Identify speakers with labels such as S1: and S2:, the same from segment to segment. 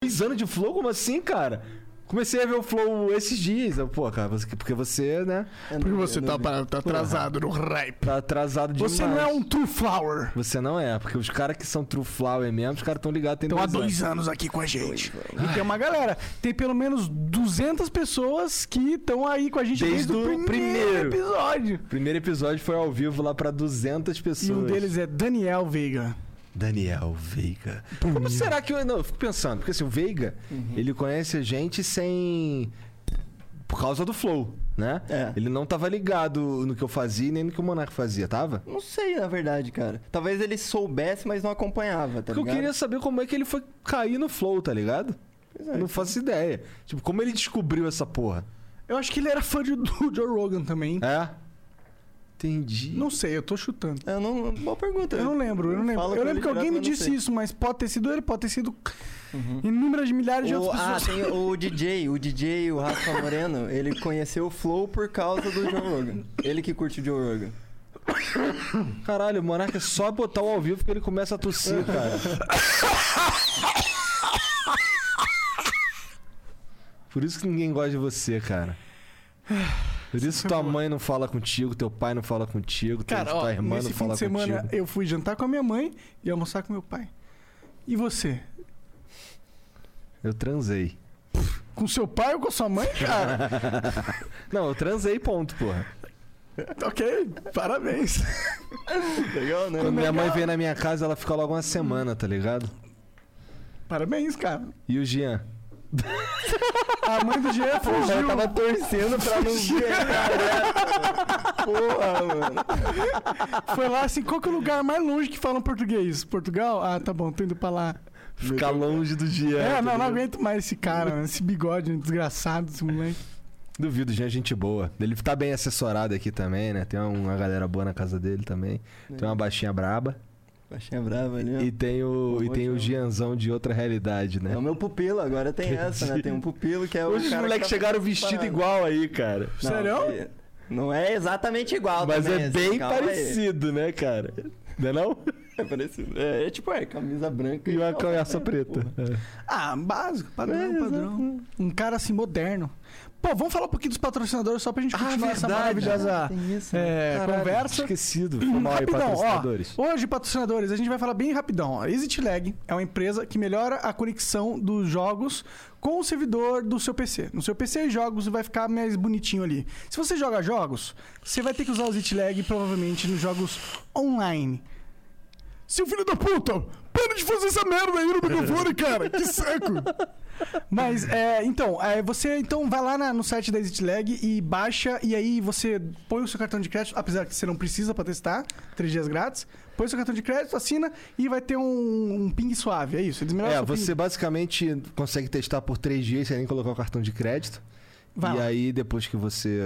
S1: Três anos de flow? Como assim, cara? Comecei a ver o flow esses dias. Eu, Pô, cara, você- porque você, né?
S2: Porque você tá, parado, tá atrasado no hype.
S1: Tá atrasado demais.
S2: Você não é um true flower.
S1: Você não é, porque os caras que são true flower mesmo, os caras estão ligados tem
S3: Então
S2: Estão há
S4: é.
S1: dois anos.
S2: dois anos aqui com a gente.
S3: E tem uma galera. Tem pelo menos 200 pessoas que estão aí com a gente
S1: Desde
S3: desde,
S1: o
S3: o primeiro,
S1: primeiro.
S3: episódio.
S1: Primeiro episódio foi ao vivo lá pra 200 pessoas.
S3: E um deles é Daniel Veiga.
S1: Daniel Veiga. Como será que eu. Não, eu fico pensando, porque assim, o Veiga, ele conhece a gente sem. Por causa do flow, né?
S4: É.
S1: Ele não tava ligado no que eu fazia nem no que o Monark fazia, tava?
S4: Não sei, na verdade, cara. Talvez ele soubesse, mas não acompanhava, tá
S1: Porque eu
S4: ligado?
S1: queria saber como é que ele foi cair no flow, tá ligado?
S4: é,
S1: Eu
S4: então.
S1: não faço ideia. Tipo, como ele descobriu essa porra?
S3: Eu acho que ele era fã de, do Joe Rogan também.
S1: É? Entendi.
S3: Não sei, eu tô chutando.
S4: Eu não... Boa pergunta.
S3: Eu não lembro, eu não lembro.
S4: falo
S3: Eu
S4: com
S3: lembro
S4: ele tá
S3: que alguém me
S4: direto, mas
S3: disse
S4: não Uhum.
S3: isso, mas pode ter sido ele, pode ter sido inúmeras de milhares de
S4: O-
S3: outras
S4: ah,
S3: pessoas.
S4: tem o DJ, o DJ, o Rafa Moreno, ele conheceu o Flow por causa do Joe Rogan. Ele que curte o Joe Rogan.
S1: Caralho, o Monark é só botar o ao vivo que ele começa a tossir, cara. Por isso que ninguém gosta de você, cara. Por isso que tua mãe não fala contigo, teu pai não fala contigo, tua-
S3: é Cara,
S1: tua
S3: ó,
S1: irmã tá não
S3: nesse fim
S1: fala
S3: de semana
S1: contigo.
S3: eu fui jantar com a minha mãe e almoçar com meu pai. E você?
S1: Eu transei.
S3: Com seu pai ou com sua mãe, cara?
S1: Não, eu transei, ponto, porra.
S3: ok, parabéns.
S4: Legal, né?
S1: Quando minha mãe
S3: legal.
S1: vem na minha casa, ela fica logo uma semana, tá ligado?
S3: Parabéns, cara.
S1: E o Jean?
S3: A mãe do Jean fugiu.
S4: tava torcendo pra não ganhar. né? Porra, mano.
S3: Foi lá assim, qual que é o lugar mais longe que falam português? Portugal? Ah, tá bom, tô indo pra lá.
S1: Ficar longe do Jean.
S3: É,
S1: tá
S3: não, não
S1: ligado?
S3: aguento mais esse cara, né? esse bigode desgraçado, esse moleque.
S1: Duvido, Jean é gente boa. Ele tá bem assessorado aqui também, né? Tem uma galera boa na casa dele também. Tem uma baixinha braba.
S4: Baixinha brava ali, ó.
S1: E tem o, e tem o Gianzão de outra realidade, né?
S4: né? É o meu pupilo, agora tem essa, né? Tem um pupilo que é o
S1: Hoje os
S4: cara
S1: moleques
S4: que tá
S1: chegaram vestidos
S4: parado.
S1: igual aí, cara.
S4: Não,
S3: Sério?
S4: é- Não é exatamente igual
S1: Mas
S4: também,
S1: é
S4: assim,
S1: bem
S4: calma aí.
S1: parecido, né, cara? Não é não?
S4: É parecido. É, é tipo, é camisa branca
S1: E uma
S4: calça
S1: calhaça preta.
S3: Ah, básico, padrão,
S1: É,
S3: padrão. Um cara assim, moderno. Pô, vamos falar um pouquinho dos patrocinadores só pra gente
S1: Ah,
S3: continuar essa
S1: verdade.
S3: maravilhosa
S4: Ah, Tem isso, né?
S3: é,
S1: Caralho,
S3: conversa.
S1: Esquecido. Foi mal aí,
S3: Uhum. Rapidão,
S1: patrocinadores.
S3: ó. Hoje, patrocinadores, a gente vai falar bem rapidão. ó. ExitLag é uma empresa que melhora a conexão dos jogos com o servidor do seu PC. No seu PC, jogos vai ficar mais bonitinho ali. Se você joga jogos, você vai ter que usar o ExitLag provavelmente nos jogos online.
S2: Seu filho da puta! Para de fazer essa merda aí no microfone, cara! Que saco!
S3: Mas, é, então, é, você então vai lá na- no site da ExitLag e baixa, e aí você põe o seu cartão de crédito, apesar que você não precisa pra testar, três dias grátis, põe o seu cartão de crédito, assina e vai ter um, um ping suave, é isso. Eles melhoram
S1: É,
S3: seu ping.
S1: você basicamente consegue testar por três dias sem nem colocar o cartão de crédito.
S3: Vai
S1: e
S3: lá.
S1: aí, depois que você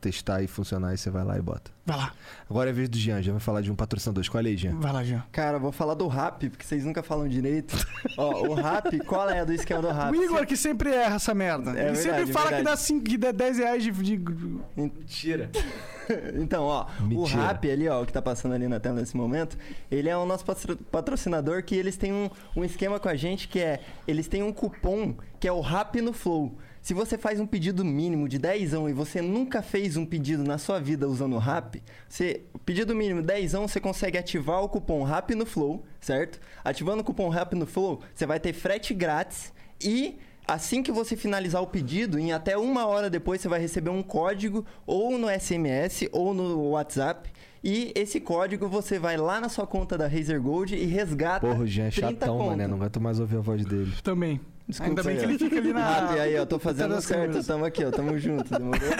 S1: testar e funcionar, aí você vai lá e bota.
S3: Vai lá,
S1: Agora é a vez do Jean. Jean vai falar de um patrocinador. Escolhe aí, Jean.
S3: vai lá, Jean.
S4: Cara, vou falar do rap, porque vocês nunca falam direito. Ó, o rap, qual é do esquema do rap?
S3: O Igor que sempre erra essa merda.
S4: É
S3: Ele sempre
S4: verdade,
S3: fala
S4: verdade.
S3: que dá, cinco, que dá 10 reais de. de-
S1: Mentira.
S4: Então, ó, o
S1: Mentira.
S4: rap ali, ó, o que tá passando ali na tela nesse momento, ele é o nosso patro- patrocinador que eles têm um, um esquema com a gente que é, eles têm um cupom que é o rap no flow. Se você faz um pedido mínimo de 10 e você nunca fez um pedido na sua vida usando o rap, você, pedido mínimo 10 você consegue ativar o cupom rap no flow, certo? Ativando o cupom rap no flow, você vai ter frete grátis e Assim que você finalizar o pedido, em até uma hora depois você vai receber um código ou no SMS ou no WhatsApp. E esse código você vai lá na sua conta da Razer Gold e resgata.
S1: Porra, o Jean é
S4: 30
S1: chatão,
S4: conto.
S1: mano. Não aguento mais ouvir a voz dele.
S3: Também.
S4: Desculpa
S3: Ainda bem
S4: aí,
S3: que
S4: ó.
S3: ele fica ali na.
S4: Ah, e aí, eu tô
S3: Tá
S4: fazendo
S3: nas
S4: certo.
S3: câmeras.
S4: Tamo aqui, ó. Tamo junto, demorou?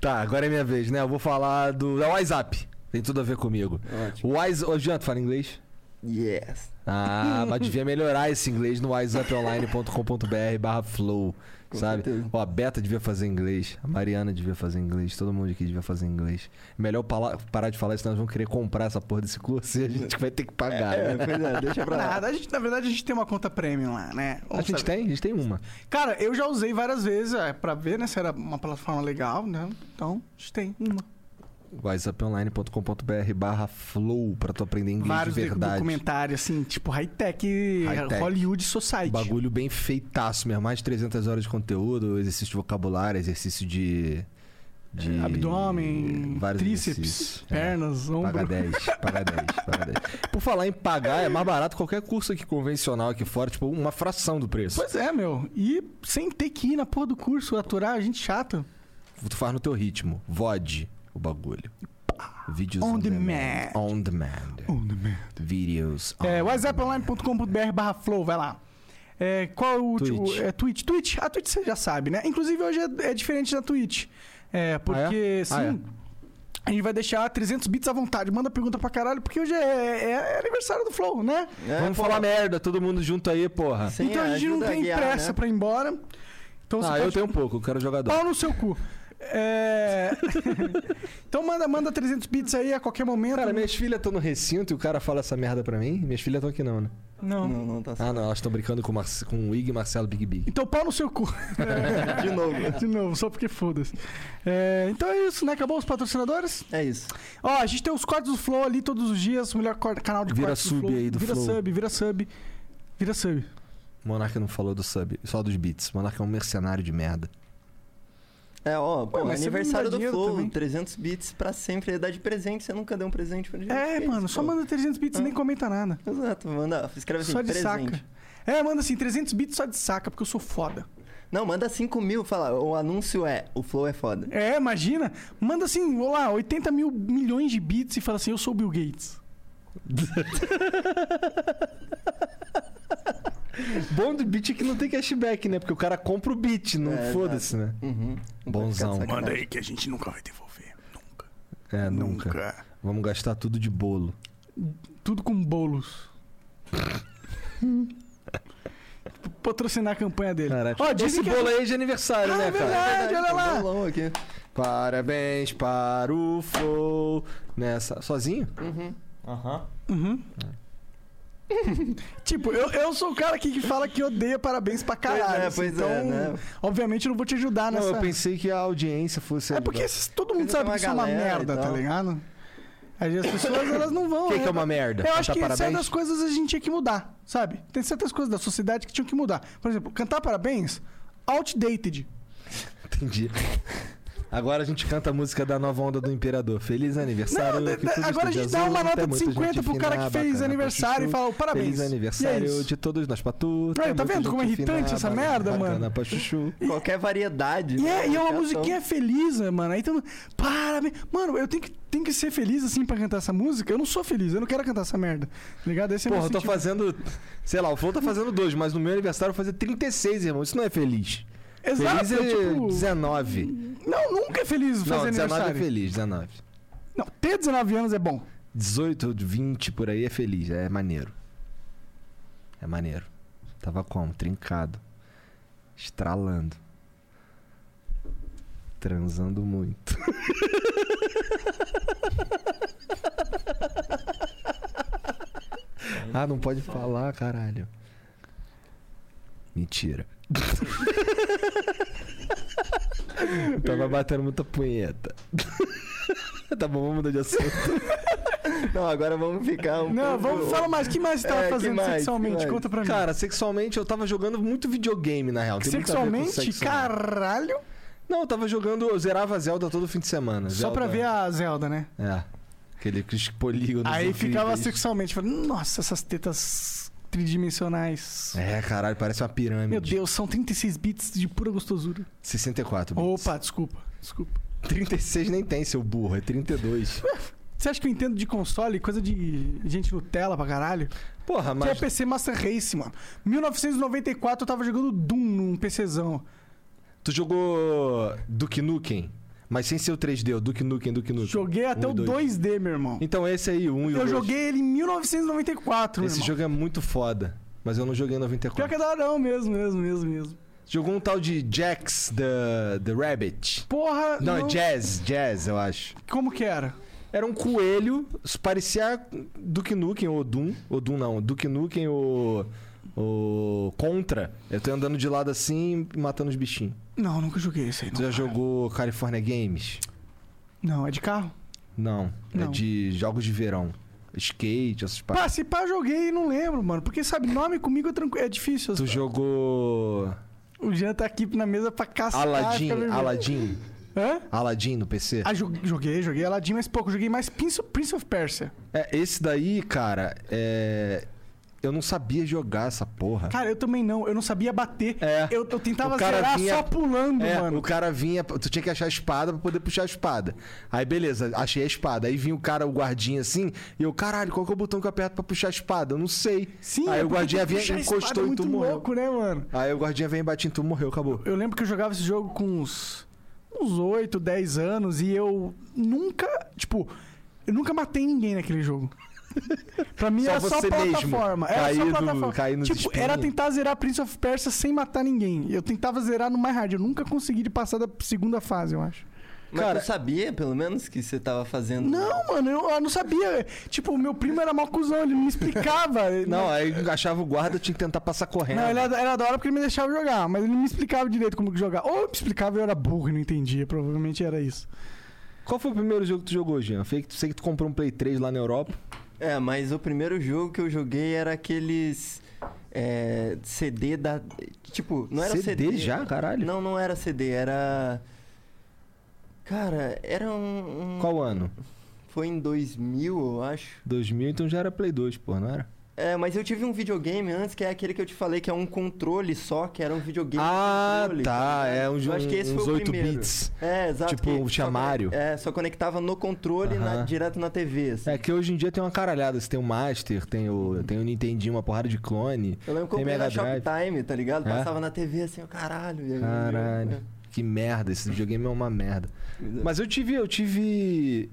S1: Tá, agora é minha vez, né? Eu vou falar do. É o WhatsApp. Tem tudo a ver comigo.
S4: Ótimo.
S1: O WhatsApp. Ô, Jean, tu fala inglês?
S4: Yes.
S1: Ah, mas devia melhorar esse inglês no whatsapponline.com.br barra flow. Sabe?
S4: certeza.
S1: Ó, a Beta devia fazer inglês, a Mariana devia fazer inglês, todo mundo aqui devia fazer inglês. Melhor pala- parar de falar, senão nós vamos querer comprar essa porra desse curso e a gente vai ter que pagar.
S4: É,
S1: né?
S4: pois é, deixa pra lá.
S3: Nada. A gente, na verdade, a gente tem uma conta premium lá, né?
S1: A gente tem? A gente tem uma.
S3: Cara, eu já usei várias vezes é, pra ver, né? Se era uma plataforma legal, né? Então, a gente tem uma.
S1: whatsapponline.com.br barra flow pra tu aprender inglês
S3: Vários
S1: de
S3: do-
S1: verdade.
S3: documentários, assim, tipo high-tech,
S1: High-tech.
S3: Hollywood Society.
S1: Bagulho bem feitaço mesmo. Mais de 300 horas de conteúdo, exercício de vocabulário, exercício de... de
S3: Abdômen,
S1: vários
S3: tríceps,
S1: exercícios. É.
S3: pernas, ombro.
S1: Paga 10, paga 10, paga 10. Por falar em pagar, é mais barato qualquer curso aqui convencional aqui fora, tipo, uma fração do preço.
S3: Pois é, meu. E sem ter que ir na porra do curso, aturar a gente chata.
S1: Tu faz no teu ritmo. VOD, o bagulho. Vídeos
S3: On
S1: on,
S3: demand.
S1: demand. On demand. Videos on
S3: É, whatsapponline.com.br barra flow, vai lá. É, qual o último?
S1: Twitch.
S3: É Twitch. Twitch, a Twitch você já sabe, né? Inclusive hoje é, é diferente da Twitch. É, porque
S1: Ah, é?
S3: sim.
S1: Ah,
S3: A gente vai deixar 300 bits à vontade. Manda pergunta pra caralho, porque hoje é, é- é aniversário do Flow, né?
S4: É,
S1: Vamos
S4: pô,
S1: falar merda, todo mundo junto aí, porra.
S4: Sim,
S3: então a gente não
S4: ajuda a
S3: tem
S4: guiar,
S3: pressa
S4: né?
S3: pra ir embora. Então
S1: Ah,
S3: você
S1: eu
S3: pode
S1: tenho um pouco, eu quero jogador.
S3: pau no seu cu. É... então manda, manda 300 bits aí a qualquer momento.
S1: Cara, minhas filhas estão no recinto e o cara fala essa merda pra mim. Minhas filhas estão aqui não, né?
S3: Não.
S4: Não, não tá certo.
S1: Ah, não, elas estão brincando com, o Marce- com o Ig e Marcelo Big Big.
S3: Então pau no seu cu.
S1: Ah.
S4: De novo.
S3: De novo, só porque foda-se. É, então é isso, né? Acabou os patrocinadores.
S4: É isso.
S3: Ó, a gente tem os cortes do Flow ali todos os dias, o melhor cor- canal de
S1: Vira
S3: cortes
S1: sub
S3: do Flow.
S1: aí do
S3: vira
S1: Flow.
S3: sub, vira sub. Vira sub.
S1: Monarca não falou do sub, só dos beats. Monarca é um mercenário de merda.
S4: É, ó, pô,
S3: mas você
S4: aniversário
S3: não dá
S4: do
S3: dinheiro
S4: Flow,
S3: também?
S4: 300 bits pra sempre. Dá de presente, você nunca deu um presente pra gente.
S3: É,
S4: Que
S3: mano,
S4: isso,
S3: só
S4: pô?
S3: manda 300 bits e nem comenta nada.
S4: Exato, manda, escreve assim,
S3: Só de
S4: presente.
S3: saca. É, manda assim, 300 bits só de saca, porque eu sou foda.
S4: Não, manda 5 mil, fala, o anúncio é, o Flow é foda.
S3: É, imagina. Manda assim, vou lá, 80 mil milhões de bits e fala assim, eu sou o Bill Gates.
S1: Bom do beat é que não tem cashback, né? Porque o cara compra o beat, não
S4: É,
S1: foda-se, né?
S4: Uhum. Não pode ficar de
S1: Bonzão.
S4: sacanagem.
S2: Manda aí que a gente nunca vai devolver. Nunca.
S1: É, nunca.
S2: Nunca.
S1: Vamos gastar tudo de bolo.
S3: Tudo com bolos. Patrocinar a campanha dele.
S1: Caraca.
S3: Ó,
S1: Esse
S3: dizem que
S1: bolo aí é de aniversário,
S3: Ah, é
S1: né, cara?
S3: verdade. olha lá.
S4: tem um bolão aqui.
S1: Parabéns para o Flow. Nessa. Sozinho?
S3: Uhum. tipo, eu, eu sou o cara aqui que fala que odeia parabéns pra
S4: Pois
S3: caralho.
S4: é,
S3: assim,
S4: pois
S3: então,
S4: é, né?
S3: obviamente, eu não vou te ajudar
S1: Não,
S3: Ah, nessa.
S1: eu pensei que a audiência fosse. né?
S3: É porque esses- todo mundo
S4: Mas tem
S3: sabe que
S4: uma
S3: isso é uma
S4: galera e
S3: merda, tá
S4: tal.
S3: ligado? Aí as pessoas, elas não vão.
S1: O que, que
S3: né?
S1: é uma merda?
S3: Eu acho
S1: Cantar
S3: que
S1: parabéns?
S3: certas coisas a gente tinha que mudar, sabe? Tem certas coisas da sociedade que tinham que mudar. Por exemplo, cantar parabéns, outdated.
S1: Entendi. Agora a gente canta a música da nova onda do Imperador. Feliz aniversário.
S3: Não,
S1: que
S3: da-
S1: tudo
S3: agora a gente
S1: esteja
S3: dá uma
S1: azul,
S3: nota
S1: tem
S3: de
S1: muita
S3: 50
S1: gente
S3: pro cara que
S1: fina,
S3: fez
S1: bacana,
S3: aniversário
S1: pra
S3: e fala,
S1: chuchu.
S3: parabéns.
S1: Feliz
S3: E é
S1: aniversário
S3: isso.
S1: de todos nós pra tu.
S3: Aí,
S1: tem
S3: tá
S1: muita
S3: vendo como é
S1: gente
S3: irritante essa
S1: bacana,
S3: merda, mano?
S1: bacana pra chuchu.
S4: Qualquer variedade.
S3: E
S4: né?
S3: é, e é uma
S4: Qualquer
S3: musiquinha
S4: ação.
S3: feliz, né, mano? Aí então, parabéns. Mano, eu tenho que, tenho que ser feliz assim pra cantar essa música. Eu não sou feliz, eu não quero cantar essa merda. Tá Ligado? Esse é
S1: Porra,
S3: meu
S1: eu tô
S3: sentido.
S1: fazendo. Sei lá, o Flow tá fazendo dois, mas no meu aniversário eu vou fazer 36, irmão. Isso não é feliz.
S3: Exato,
S1: feliz é,
S3: tipo,
S1: 19.
S3: Não, nunca é feliz fazer
S1: Não, 19 é
S3: aniversário.
S1: feliz, 19.
S3: Não, ter 19 anos é bom.
S1: 18, 20 por aí é feliz, é maneiro. É maneiro. Tava como? Trincado. Estralando. Transando muito. ah, não pode falar, caralho. Mentira. Eu Tava batendo muita punheta. tá bom, vamos mudar de assunto.
S4: Não, agora vamos ficar um
S3: Não,
S4: pouco-
S3: vamos, fala mais. O que mais você tava
S4: É, que
S3: fazendo
S4: mais, que
S3: sexualmente?
S4: mais?
S3: Conta pra mim.
S1: Cara, sexualmente eu tava jogando muito videogame, na real. Tem muito a ver com
S3: sexualmente?
S1: sexo, né?
S3: Caralho.
S1: Não, eu tava jogando, eu zerava Zelda todo fim de semana.
S3: Só pra ver a Zelda, né?
S1: É. Aquele aqueles polígonos.
S3: Aí
S1: incríveis.
S3: ficava sexualmente. Falando, nossa, essas tetas tridimensionais.
S1: É, caralho, parece uma pirâmide.
S3: Meu Deus, são 36 bits de pura gostosura.
S1: 64 bits.
S3: Opa, desculpa, desculpa.
S1: 36 nem tem, seu burro, é 32.
S3: Você acha que eu entendo de console? Coisa de gente Nutella pra caralho?
S1: Porra,
S3: Que é
S1: mas.
S3: PC Master Race, mano. 1994 eu tava jogando Doom num PCzão.
S1: Tu jogou Duke Nukem, mas sem ser o 3D, o Duke Nukem, Duke Nukem.
S3: Joguei até
S1: Um
S3: o
S1: e dois.
S3: 2D, meu irmão.
S1: Então esse aí, o 1 e o
S3: Eu
S1: dois.
S3: joguei ele em 1994, meu
S1: Esse
S3: irmão.
S1: jogo é muito foda, mas eu não joguei em 94.
S3: Pior que é da hora, não, mesmo, mesmo, mesmo, mesmo.
S1: Jogou um tal de Jax the, the Rabbit.
S3: Porra,
S1: Não, é Jazz, Jazz, eu acho.
S3: como que era?
S1: Era um coelho, parecia Duke Nukem ou Doom. Ou Doom não, Duke Nukem ou, ou Contra. Eu tô andando de lado assim, matando os bichinhos.
S3: Não, nunca joguei esse aí, não.
S1: Tu já jogou California Games?
S3: Não, é de carro?
S1: Não, é
S3: Não.
S1: de jogos de verão. Skate, essas paradas.
S3: Pá, se pá, joguei e não lembro, mano. Porque, sabe, nome comigo é, tranqu... é difícil.
S1: Tu jogou
S3: O Jean tá aqui na mesa pra caçar.
S1: Aladdin,
S3: fica vermelho.
S1: Aladdin,
S3: Hã?
S1: Aladdin no PC?
S3: Ah, jo- joguei, joguei Aladdin mais pouco. Joguei mais Prince of, Prince of Persia.
S1: É, esse daí, cara, é... eu não sabia jogar essa porra.
S3: Cara, eu também não. Eu não sabia bater.
S1: É.
S3: Eu, eu tentava
S1: O cara
S3: zerar
S1: vinha-
S3: só pulando,
S1: É,
S3: mano.
S1: o cara vinha, tu tinha que achar a espada pra poder puxar a espada. Aí beleza, achei a espada. Aí vinha o cara, o guardinha assim, e eu, caralho, qual que é o botão que eu aperto pra puxar a espada? Eu não sei.
S3: Sim,
S1: Aí
S3: é
S1: o
S3: porque
S1: guardinha
S3: tem que
S1: vinha,
S3: puxar a espada,
S1: encostou
S3: é
S1: e tu
S3: muito
S1: morreu.
S3: louco, né, mano?
S1: Aí o guardinha vem e bate em tu, morreu, acabou.
S3: Eu lembro que eu jogava esse jogo com uns, uns 8, 10 anos e eu nunca, tipo, eu nunca matei ninguém naquele jogo. pra mim
S1: Só
S3: era só
S1: você mesmo.
S3: plataforma. Era
S1: Caído-
S3: só plataforma.
S1: cair no
S3: tipo,
S1: desespero.
S3: era tentar zerar Prince of Persia sem matar ninguém. Eu tentava zerar no mais hard. Eu nunca consegui de passar da segunda fase, eu acho.
S4: Mas
S1: Cara-
S4: tu sabia, pelo menos, que você tava fazendo.
S3: Não, mano, eu, eu não sabia. Tipo, o meu primo era mal cuzão, ele não me explicava.
S1: Não, é aí achava o guarda, eu tinha que tentar passar correndo.
S3: Não, ele era, era da hora porque ele me deixava jogar, mas ele não me explicava direito como que jogar. Ou eu me explicava e eu era burro e não entendia, provavelmente era isso.
S1: Qual foi o primeiro jogo que tu jogou, Jean? Sei que tu, sei que tu comprou um Play 3 lá na Europa.
S4: É, mas o primeiro jogo que eu joguei era aqueles. é, CD da. Tipo, não era
S1: CD
S4: CD.
S1: já, caralho?
S4: Não, não era CD, era. Cara, era um. um-
S1: Qual ano?
S4: Foi em 2000, eu acho.
S1: 2000, então já era Play 2, porra, não era?
S4: É, mas eu tive um videogame antes, que é aquele que eu te falei, que é um controle só, que era um videogame.
S1: ah,
S4: controle,
S1: tá.
S4: ligado?
S1: É um
S4: Eu
S1: jogo
S4: acho que esse
S1: uns
S4: foi o
S1: 8
S4: primeiro.
S1: bits.
S4: É, exato.
S1: Tipo,
S4: que
S1: o
S4: só
S1: Chamário.
S4: conec- É, só conectava no controle na-
S1: Aham.
S4: direto na TV. assim.
S1: É que hoje em dia tem uma caralhada. Você tem o Master, tem o, tem o Nintendinho, uma porrada de clone.
S4: Eu lembro que eu
S1: É. Tem
S4: comprei na
S1: Mega Drive.
S4: Shoptime, tá ligado?
S1: É.
S4: Passava na TV assim, ó, caralho. e aí eu-
S1: Caralho. Que merda, esse videogame é uma merda.
S4: É.
S1: Mas eu tive, eu tive.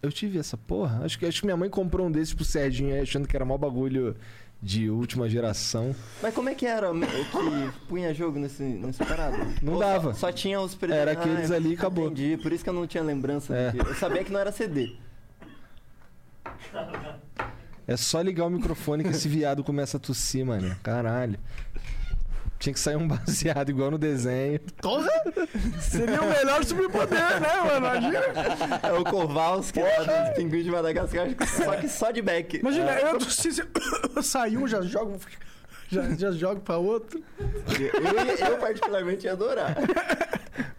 S1: Eu tive essa porra. Acho que, acho que minha mãe comprou um desses pro Serginho achando que era mó bagulho de última geração.
S4: Mas como é que era o que punha jogo nesse, nesse parado?
S1: Não
S4: Ou
S1: dava.
S4: Só, só tinha os pre-
S1: Era
S4: Ah,
S1: aqueles
S4: eu
S1: ali e acabou.
S4: Entendi, por isso que eu não tinha lembrança.
S1: É.
S4: do que- Eu sabia que não era CD.
S1: É só ligar o microfone que esse viado começa a tossir, mano. Caralho. Tinha que sair um baseado igual no desenho.
S3: Seria o melhor superpoder, né, mano? Imagina.
S4: É o Kowalski lá dos pinguins de Madagascar, acho que só que só de back.
S3: Imagina, eu se, se eu saio, já jogo. Já, já jogo pra outro.
S4: Eu, eu particularmente ia adorar.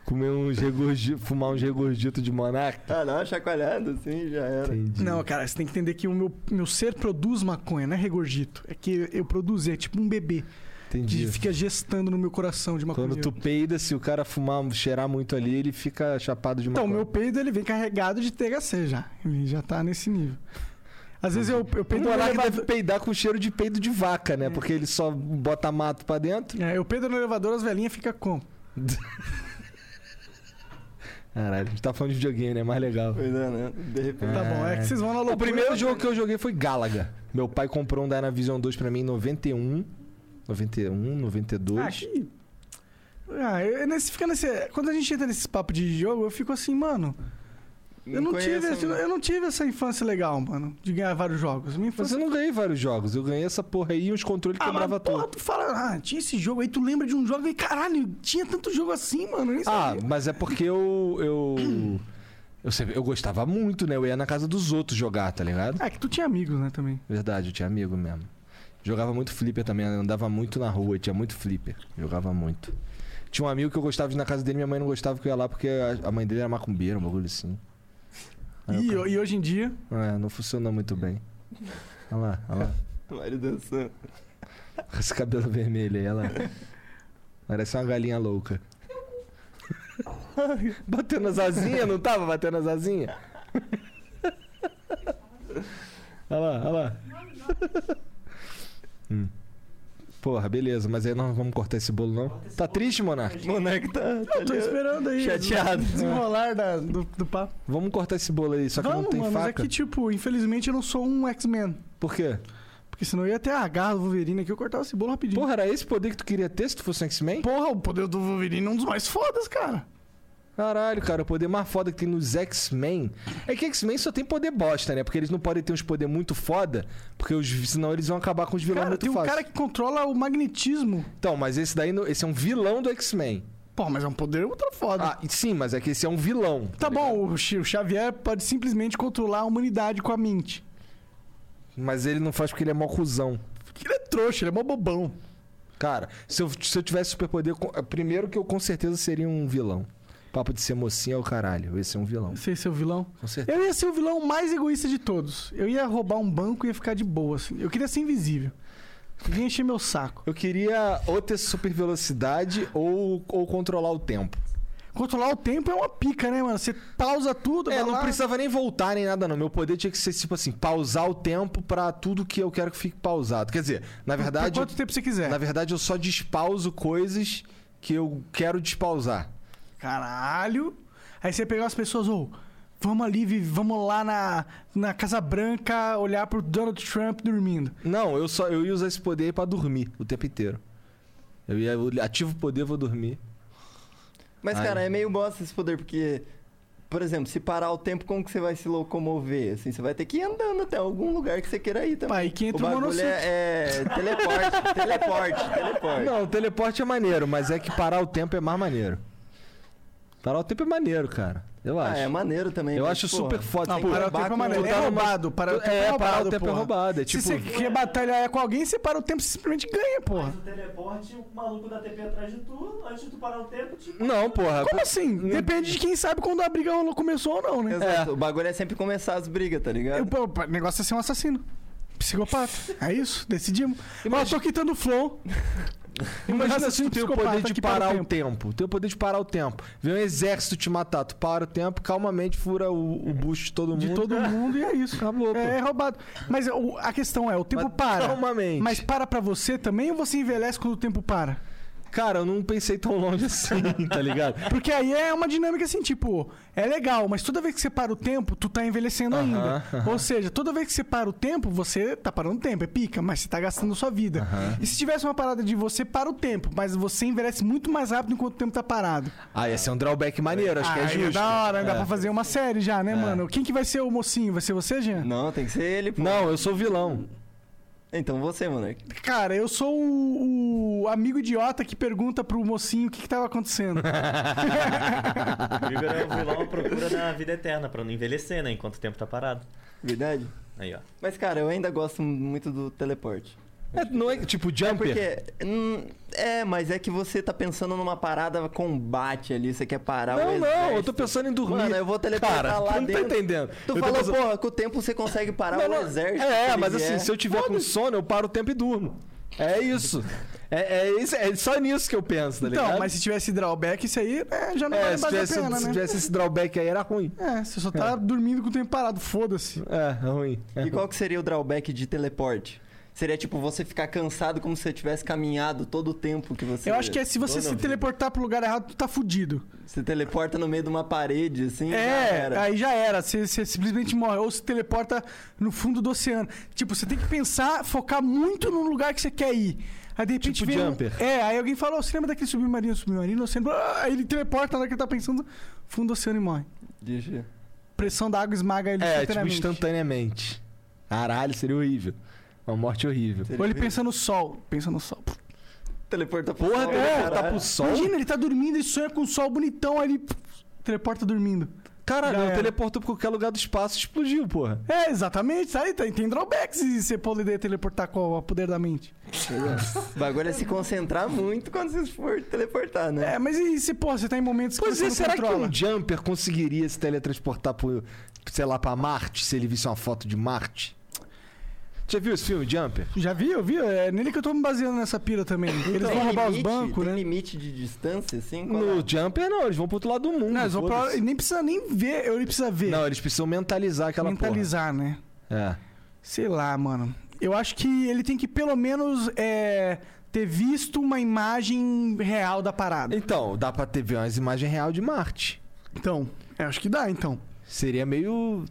S1: Comer um regurgito, fumar um regurgito de monarca.
S4: Ah, não, chacoalhado, assim, já era.
S1: Entendi.
S3: Não, cara, você tem que entender que o meu, meu ser produz maconha, não é regurgito. É que eu produzi, é tipo um bebê que
S1: entendi.
S3: fica gestando no meu coração de maconha.
S1: Quando tu peida, se o cara fumar, cheirar muito ali, ele fica chapado de
S3: Então,
S1: maconha.
S3: meu peido ele vem carregado de THC já. Ele já tá nesse nível. Às vezes eu, eu
S1: O
S3: peido no
S1: monarca
S3: elevador.
S1: Um deve peidar com cheiro de peido de vaca, né? Porque ele só bota mato pra dentro.
S3: É, eu peido no elevador, as velhinhas ficam Tá como?
S1: Caralho, a gente tá falando de videogame, né? Mais legal.
S4: Pois é, né? De repente.
S3: Tá bom, é que vocês vão na loucura.
S1: O primeiro jogo que eu joguei foi Galaga. Meu pai comprou um Dynavision 2 pra mim em 91. 91, 92.
S3: Ah, que- Ah, eu, eu nesse, fica nesse, quando a gente entra nesses papos de jogo, eu fico assim, mano. Eu não, tive,
S4: conheço,
S3: esse-
S1: né?
S3: eu não tive essa infância legal, mano, de ganhar vários jogos. Minha
S1: Mas
S3: infância.
S1: eu não ganhei vários jogos. Eu ganhei essa porra aí e uns controles que
S3: Ah, mas
S1: quebrava
S3: porra,
S1: tudo.
S3: tu fala, ah, tinha esse jogo aí, tu lembra de um jogo e caralho, tinha tanto jogo assim, mano. eu nem
S1: Ah,
S3: sabia.
S1: mas é porque eu. Eu, eu, sempre- eu gostava muito, né? Eu ia na casa dos outros jogar, tá ligado?
S3: É que tu tinha amigos, né, também.
S1: Verdade, eu tinha amigo mesmo. Jogava muito flipper também, andava muito na rua, tinha muito flipper. Jogava muito. Tinha um amigo que eu gostava de ir na casa dele, minha mãe não gostava que eu ia lá porque a- a mãe dele era macumbeira, um bagulho assim. Aí Ah, eu
S3: E, e hoje em dia,
S1: É, não funcionou muito bem. Olha lá, olha lá.
S4: Mário dançando.
S1: Com esse cabelo vermelho aí, olha lá. Parece uma galinha louca. Batendo as asinhas, não tava batendo as asinhas? Olha lá, olha lá. Hum. Porra, beleza, mas aí nós não vamos cortar esse bolo, não? Tá triste, Monark?
S4: Moleque tá. tá
S3: eu tô
S1: é
S4: ali, ó.
S3: esperando aí.
S4: Chateado.
S3: o Desenrolar da- do, do papo.
S1: Vamos cortar esse bolo aí, só que
S3: Vamos,
S1: não tem
S3: mano, mas é
S1: faca.
S3: que, tipo, infelizmente eu não sou um X-Men.
S1: Por quê?
S3: Porque senão eu ia até agarrar o Wolverine aqui, eu cortava esse bolo rapidinho.
S1: Porra, era esse poder que tu queria ter se tu fosse um X-Men?
S3: Porra, o poder do Wolverine é um dos mais fodas, cara.
S1: Caralho, cara, o poder mais foda que tem nos X-Men é que X-Men só tem poder bosta, né? Porque eles não podem ter uns poder muito foda, porque os, senão eles vão acabar com os vilões
S3: Cara,
S1: muito
S3: tem um
S1: fácil.
S3: cara que controla o magnetismo.
S1: Então, mas esse daí, no- esse é um vilão do X-Men.
S3: Pô, mas é um poder ultra foda.
S1: Ah, e sim, mas é que esse é um vilão.
S3: tá bom, o X- o Xavier pode simplesmente controlar a humanidade com a mente.
S1: Mas ele não faz porque ele é mó cuzão.
S3: Porque ele é trouxa, ele é mó bobão.
S1: Cara, se eu, se eu tivesse superpoder, co- primeiro que eu com certeza seria um vilão. Papo de ser mocinha é o caralho. Eu ia ser um vilão.
S3: Você ia ser o vilão?
S1: Com certeza.
S3: Eu ia ser o vilão mais egoísta de todos. Eu ia roubar um banco e ia ficar de boa, assim. Eu queria ser invisível. Ninguém encher meu saco.
S1: Eu queria ou ter super velocidade ou, ou controlar o tempo.
S3: Controlar o tempo é uma pica, né, mano? Você pausa tudo,
S1: É,
S3: vai
S1: não
S3: lá-
S1: precisava nem voltar nem nada, não. Meu poder tinha que ser, tipo assim, pausar o tempo pra tudo que eu quero que fique pausado. Quer dizer, na
S3: Por
S1: verdade.
S3: quanto tempo é? você quiser.
S1: Na verdade, eu só despauso coisas que eu quero despausar.
S3: Caralho. Aí você ia pegar as pessoas, ou vamos ali, vi- vamos lá na, na Casa Branca olhar pro Donald Trump dormindo.
S1: Não, eu só eu ia usar esse poder pra dormir o tempo inteiro. Eu ia eu ativo o poder, vou dormir.
S4: Mas,
S1: Ai.
S4: cara, é meio bosta esse poder, porque, por exemplo, se parar o tempo, como que você vai se locomover? Assim, você vai ter que ir andando até algum lugar que você queira ir também.
S3: Pai, que entra
S4: o
S3: o
S4: bagulho
S3: monociclo.
S4: é, é teleporte, teleporte, teleporte.
S1: Não, o teleporte é maneiro, mas é que parar o tempo é mais maneiro. Parar o tempo é maneiro, cara. Eu acho.
S4: Ah, é maneiro também.
S1: eu
S4: mas,
S1: acho
S4: pô,
S1: super foda.
S3: Não,
S1: Tem que
S3: parar o
S1: acabar
S3: tempo é
S1: com-
S3: maneiro. É
S1: botar numa-
S3: roubado. Parar o tempo
S1: é,
S3: é roubado,
S1: parar o tempo é
S3: porra.
S1: roubado. É tipo...
S3: Se você quer batalhar com alguém, você para o tempo e simplesmente ganha, porra.
S5: Mas o teleporte, o maluco da TP atrás de tu, antes de tu parar o tempo, tipo.
S1: Não, porra.
S3: Como assim? Depende de quem sabe quando a briga rolou- começou ou não, né?
S4: Exato, o bagulho é sempre começar as brigas, tá ligado?
S3: Eu- pô, O negócio é ser um assassino. Psicopata. É isso? Decidimos. Mas eu tô quitando o flow. um
S1: Imagina se tu tem o poder de parar o
S3: tempo.
S1: tempo. Tem o poder de parar o tempo. Vem um exército te matar. Tu para o tempo, calmamente fura o, o bucho de todo mundo.
S3: De todo mundo e é isso.
S1: Acabou, pô.
S3: É, é roubado. Mas o- a questão é, o tempo
S1: Mas
S3: para.
S1: calmamente.
S3: Mas para pra você também ou você envelhece quando o tempo para?
S1: Cara, eu não pensei tão longe assim, tá ligado?
S3: Porque aí é uma dinâmica assim, tipo, é legal, mas toda vez que você para o tempo, tu tá envelhecendo ainda. Ou seja, toda vez que você para o tempo, você tá parando o tempo, é pica, mas você tá gastando sua vida. E se tivesse uma parada de você para o tempo, mas você envelhece muito mais rápido enquanto o tempo tá parado.
S1: Ah, esse é um drawback maneiro, acho que é
S3: Aí
S1: justo.
S3: da hora, dá pra fazer uma série já, né, mano? Quem que vai ser o mocinho? Vai ser você, Jean?
S4: Não, tem que ser ele, pô.
S1: Não, eu sou vilão.
S4: Então você, Monark.
S3: Cara, eu sou o, o amigo idiota que pergunta pro mocinho o que, que tava acontecendo.
S1: Tá
S5: O Igor é o vilão à procura da vida eterna, pra não envelhecer, né? Enquanto o tempo tá parado.
S4: Verdade?
S5: Aí, ó.
S4: Mas, cara, eu ainda gosto muito do teleporte.
S1: É, não é tipo jumper?
S4: Porque. hum, é, mas é que você tá pensando numa parada combate ali, você quer parar o
S1: Não, não,
S4: exército.
S1: eu tô pensando em dormir.
S4: Mano, eu vou teleportar
S1: Cara,
S4: lá
S1: tu não
S4: dentro.
S1: tá entendendo.
S4: Tu
S1: Eu tô
S4: falou,
S1: pensando-
S4: porra, com o tempo você consegue parar
S1: Não,
S4: o
S1: não,
S4: exército.
S1: É,
S4: que
S1: mas
S4: ele
S1: assim,
S4: é.
S1: se eu tiver com sono, eu paro o tempo e durmo. É isso. É, é isso- é só nisso que eu penso, tá ligado?
S3: então, mas se tivesse drawback, isso aí é, já não
S1: É,
S3: vale
S1: se
S3: mais a
S1: tivesse,
S3: pena,
S1: se
S3: né?
S1: tivesse esse drawback aí, era ruim.
S3: É, você só tá dormindo com o tempo parado, foda-se.
S1: É, é ruim. É.
S4: E qual que seria o drawback de teleporte? Seria tipo você ficar cansado como se você tivesse caminhado todo o tempo que você.
S3: Eu acho que é se você
S5: Dona
S3: se
S5: vida.
S3: teleportar pro lugar errado, tu tá fudido.
S4: Você teleporta no meio de uma parede, assim. já
S3: É,
S4: era.
S3: aí já era. Você, você simplesmente morre. Ou se teleporta no fundo do oceano. Tipo, você tem que pensar, focar muito no lugar que você quer ir. Aí de repente.
S1: Tipo
S3: vem um-
S1: Jumper.
S3: É, aí alguém fala: "Ô, você lembra daquele submarino, submarino, oceano? Ah, Aí ele teleporta na hora que ele tá pensando, fundo do oceano e morre.
S4: Deixa-
S3: Pressão da água esmaga ele
S1: É, tipo,
S3: instantaneamente.
S1: instantaneamente. Caralho, seria horrível. Uma morte horrível.
S4: seria
S3: Ou ele
S4: bem-
S3: pensa no sol. Pensa no sol. Pff.
S4: Teleporta é, pro
S1: Porra,
S4: sol,
S1: teleportar
S4: caralho.
S1: pro sol?
S3: Imagina, ele tá dormindo e sonha com o sol bonitão, aí ele pff, teleporta dormindo.
S1: Caralho,
S3: Já
S1: não,
S3: era.
S1: teleportou pra qualquer lugar do espaço e explodiu, porra.
S3: É, exatamente. Aí tem, tem drawbacks e você poder teleportar com o poder da mente.
S4: O bagulho é se concentrar muito quando você for teleportar, né?
S3: É, mas e se, pô, você tá em momentos que
S1: Pois
S3: você
S1: é,
S3: não
S1: será que
S3: controla?
S1: um jumper conseguiria se teletransportar pro, sei lá, pra Marte, se ele visse uma foto de Marte? Já viu esse filme, Jumper?
S3: Já vi, eu vi. É nele que eu tô me baseando nessa pira também. É, Eles
S4: Então, Tem
S3: vão roubar os
S4: limite-
S3: bancos,
S4: tem
S3: né?
S4: limite de distância, assim? qual é?
S1: No Jumper, não, eles vão pro outro lado do mundo.
S3: Não, eles vão pra...
S1: foda-se.
S3: Nem precisa nem ver, eu- ele precisa ver.
S1: Não, eles precisam mentalizar aquela É.
S3: mentalizar, né?
S1: porra.
S3: Sei lá, mano. Eu acho que ele tem que pelo menos é, ter visto uma imagem real da
S1: É.
S3: parada.
S1: Então, dá pra ter ver umas imagens real de Marte.
S3: Então, eu acho que dá, então.
S1: Seria meio.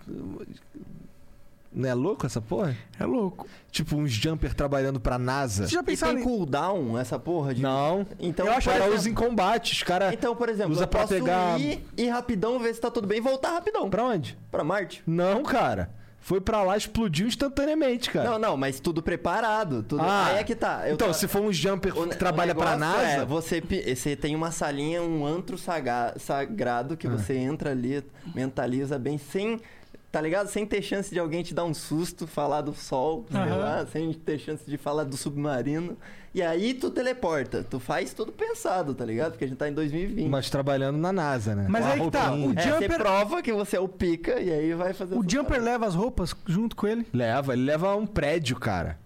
S1: Não é louco essa porra?
S3: É louco.
S1: Tipo, uns jumper trabalhando pra NASA.
S3: Você já
S4: E
S3: pensaram
S4: tem
S3: em...
S4: cooldown essa porra de.
S1: Não.
S4: Então,
S1: eu acho
S4: por
S1: que ela
S4: exemplo-
S1: usa em combate. Os caras.
S4: Então, por exemplo,
S1: Usa
S4: eu
S1: pra
S4: posso
S1: pegar-
S4: ir, ir rapidão, ver se tá tudo bem e voltar rapidão pra,
S1: Pra onde?
S4: Marte.
S1: Não, cara. foi pra lá, explodiu instantaneamente, cara.
S4: Não, não, mas tudo preparado. Tudo...
S1: É. Ah,
S4: Aí é que tá. eu
S1: então,
S4: tô-
S1: se for um jumper
S4: O-
S1: que
S4: o
S1: trabalha pra
S4: negócio
S1: NASA.
S4: É, você, pi- você tem uma salinha, um antro saga- sagrado que você entra ali, mentaliza bem, sem. Tá ligado? Sem ter chance de alguém te dar um susto, falar do sol, sei
S3: Aham.
S4: lá, sem ter chance de falar do submarino. E aí tu teleporta. Tu faz tudo pensado, tá ligado? Porque a gente tá em 2020.
S1: Mas trabalhando na NASA, né?
S3: Mas
S1: Com a
S3: aí que tá,
S1: roupinha.
S3: o
S4: É,
S3: Jumper-
S4: você prova que você é o pica e aí vai fazer
S3: O
S4: essa
S3: Jumper leva as roupas junto com ele?
S1: Leva, ele leva um prédio, cara.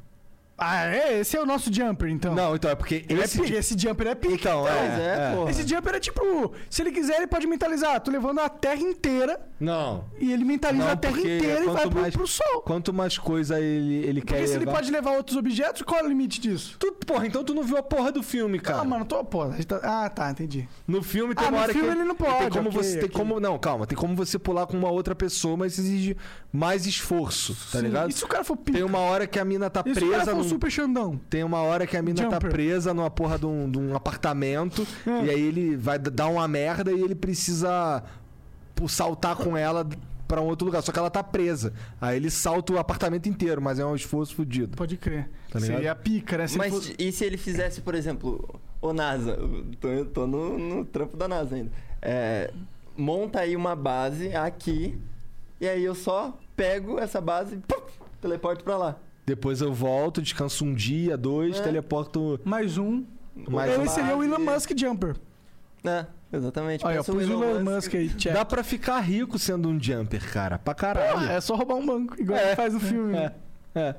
S3: Ah, é? Esse é o nosso Jumper, então.
S1: Não, então é porque
S3: Ele é
S1: esse.
S3: pica, esse Jumper é pica.
S1: Então,
S4: parada.
S1: é,
S4: Mas é,
S1: é.
S4: porra.
S3: Esse Jumper é tipo, se ele quiser, ele pode mentalizar. Tô levando a Terra inteira
S1: Não.
S3: e ele mentaliza
S1: Não,
S3: a Terra
S1: porque
S3: inteira e
S1: quanto
S3: vai pro,
S1: mais-
S3: pro Sol.
S1: Quanto mais coisa ele, ele quer
S3: Porque se ele
S1: levar-
S3: pode levar outros objetos, qual é o limite disso?
S1: Tu, porra, então tu não viu a porra do filme, cara.
S3: Ah, mano, tô, pô, a gente tá- Ah, tá, entendi.
S1: No filme tem
S3: Ah,
S1: uma
S3: no
S1: hora
S3: filme
S1: que
S3: ele não
S1: Tem
S3: pode,
S1: como
S3: ok,
S1: você tem
S3: ok.
S1: como não, calma, tem como você pular com uma outra pessoa, mas exige mais esforço, tá
S3: Sim,
S1: ligado?
S3: E se o cara for pica?
S1: Tem uma hora que a mina tá
S3: E se o cara
S1: presa
S3: for
S1: num...
S3: super Xandão?
S1: Tem uma hora que a mina tá
S3: Jumper. É.
S1: presa numa porra de um, de um apartamento e aí ele vai d- dar uma merda e ele precisa pu- saltar com ela pra um outro lugar, só que ela tá presa. Aí ele salta o apartamento inteiro, mas é um esforço fudido.
S3: Pode crer.
S1: Tá ligado?
S3: Seria a pica, né? Se ele
S4: Mas
S3: fosse-
S4: e se ele fizesse, por exemplo, o NASA? Eu tô, eu tô no, no trampo da NASA ainda. É, monta aí uma base aqui, e aí eu só pego essa base e pum, teleporto pra lá.
S1: Depois eu volto, descanso um dia, dois,
S4: É.
S1: teleporto
S3: Mais um.
S1: mais
S3: ele
S1: um.
S3: seria o Elon
S4: base.
S3: Musk Jumper.
S4: É, exatamente. um
S3: Olha, eu
S4: Pensa
S3: pus tipo, é o Elon Musk aí, check.
S1: Dá pra ficar rico sendo um jumper, cara. Pra caralho.
S3: Ah, é só roubar um banco, igual ele faz no filme.
S1: É, é.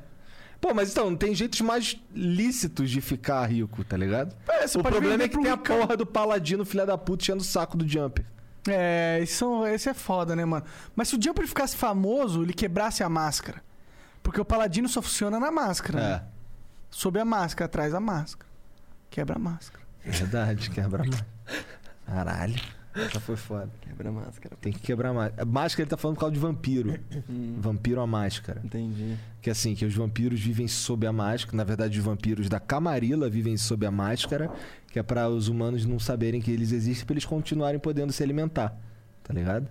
S1: Pô, mas então, tem jeitos mais lícitos de ficar rico, tá ligado?
S3: É, você
S1: o
S3: pode
S1: problema
S3: vender
S1: é que
S3: pro
S1: tem a
S3: Wiccan.
S1: porra do paladino, filha da puta, enchendo o saco do jumper.
S3: É, esse, são, esse é foda, né, mano? Mas se o Jumper ficasse famoso, ele quebrasse a máscara. Porque o Paladino só funciona na máscara. né?
S1: É.
S3: Sob a máscara, atrás da máscara. Quebra a máscara.
S1: É, verdade, quebra mais. Caralho. Essa foi foda.
S4: Quebra a máscara.
S1: Tem que quebrar mais. A máscara ele tá falando por causa de vampiro.
S4: Hum,
S1: Vampiro a máscara.
S4: entendi.
S1: Que assim, que os vampiros vivem sob a máscara. Na verdade, os vampiros da Camarilla vivem sob a máscara, que é pra os humanos não saberem que eles existem, pra eles continuarem podendo se alimentar. Tá ligado?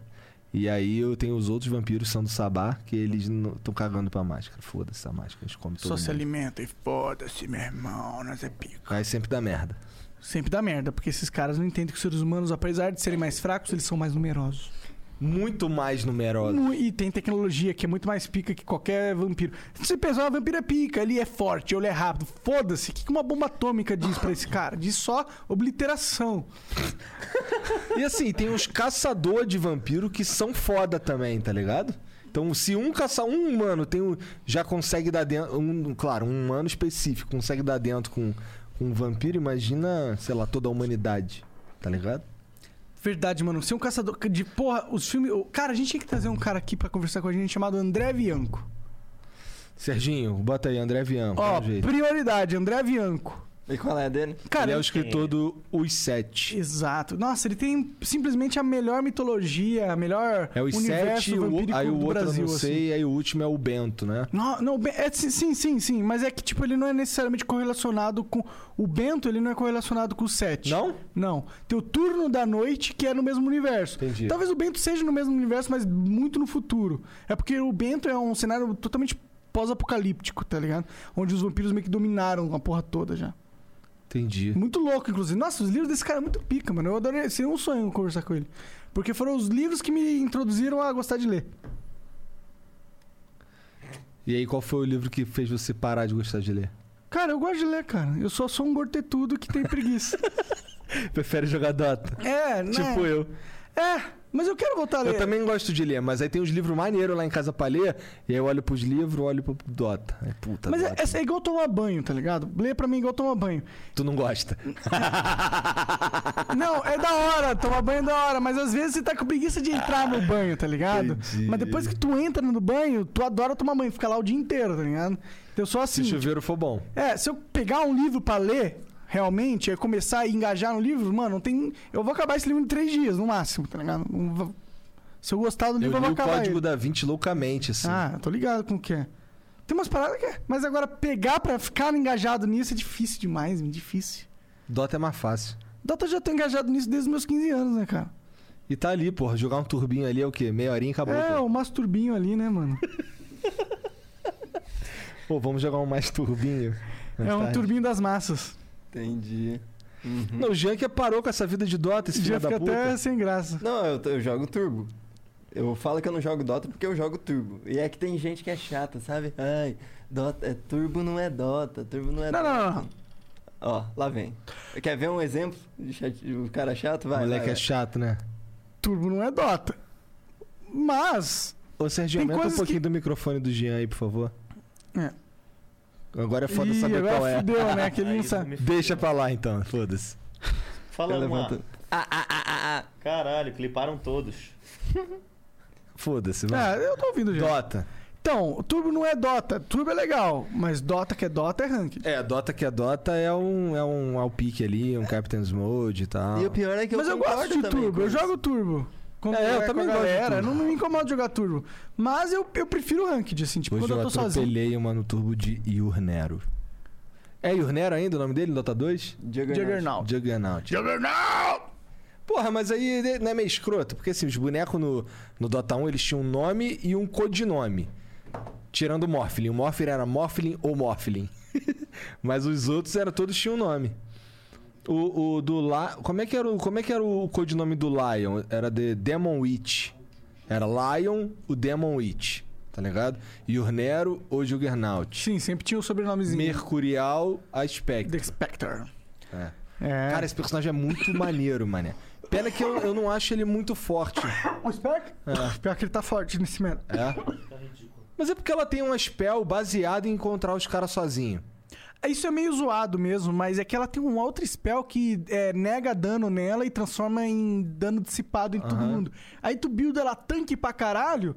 S1: E aí eu tenho os outros vampiros são do Sabá, que eles estão cagando pra máscara. Foda-se a máscara, eles comem todo
S3: só se
S1: mundo.
S3: alimenta e foda-se, meu irmão, nós é pico.
S1: Aí sempre dá merda.
S3: Sempre dá merda, porque esses caras não entendem que os seres humanos, apesar de serem mais fracos, eles são mais numerosos.
S1: Muito mais numerosa.
S3: Mu- E tem tecnologia que é muito mais pica que qualquer vampiro. Se pensar, ah, vampiro é pica, ele é forte, ele é rápido. Foda-se, o que que uma bomba atômica diz pra esse cara? Diz só obliteração.
S1: E assim, tem os caçadores de vampiro que são foda também, tá ligado? Então, se um caçar um humano tem um, já consegue dar dentro. Um, claro, um humano específico consegue dar dentro com, com um vampiro, imagina, sei lá, toda a humanidade, tá ligado?
S3: Verdade, mano. Você é um caçador de porra, os filmes. o- Cara, a gente tinha que trazer um cara aqui pra conversar com a gente chamado André Bianco.
S1: Serginho, bota aí, André Vian,
S3: Ó,
S1: dá um jeito.
S3: prioridade, André Bianco.
S4: E qual é a dele?
S3: Cara,
S1: Ele é o escritor do Os Sete.
S3: exato. Nossa, ele tem simplesmente a melhor mitologia, a melhor
S1: É os
S3: universo
S1: Sete, o-
S3: vampírico
S1: aí o
S3: do
S1: outro
S3: Brasil,
S1: eu não
S3: assim.
S1: sei, aí o último é o Bento, né?
S3: Não, não, Ben- é, sim, sim, sim, sim, mas é que tipo ele não é necessariamente correlacionado com o Bento, ele não é correlacionado com o Sete.
S1: Não?
S3: Não. Tem o turno da noite que é no mesmo universo.
S1: Entendi.
S3: Talvez o Bento seja no mesmo universo, mas muito no futuro. É porque o Bento é um cenário totalmente pós-apocalíptico, tá ligado? Onde os vampiros meio que dominaram a porra toda já.
S1: Entendi.
S3: Muito louco, inclusive. Nossa, os livros desse cara é muito pica, mano. Eu adorei, seria um sonho conversar com ele. Porque foram os livros que me introduziram a gostar de ler.
S1: E aí, qual foi o livro que fez você parar de gostar de ler?
S3: Cara, eu gosto de ler, cara. Eu sou só um gortetudo que tem preguiça.
S1: Prefere jogar Dota?
S3: É, né?
S1: Tipo eu.
S3: É, mas eu quero voltar a ler.
S1: Eu também gosto de ler, mas aí tem uns livros maneiros lá em casa pra ler, e aí eu olho pros livros, olho pro Dota. Aí, puta,
S3: Mas é,
S1: Dota.
S3: é igual tomar banho, tá ligado? Ler pra mim é igual tomar banho.
S1: tu não gosta.
S3: Não, é da hora, tomar banho é da hora, mas às vezes você tá com preguiça de entrar no banho, tá ligado?
S1: Ah, Entendi.
S3: Mas depois que tu entra no banho, tu adora tomar banho, fica lá o dia inteiro, tá ligado? Então só
S1: Se
S3: assim.
S1: o chuveiro for bom.
S3: É, se eu pegar um livro pra ler, realmente, é começar a engajar no livro, mano, não tem. Eu vou acabar esse livro em três dias, no máximo, tá ligado? Não vou- Se eu gostar do
S1: Eu
S3: livro, eu,
S1: li
S3: vou
S1: o
S3: Então acabar.
S1: código
S3: ele.
S1: da 20 loucamente, assim.
S3: Ah, tô ligado com o que é. Tem umas paradas que é. Mas agora, pegar pra ficar engajado nisso é difícil demais, meu, difícil.
S1: Dota é mais fácil.
S3: Dota eu já tô engajado nisso desde os meus 15 anos, né, cara?
S1: E tá ali, porra. Jogar um turbinho ali é o quê? Meia horinha e acabou.
S3: é,
S1: pô.
S3: o masturbinho ali, né, mano?
S1: Pô, vamos jogar um mais turbinho. mais
S3: É um
S1: tarde.
S3: turbinho das massas.
S4: Entendi. Uhum.
S1: Não, o Jean que parou com essa vida de Dota, esse
S3: Já
S1: filho da
S3: fica
S1: puta.
S3: até sem graça.
S4: Não, eu, eu jogo turbo. Eu falo que eu não jogo Dota porque eu jogo turbo. E é que tem gente que é chata, sabe? Ai, Dota, é, turbo não é Dota, turbo não é
S3: Não,
S4: Dota.
S3: não, não, não.
S4: Ó, lá vem. Quer ver um exemplo de chat- de um cara chato? Vai,
S1: Moleque
S4: vai,
S1: é chato, né?
S3: Turbo não é Dota. Mas,
S1: Ô, Sérgio,
S3: Tem
S1: aumenta um
S3: coisas
S1: pouquinho
S3: que-
S1: do microfone do Jean aí, por favor.
S3: É.
S1: Agora é foda
S3: Ih,
S1: saber
S3: agora
S1: qual é.
S3: fudeu, né? Que ele
S5: Aí
S3: não
S5: isso
S3: sabe.
S5: me fudeu.
S1: Deixa pra lá então, foda-se.
S5: Fala
S4: Eu
S5: uma.
S4: levanto. Ah, ah, ah, ah, ah.
S5: Caralho, cliparam todos.
S1: Foda-se, vai.
S3: Ah, eu tô ouvindo já.
S1: Dota.
S3: Então, o Turbo não é Dota. Turbo é legal, mas Dota que é Dota é Ranked.
S1: É, Dota que é Dota é um, é um Alpique ali, um Captain's Mode e tal.
S4: E o pior é que
S3: mas
S4: eu
S3: eu gosto
S4: concordo
S3: de
S4: também
S3: Turbo,
S4: com
S3: eu
S4: isso.
S3: jogo Turbo. Com,
S1: É, eu
S3: com
S1: também
S3: a
S1: gosto de
S3: galera,
S1: Turbo.
S3: não me incomoda jogar Turbo. Mas eu, eu prefiro Ranked, assim, tipo,
S1: Hoje
S3: quando
S1: eu
S3: eu tô sozinho.
S1: atropelei uma no turbo de Iurnero. É Iurnero ainda o nome dele, Dota 2?
S4: Juggernaut.
S3: Juggernaut.
S1: Juggernaut.
S2: Juggernaut!
S1: Porra, mas aí né, não é meio escroto, porque assim, os bonecos no, no Dota 1 eles tinham um nome e um codinome. Tirando o Morphling. O Morphling era Morphling ou Morphling. mas os outros era, todos tinham um nome. O, o do La... como, é que era o, como é que era o codinome do Lion? Era The Demon Witch. Era Lion, o Demon Witch. Tá ligado? E o Nero ou Juggernaut.
S3: Sim, sempre tinha o sobrenomezinho.
S1: Mercurial Aspect.
S3: The Spectre.
S1: É.
S3: É.
S1: Cara, esse personagem é muito maneiro, mané. Pena que eu, eu não acho ele muito forte.
S3: o Spectre? Pior que ele tá forte nesse momento.
S1: É. Mas é porque ela tem um spell baseado em encontrar os caras sozinho.
S3: Isso é meio zoado mesmo, mas é que ela tem um outro spell que é, nega dano nela e transforma em dano dissipado em todo mundo. Aí tu builda ela tanque pra caralho.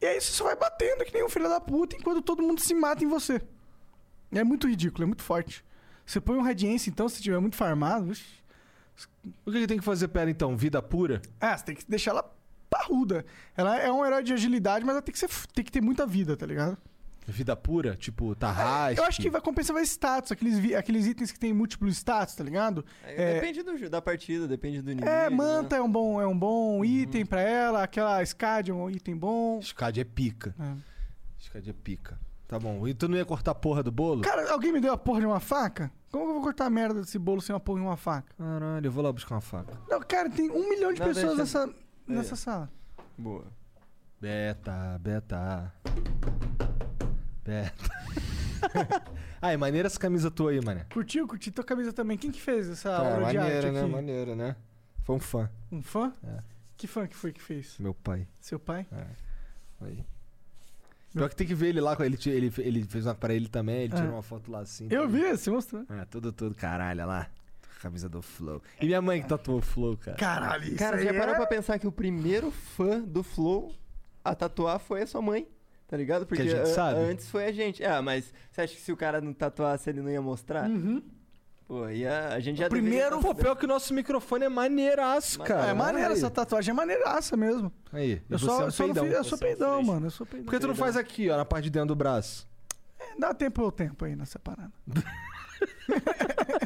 S3: E aí você só vai batendo que nem um filho da puta enquanto todo mundo se mata em você. É muito ridículo, é muito forte. Você põe um Radiance, então, se tiver muito farmado. Ixi.
S1: O que, que tem que fazer pra ela então? Vida pura?
S3: Ah, você tem que deixar ela parruda. Ela é um herói de agilidade, mas ela tem que, ser, tem que ter muita vida, tá ligado?
S1: Vida pura? Tipo, tarrasque?
S3: É, Eu acho que vai compensar mais status, aqueles, vi- aqueles itens que tem múltiplos status, tá ligado?
S4: É,
S3: É,
S4: Depende do, da partida, depende do nível.
S3: É,
S4: né? Uhum.
S3: manta é um bom, é um bom item pra ela, aquela Scad é um item bom.
S1: Scad é pica. Scad é pica. Tá bom. E tu não ia cortar a porra do bolo?
S3: Cara, alguém me deu a porra de uma faca? Como que eu vou cortar a merda desse bolo sem uma porra de uma faca?
S1: Caralho, eu vou lá buscar uma faca.
S3: Não, cara, tem um milhão de
S4: Não,
S3: pessoas
S4: deixa-
S3: nessa, nessa sala.
S4: Boa.
S1: Beta, beta. Beta. Ai, maneira essa camisa tua aí, mané.
S3: Curtiu? Curti tua camisa também. Quem que fez essa
S1: Cara,
S3: obra Ah, de arte
S1: maneira,
S3: aqui?
S1: né? Maneira, né? Foi um fã,
S3: Um fã?
S1: É.
S3: Que fã que foi que fez?
S1: meu pai.
S3: Seu pai?
S1: Aí. Pior que tem que ver ele lá, com- ele, ti- ele, ele fez uma pra ele também, ele
S3: É.
S1: tirou uma foto lá assim.
S3: Eu
S1: tá
S3: vi, você mostrou.
S1: ligado? É, tudo, tudo, caralho, olha lá. Camisa do Flow. E minha mãe que tatuou o Flow, cara.
S3: Caralho, isso
S4: Cara,
S3: aí
S4: já
S3: é-
S4: parou pra pensar que o primeiro fã do Flow a tatuar foi a sua mãe? Tá ligado? Porque
S1: gente
S4: a-
S1: sabe.
S4: antes foi a gente. Ah, mas você acha que se o cara não tatuasse, ele não ia mostrar? Uhum. Pô, e a, a gente já
S1: Primeiro,
S4: deveria...
S1: pô,
S4: tá
S1: pior que o nosso microfone é maneiraço, cara.
S3: É maneira
S1: Aí.
S3: essa tatuagem, é maneiraça mesmo.
S1: Aí, e
S3: Eu
S1: você
S3: só,
S1: é um
S3: eu só não
S1: peidão.
S3: fiz- eu sou
S5: você é um
S3: peidão,
S5: fresco.
S3: mano. Eu sou peidão.
S1: Por que tu não faz aqui, ó, na parte de dentro do braço?
S3: Dá tempo ao tempo aí nessa parada.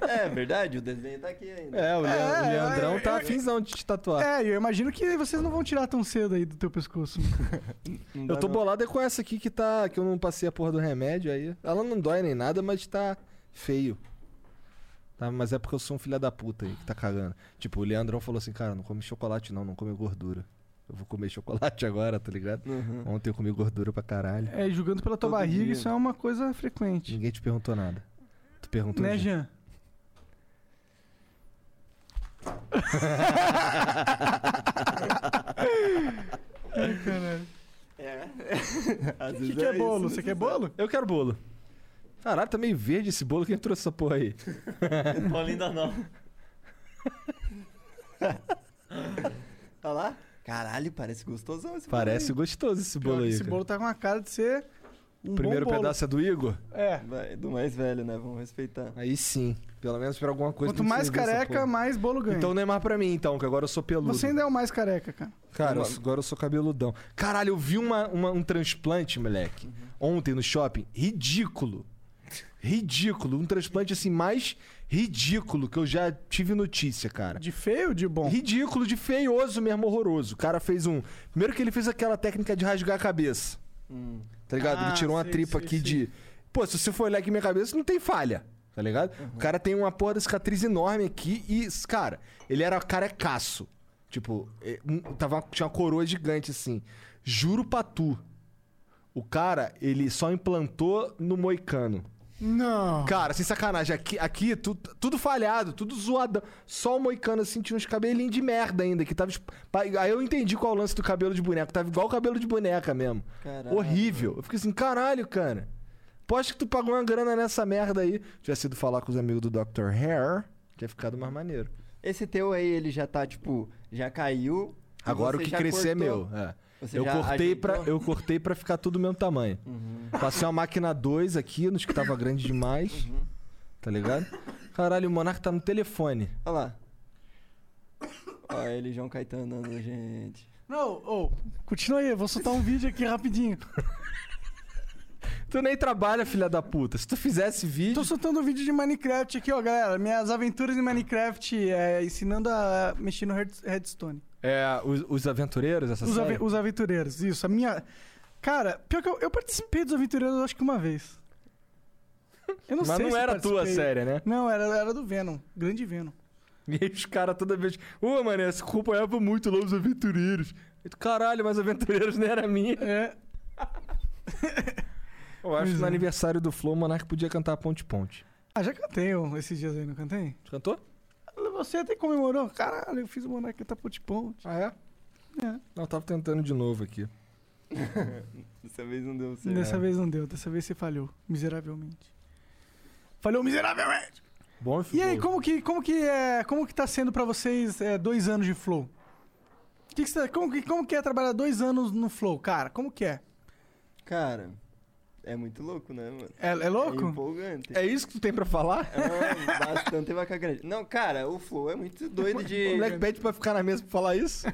S4: É verdade, o desenho tá aqui ainda.
S1: É, o, Le-
S3: É,
S1: o Leandrão
S3: eu-
S1: tá
S3: eu-
S1: afinzão de te tatuar.
S3: É, eu imagino que vocês não vão tirar tão cedo aí do teu pescoço.
S4: Não dá
S1: eu tô
S4: não.
S1: bolado é com essa aqui que tá. que eu não passei a porra do remédio aí. Ela não dói nem nada, mas tá feio. Tá, mas é porque eu sou um filho da puta aí que tá cagando. Tipo, o Leandrão falou assim, cara, não come chocolate não, não come gordura. Eu vou comer chocolate agora, tá ligado?
S3: Uhum.
S1: Ontem eu comi gordura pra caralho.
S3: É, julgando pela tua
S4: Todo
S3: barriga,
S4: dia.
S3: isso é uma coisa frequente.
S1: Ninguém te perguntou nada. Tu perguntou. um
S3: Né,
S1: gente?
S3: Jean? Ai, caralho.
S4: É. Às
S3: O É. que,
S4: vezes
S3: que é
S4: isso,
S3: bolo?
S4: né?
S3: Você quer bolo?
S1: Eu quero bolo. Caralho, tá meio verde esse bolo. Quem trouxe essa porra aí?
S5: Não, ainda não.
S4: Olha lá. Tá Caralho, parece gostosão esse bolo
S1: Parece
S4: aí.
S1: gostoso esse
S3: Pior
S1: bolo
S3: que
S1: aí.
S3: esse tá
S1: cara.
S3: bolo tá com a cara de ser um
S1: Primeiro
S3: bom bolo.
S1: pedaço é do Igor?
S3: É.
S4: Vai, do mais velho, né? Vamos respeitar.
S1: Aí sim. Pelo menos pra alguma coisa.
S3: Quanto
S1: tem que
S3: mais
S1: servir essa
S3: careca,
S1: porra.
S3: mais bolo ganha.
S1: Então não é mais pra mim, então, que agora eu sou peludo.
S3: Você ainda é o mais careca, cara.
S1: Cara, eu- agora eu sou cabeludão. Caralho, eu vi uma, uma- um transplante, moleque, ontem no shopping. Ridículo. Ridículo. Um transplante, assim, mais ridículo que eu já tive notícia, cara.
S3: De feio ou de bom?
S1: Ridículo de feioso mesmo, horroroso. O cara fez um. Primeiro que ele fez aquela técnica de rasgar a cabeça. Tá ligado?
S5: Ah,
S1: ele tirou uma
S5: sei,
S1: tripa
S5: sei,
S1: aqui
S5: sei.
S1: de. Pô, se você for olhar aqui minha cabeça, não tem falha. Tá ligado? O cara tem uma porra da cicatriz enorme aqui e, cara, ele era carecaço. Tipo, eh, um- tava, tinha uma coroa gigante assim. Juro pra tu. O cara, ele só implantou no moicano.
S3: Não.
S1: Cara, sem sacanagem, aqui, aqui tu- tudo falhado, tudo zoadão. Só o Moicano assim tinha uns cabelinhos de merda ainda, que tava. esp- pa- Aí eu entendi qual é o lance do cabelo de boneca. Tava igual o cabelo de boneca mesmo.
S4: Caralho.
S1: Horrível. Eu fiquei assim, caralho, cara. Pode que tu pagou uma grana nessa merda aí. Tivesse ido falar com os amigos do Dr. Hair, tinha ficado mais maneiro.
S4: Esse teu aí, ele já tá, tipo, já caiu. e
S1: Agora o
S4: você
S1: que
S4: já
S1: crescer é
S4: cortou.
S1: meu. é.
S4: Você
S1: Eu
S4: já
S1: cortei,
S4: ajeitou?
S1: pra, eu cortei pra ficar tudo do mesmo tamanho. Passei uma máquina 2 aqui, nos que tava grande demais. Tá ligado? Caralho, o Monark tá no telefone.
S4: Olha lá. Ó, ele e João Caetano andando, gente.
S3: Não, ô, continua aí, eu vou soltar um vídeo aqui rapidinho.
S1: Tu nem trabalha, filha da puta. Se tu fizesse vídeo.
S3: Tô soltando um vídeo de Minecraft aqui, ó, galera. Minhas aventuras em Minecraft, é, ensinando a mexer no Red- Redstone.
S1: É, os, os aventureiros, essa
S3: Os,
S1: série?
S3: ave- os aventureiros, isso. A minha. Cara, pior que eu, eu participei dos aventureiros, eu acho que uma vez. Eu não
S1: Mas
S3: sei
S1: não
S3: se eu
S1: era a tua
S3: participei.
S1: série, né?
S3: Não, era, era do Venom. Grande Venom.
S1: E aí os caras toda vez. Ô, mano, eu acompanhava muito lá os aventureiros. Eu, Caralho, mas aventureiros não era minha.
S3: É.
S1: Eu acho
S3: Pois
S1: que no
S3: é.
S1: aniversário do Flow, o Monark podia cantar Ponte Ponte.
S3: Ah, já cantei ó, esses dias aí, não cantei?
S1: Tu cantou?
S3: Você até comemorou. Caralho, eu fiz o boneco tá ponte ponte.
S1: Ah, é?
S3: É.
S1: Não, eu tava tentando de novo aqui.
S4: Dessa vez não deu certo.
S1: é.
S3: Dessa vez não deu, dessa vez você falhou. Miseravelmente. Falhou miseravelmente!
S1: Bom,
S3: E aí, como que, como que é. Como que tá sendo pra vocês é, dois anos de flow? Que que você- como, que, como que é trabalhar dois anos no flow, cara? Como que é?
S4: Cara, é muito louco, né, mano?
S3: É, é
S4: É
S3: louco?
S4: empolgante.
S1: É isso que tu tem pra falar?
S4: É uma- bastante vaca grande. Não, cara, o Flow é muito doido
S1: O
S4: de.
S1: moleque pede pra ficar na mesa pra falar isso?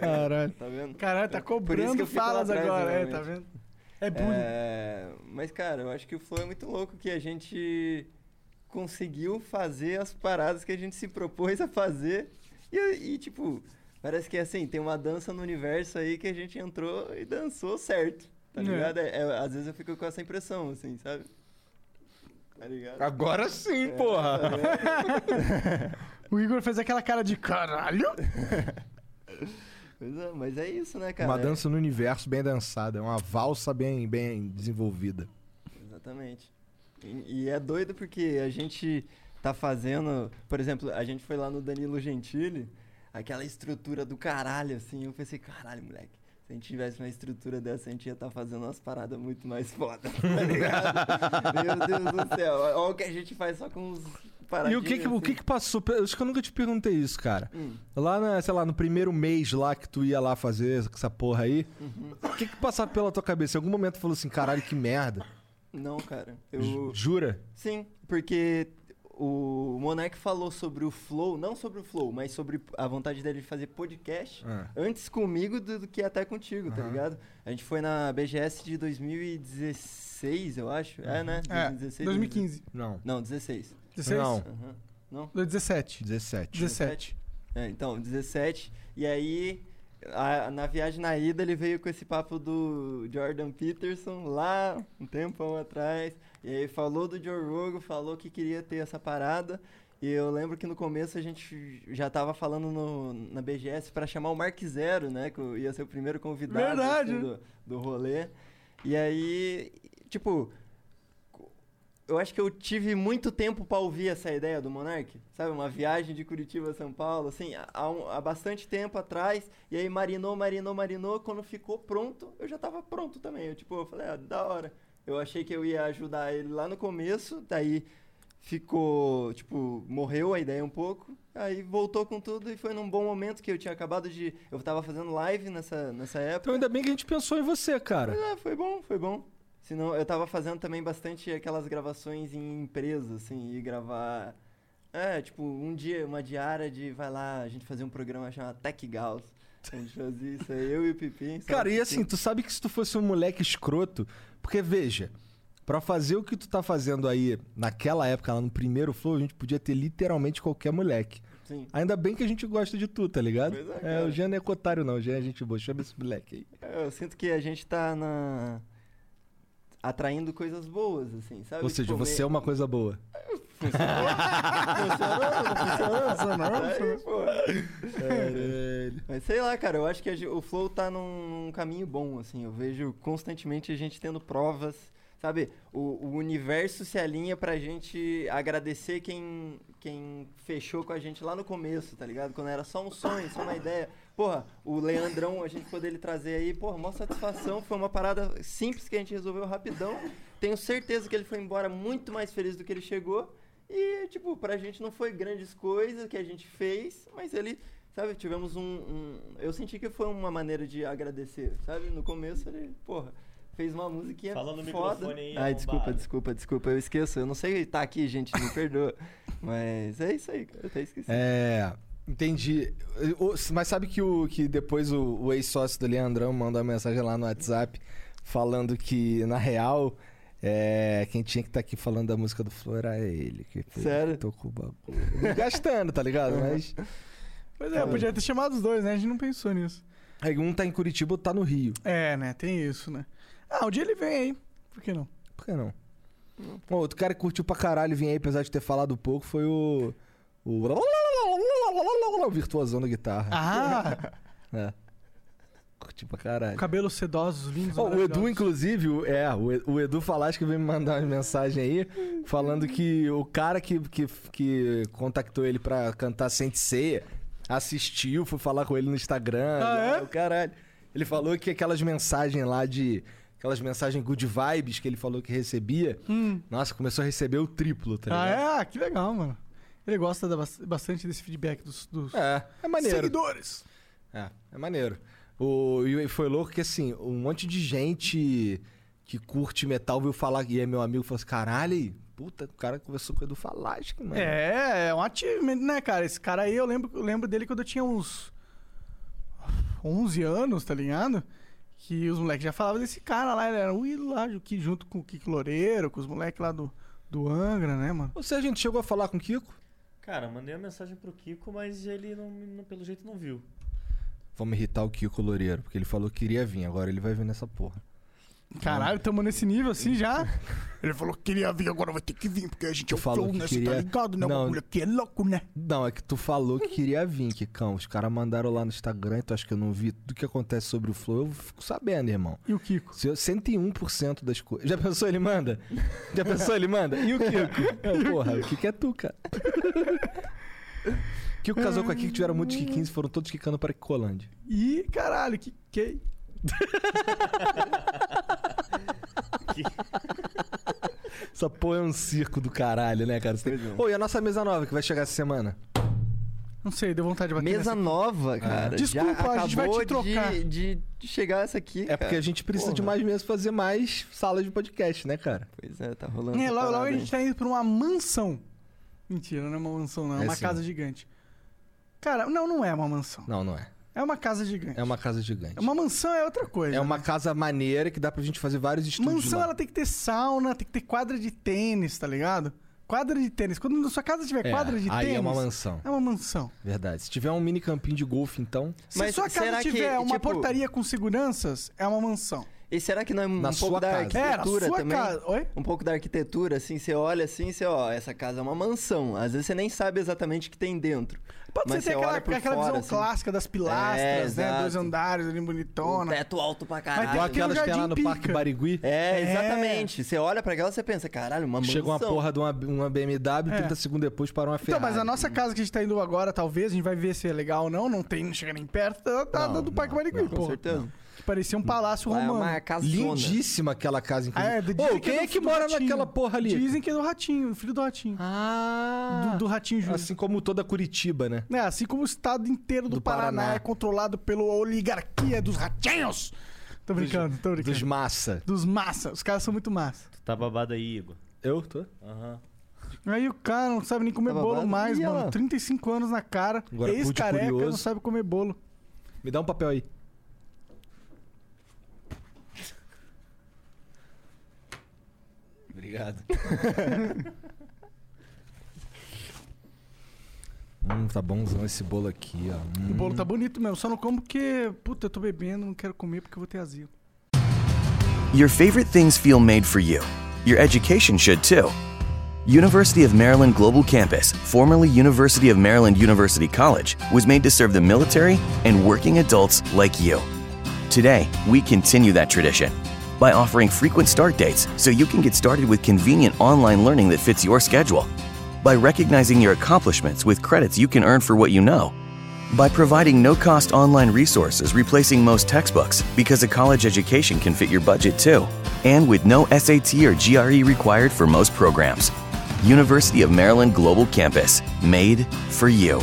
S1: Caralho.
S4: Tá vendo?
S3: Caralho, tá
S4: Por isso que
S3: cobrando
S4: eu fico lá
S3: falas
S4: atrás, né,
S3: agora, é,
S4: realmente.
S3: tá vendo? É bullying.
S4: É, mas, cara, eu acho que o Flow é muito louco que a gente conseguiu fazer as paradas que a gente se propôs a fazer. E, e, tipo, parece que é assim, tem uma dança no universo aí que a gente entrou e dançou certo. Tá
S3: É.
S4: ligado? É, é, às vezes eu fico com essa impressão, assim, sabe? Tá ligado?
S1: Agora sim, porra.
S4: É,
S3: O Igor fez aquela cara de caralho.
S4: Pois é, mas é isso, né, cara?
S1: Uma dança no universo bem dançada. é Uma valsa bem, bem desenvolvida.
S4: Exatamente. E, e é doido porque a gente tá fazendo. Por exemplo, a gente foi lá no Danilo Gentili, aquela estrutura do caralho, assim. Eu pensei, caralho, moleque. Se a gente tivesse uma estrutura dessa, a gente ia estar fazendo umas paradas muito mais foda, tá ligado? Meu Deus do céu. Olha o que a gente faz só com os
S1: E
S4: paradinhos.
S1: o que que, o que
S4: assim.
S1: que passou? pe- Acho que eu nunca te perguntei isso, cara.
S4: Hum.
S1: Lá, na, sei lá, no primeiro mês lá que tu ia lá fazer essa- essa porra aí,
S4: Uhum.
S1: o que que passava pela tua cabeça? Em algum momento tu falou assim, caralho, que merda.
S4: Não, cara.
S1: Ju-
S4: Eu...
S1: Jura?
S4: Sim, porque o Monark falou sobre o Flow, não sobre o Flow, mas sobre a vontade dele de fazer podcast
S1: Ah.
S4: antes comigo do, do que até contigo, tá ligado? A gente foi na BGS de 2016, eu acho. É, né?
S3: É,
S4: 2016,
S3: 2015.
S1: Não.
S4: Não, 16.
S3: 16?
S1: Não.
S4: Aham. Não?
S3: 17.
S1: 17.
S3: 17.
S4: É, então, 17. E aí, a- na viagem na ida, ele veio com esse papo do Jordan Peterson lá um tempão atrás. E aí falou do Joe Rogan, falou que queria ter essa parada. E eu lembro que no começo a gente já tava falando no- na BGS pra chamar o Mark Zero, né? Que ia ser o primeiro convidado assim,
S3: Verdade.
S4: do, do rolê. E aí, tipo, eu acho que eu tive muito tempo pra ouvir essa ideia do Monark, sabe? Uma viagem de Curitiba a São Paulo, assim, há, há um- há bastante tempo atrás. E aí marinou, marinou, marinou. Quando ficou pronto, eu já tava pronto também. Eu, tipo, eu falei, ah, da hora. Eu achei que eu ia ajudar ele lá no começo, daí ficou, tipo, morreu a ideia um pouco. Aí voltou com tudo e foi num bom momento que eu tinha acabado de. Eu tava fazendo live nessa, nessa época.
S1: Então ainda bem que a gente pensou em você, cara.
S4: Mas, é, foi ah, bom, foi bom. Senão, eu tava fazendo também bastante aquelas gravações em empresa, assim, e gravar. É, tipo, um dia, uma diária de vai lá, a gente fazer um programa chamado Tech Gauss. A gente fazia isso aí, eu e o Pipim. sabe?
S1: Cara, e assim, tu sabe que se tu fosse um moleque escroto, porque veja, pra fazer o que tu tá fazendo aí naquela época, lá no primeiro flow, a gente podia ter literalmente qualquer moleque.
S4: Sim.
S1: Ainda bem que a gente gosta de tu, tá ligado?
S4: Pois é,
S1: é,
S4: cara.
S1: o Jean não é cotário, não. O Jean é gente boa. Chama esse moleque aí.
S4: Eu sinto que a gente tá na. atraindo coisas boas, assim, sabe?
S1: Ou seja,
S4: Tipo,
S1: você é
S4: meio-
S1: uma coisa boa.
S4: Ah, é Mas sei lá, cara, eu acho que a ge- o Flow tá num, num caminho bom, assim. Eu vejo constantemente a gente tendo provas, sabe? O, o universo se alinha pra gente agradecer quem, quem fechou com a gente lá no começo, tá ligado? Quando era só um sonho, só uma ideia. Porra, o Leandrão, a gente poder ele trazer aí, porra, maior satisfação. Foi uma parada simples que a gente resolveu rapidão. Tenho certeza que ele foi embora muito mais feliz do que ele chegou. E, tipo, pra gente não foi grandes coisas que a gente fez, mas ele, sabe, tivemos um, um- Eu senti que foi uma maneira de agradecer, sabe? No começo ele, porra, fez uma musiquinha
S5: Fala no
S4: foda.
S5: microfone aí, é
S4: Ai, desculpa,
S5: arrombado.
S4: desculpa, desculpa, eu esqueço. Eu não sei tá aqui, gente, me perdoa. mas é isso aí, cara, eu até esqueci.
S1: É. Entendi. O- Mas sabe que, o, que depois o, o ex-sócio do Leandrão mandou uma mensagem lá no WhatsApp falando que, na real, é, quem tinha que estar aqui falando da música do Flor era ele. Que foi-
S4: Sério?
S1: Tô com o bagulho. Gastando, tá ligado? Mas.
S3: Pois é, podia ter chamado os dois, né? A gente não pensou nisso.
S1: Aí um tá em Curitiba, outro tá no Rio.
S3: É, né? Tem isso, né? Ah, um dia ele vem aí. Por que não?
S1: Por que não? Pô, outro cara que curtiu pra caralho vir aí, apesar de ter falado pouco, foi o. O. O virtuosão da guitarra.
S3: Ah!
S1: É. Curtiu pra caralho.
S3: Cabelos sedosos, lindos.
S1: Ó, o Edu,
S3: maravilhosos.
S1: inclusive, o- é, o E- o Edu Falasco veio me mandar uma mensagem aí, falando que o cara que, que, que contactou ele pra cantar Sensei assistiu, foi falar com ele no Instagram.
S3: Ah, é?
S1: o caralho. Ele falou que aquelas mensagens lá de. Aquelas mensagens good vibes que ele falou que recebia, nossa, começou a receber o triplo, tá
S3: Hum. Ah,
S4: né?
S1: ligado?
S3: é? Ah, Que legal, mano. Ele gosta da- bastante desse feedback dos, dos
S1: É, é maneiro.
S3: seguidores.
S1: É, é maneiro. O, e foi louco que, assim, um monte de gente que curte metal viu falar, e é meu amigo, falou assim, caralho, puta, o cara conversou com o Edu Falaschi, mano.
S3: É, é um achievement, né, cara? Esse cara aí, eu lembro, eu lembro dele quando eu tinha uns 11 anos, tá ligado? Que os moleques já falavam desse cara lá, ele era um ídolo lá, que junto com o Kiko Loureiro, com os moleques lá do, do Angra, né, mano?
S1: Ou seja, a gente chegou a falar com o Kiko,
S5: Cara, mandei uma mensagem pro Kiko, mas ele não, não- pelo jeito não viu.
S1: vamos irritar o Kiko Loureiro, porque ele falou que iria vir, agora ele vai vir nessa porra.
S3: Caralho, tamo nesse nível assim já?
S2: Ele falou que queria vir, agora vai ter que vir, porque a gente é
S1: Eu
S2: o
S1: falo
S2: Flow,
S1: que
S2: né? Você
S1: queria-
S2: tá ligado, né? O
S1: Não.
S2: bagulho aqui é louco, né?
S1: Não, é que tu falou que queria vir, Kikão. Os caras mandaram lá no Instagram, tu acha que eu não vi tudo que acontece sobre o Flow, eu fico sabendo, irmão.
S3: E o Kiko?
S1: Se eu- 101% das coisas. Já pensou ele manda? Já pensou ele manda? E o Kiko? Eu, porra, o Kiko é tu, cara. Kiko casou com a Kiko, tiveram muitos Kikins, foram todos quicando para Kikolândia.
S3: Ih, caralho, que que
S1: Essa porra é um circo do caralho, né, cara? Você tem- Ô, e a nossa mesa nova que vai chegar essa semana?
S3: Não sei, deu vontade de bater
S4: Mesa
S3: nessa- É.
S4: nova, cara.
S3: Desculpa,
S4: já
S3: a gente vai te
S4: acabou
S3: trocar.
S4: De, de- de chegar essa aqui.
S1: É porque a gente precisa de mais mesas pra fazer mais salas de podcast, né, cara?
S4: Pois é, tá rolando.
S3: É,
S4: essa
S3: logo, logo a
S4: parada
S3: gente tá indo pra uma mansão. Mentira, não é uma mansão, não. É
S1: É
S3: uma
S1: sim.
S3: casa gigante. Cara, não, não é uma mansão.
S1: Não, não é.
S3: É uma casa gigante.
S1: É uma casa gigante.
S3: É Uma mansão é outra coisa.
S1: É uma casa maneira que dá pra gente fazer vários estudos.
S3: Mansão,
S1: lá.
S3: ela tem que ter sauna, tem que ter quadra de tênis, tá ligado? Quadra de tênis. Quando na sua casa tiver
S1: É,
S3: quadra de
S1: aí
S3: tênis.
S1: é uma mansão.
S3: É uma mansão.
S1: Verdade. Se tiver um mini campinho de golfe, então.
S3: Se
S4: Mas
S3: a sua casa
S4: será que,
S3: tiver uma
S4: tipo-
S3: portaria com seguranças, é uma mansão.
S4: E será que não é um
S1: Na
S4: pouco
S1: sua
S4: da
S1: casa.
S3: É, na
S4: arquitetura
S3: sua
S4: também?
S3: casa. Oi?
S4: Um pouco da arquitetura, assim, você olha assim, você, ó, essa casa é uma mansão. Às vezes você nem sabe exatamente o que tem dentro.
S3: Pode
S4: Mas
S3: ser
S4: você
S3: ter aquela,
S4: olha por
S3: aquela
S4: fora,
S3: visão
S4: assim.
S3: clássica das pilastras,
S4: É,
S3: né?
S4: exato.
S3: Dois andares ali
S4: Um
S3: bonitona.
S4: teto alto pra caralho.
S3: tem
S1: Igual
S3: que ter um
S1: aquelas que tem lá
S3: jardim
S1: no
S3: pica.
S1: Parque Barigui.
S4: É, exatamente. Você olha pra aquela e você pensa, caralho, uma mansão.
S1: Chegou uma porra de uma, uma BMW, 30 segundos depois parou uma
S3: É. Então,
S1: Ferrari.
S3: mas a nossa casa que a gente tá indo agora, talvez, a gente vai ver se é legal ou não, não tem, não chega nem perto da, da-
S1: Não,
S3: do Parque
S1: não,
S3: Marigui,
S4: Com
S3: pô.
S4: certeza.
S3: Que parecia um palácio
S4: Lá é
S3: romano.
S4: uma casona.
S1: Lindíssima aquela casa, inclusive.
S3: Ah, é, dizem
S1: Ô, quem
S3: do
S1: é que
S3: filho do
S1: mora
S3: Ratinho.
S1: naquela porra ali?
S3: Dizem que é do Ratinho, o filho do Ratinho.
S1: Ah!
S3: é do, do Ratinho Júnior.
S1: Assim como toda Curitiba, né?
S3: É, assim como o estado inteiro do,
S1: Do
S3: Paraná,
S1: Paraná.
S3: é controlado pela oligarquia dos ratinhos. Tô brincando, tô brincando.
S1: Dos
S3: Dos,
S1: massa.
S3: massa. Os caras são muito massa.
S5: Tu tá babado aí, Igor.
S1: Eu tô?
S5: Aham.
S3: Aí o cara não sabe nem comer
S4: Tá
S3: bolo
S4: babado?
S3: mais,
S4: Ih, olha
S3: mano.
S4: lá.
S3: 35 anos na cara.
S1: Agora, pude
S3: Ex-careca,
S1: curioso.
S3: não sabe comer bolo.
S1: Me dá um papel aí. Obrigado. hum, tá bonzão esse bolo aqui, ó. Hum.
S3: O bolo tá bonito mesmo. Só não como porque, puta, eu tô bebendo, não quero comer porque eu vou ter azia.
S6: Your favorite things feel made for you. Your education should too. University of Maryland Global Campus, formerly University of Maryland University College, was made to serve the military and working adults like you. Today, we continue that tradition by offering frequent start dates so you can get started with convenient online learning that fits your schedule, by recognizing your accomplishments with credits you can earn for what you know, by providing no cost online resources replacing most textbooks because a college education can fit your budget too, and with no SAT or GRE required for most programs. University of Maryland Global Campus, made for you.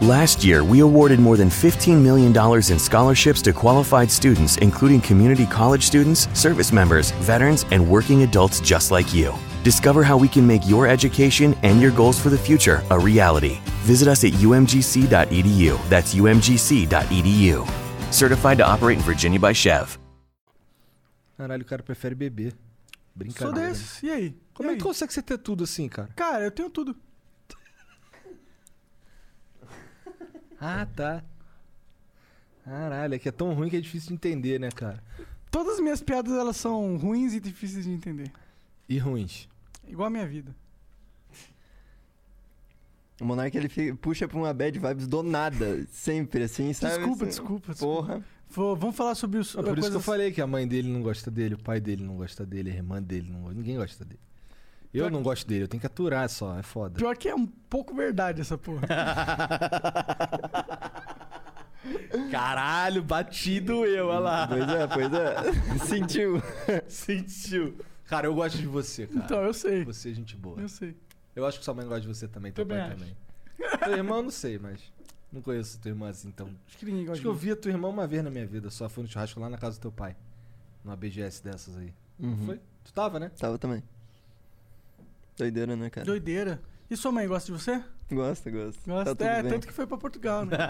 S6: Last year, we awarded more than $15 million in scholarships to qualified students, including community college students, service members, veterans, and working adults just like you. Discover how we can make your education and your goals for the future a reality. Visit us at umgc.edu. E That's umgc.edu. E Certified to operate in Virginia by Chev.
S1: Caralho, o cara prefere beber.
S3: Sou
S1: Brincadeira. né?
S3: desses. E aí?
S1: Como
S3: E
S1: é
S3: aí?
S1: que consegue você ter tudo assim, cara?
S3: Cara, eu tenho tudo.
S1: Ah, tá. Caralho, é que é tão ruim que é difícil de entender, né, cara?
S3: Todas as minhas piadas, elas são ruins e difíceis de entender.
S1: E ruins.
S3: Igual a minha vida.
S4: O Monark, ele fica- puxa pra uma bad vibes do nada, sempre, assim, sabe?
S3: Desculpa,
S4: Assim,
S3: desculpa, desculpa.
S4: Porra.
S3: Vou- vamos falar sobre os.
S1: É por isso que eu
S3: coisas-
S1: falei que a mãe dele não gosta dele, o pai dele não gosta dele, a irmã dele não gosta. Ninguém gosta dele. Eu
S3: Pior-
S1: não gosto dele, eu tenho que aturar só, é foda.
S3: Pior que é um pouco verdade essa porra.
S1: Caralho, batido eu, olha lá.
S4: Pois é, pois é. Sentiu.
S1: Sentiu. Cara, eu gosto de você, cara.
S3: Então, eu sei.
S1: Você é gente boa.
S3: Eu sei.
S1: Eu acho que sua mãe gosta de você também, teu
S3: Também
S1: pai
S3: acho.
S1: também. Teu irmão, eu não sei, mas. Não conheço teu irmão assim, então.
S3: Acho que ninguém gosta
S1: Acho que eu vi a tua irmã uma vez na minha vida, só foi no churrasco lá na casa do teu pai. Numa BGS dessas aí.
S3: Uhum.
S1: Foi? Tu tava, né?
S4: Uhum. Tava também. Doideira, né,
S3: de mim.
S4: cara?
S3: Doideira. E sua mãe gosta de você?
S4: Gosta, gosta.
S3: Gosta.
S4: Tá
S3: é,
S4: tudo bem.
S3: tanto que foi pra Portugal, né?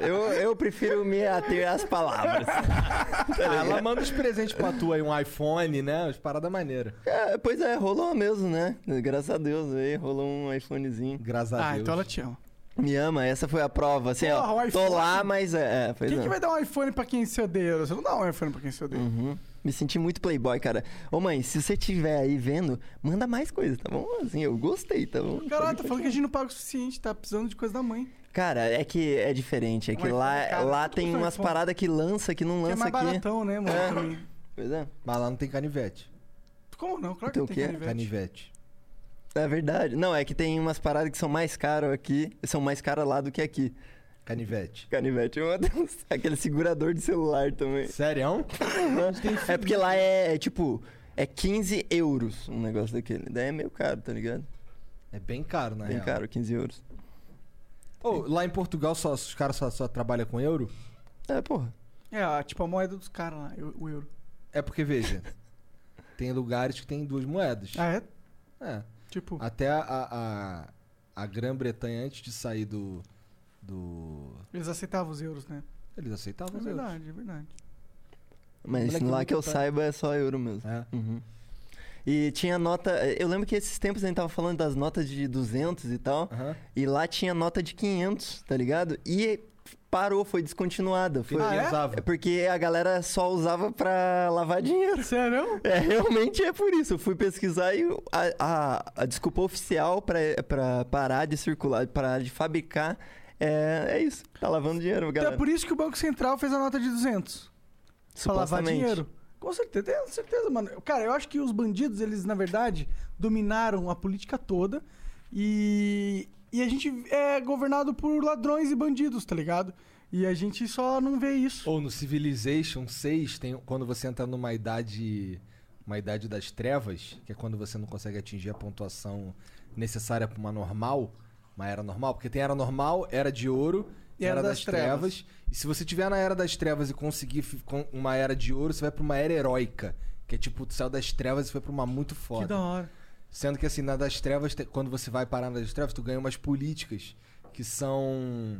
S4: Eu, eu prefiro me ater às palavras.
S1: Ah, ela manda os presentes pra tu aí, um iPhone, né? As paradas maneiras.
S4: É, pois é, rolou mesmo, né? Graças a Deus, aí rolou um iPhonezinho.
S1: Graças a
S3: ah,
S1: Deus.
S3: então ela te ama.
S4: Me ama, essa foi a prova. Assim,
S3: Porra,
S4: ó,
S3: o
S4: tô
S3: iPhone.
S4: lá, mas é, é pois
S3: Quem
S4: é.
S3: que vai dar um iPhone pra quem se odeia? Você não dá um iPhone pra quem se odeia.
S4: Uhum. Me senti muito playboy, cara. Ô mãe, se você tiver aí vendo, manda mais coisa, tá bom? Assim, eu gostei, tá bom?
S3: Caralho, tá falando que a gente não paga o suficiente, tá precisando de coisa da mãe.
S4: Cara, é que é diferente. É
S3: Um
S4: que
S3: iPhone,
S4: lá,
S3: cara,
S4: lá
S3: tudo
S4: tem
S3: custa um
S4: umas
S3: iPhone.
S4: paradas que lança, que
S3: Que
S4: não
S3: é
S4: lança
S3: mais
S4: aqui.
S3: baratão, né, mano?
S4: É.
S3: pra mim.
S4: Pois é.
S1: Mas lá não tem canivete.
S3: Como não? Claro que
S4: Então,
S3: tem
S4: o quê?
S3: canivete.
S1: Canivete.
S4: É verdade. Não, é que tem umas paradas que são mais caras aqui, são mais caras lá do que aqui.
S1: Canivete.
S4: Canivete é uma delas. aquele segurador de celular também.
S1: Sério?
S4: É porque lá é, é, tipo, é 15 euros um negócio daquele. Daí é meio caro, tá ligado?
S1: É bem caro, na
S4: Bem
S1: real.
S4: caro, 15 euros.
S1: Ô, lá em Portugal só, os caras só, só trabalham com euro?
S4: É, porra.
S3: É, a- tipo a moeda dos caras lá, eu- o euro.
S1: É porque, veja, tem lugares que tem duas moedas.
S3: Ah, é?
S1: É.
S3: Tipo,
S4: Ah.
S1: Até a, a, a Grã-Bretanha, antes de sair do. do...
S3: eles aceitavam os euros, né?
S1: Eles aceitavam
S3: É
S1: os euros.
S3: verdade, é verdade.
S4: Mas
S1: Moleque
S4: lá
S1: muito
S4: que eu
S1: caro.
S4: saiba é só euro mesmo.
S1: É.
S4: Uhum. E tinha nota. Eu lembro que esses tempos a gente tava falando das notas de 200 e tal.
S1: Aham.
S4: E lá tinha nota de 500, tá ligado? E parou, foi descontinuada. Foi...
S1: Ninguém
S3: Ah, é?
S1: usava.
S4: É porque a galera só usava pra lavar dinheiro.
S3: Sério?
S4: É, realmente é por isso. Eu fui pesquisar e a, a- a desculpa oficial pra, pra parar de circular, parar de fabricar, é, é isso. Tá lavando dinheiro,
S3: Então
S4: galera.
S3: é por isso que o Banco Central fez a nota de 200. Pra lavar
S4: Supostamente.
S3: dinheiro. Com certeza, tenho certeza, mano. Cara, eu acho que os bandidos, eles, na verdade, dominaram a política toda e, e a gente é governado por ladrões e bandidos, tá ligado? E a gente só não vê isso.
S1: Ou no Civilization 6, tem, quando você entra numa idade. Uma idade das trevas, que é quando você não consegue atingir a pontuação necessária pra uma normal, uma era normal, porque tem era normal, era de ouro
S3: Era
S1: Era
S3: das
S1: das, trevas. E se você tiver na Era das Trevas e conseguir fi- com uma Era de Ouro, você vai pra uma Era Heróica. Que é tipo, tu saiu das trevas e foi pra uma muito foda.
S3: Que da hora.
S1: Sendo que assim, na das trevas, te- quando você vai parar na das trevas, tu ganha umas políticas que são.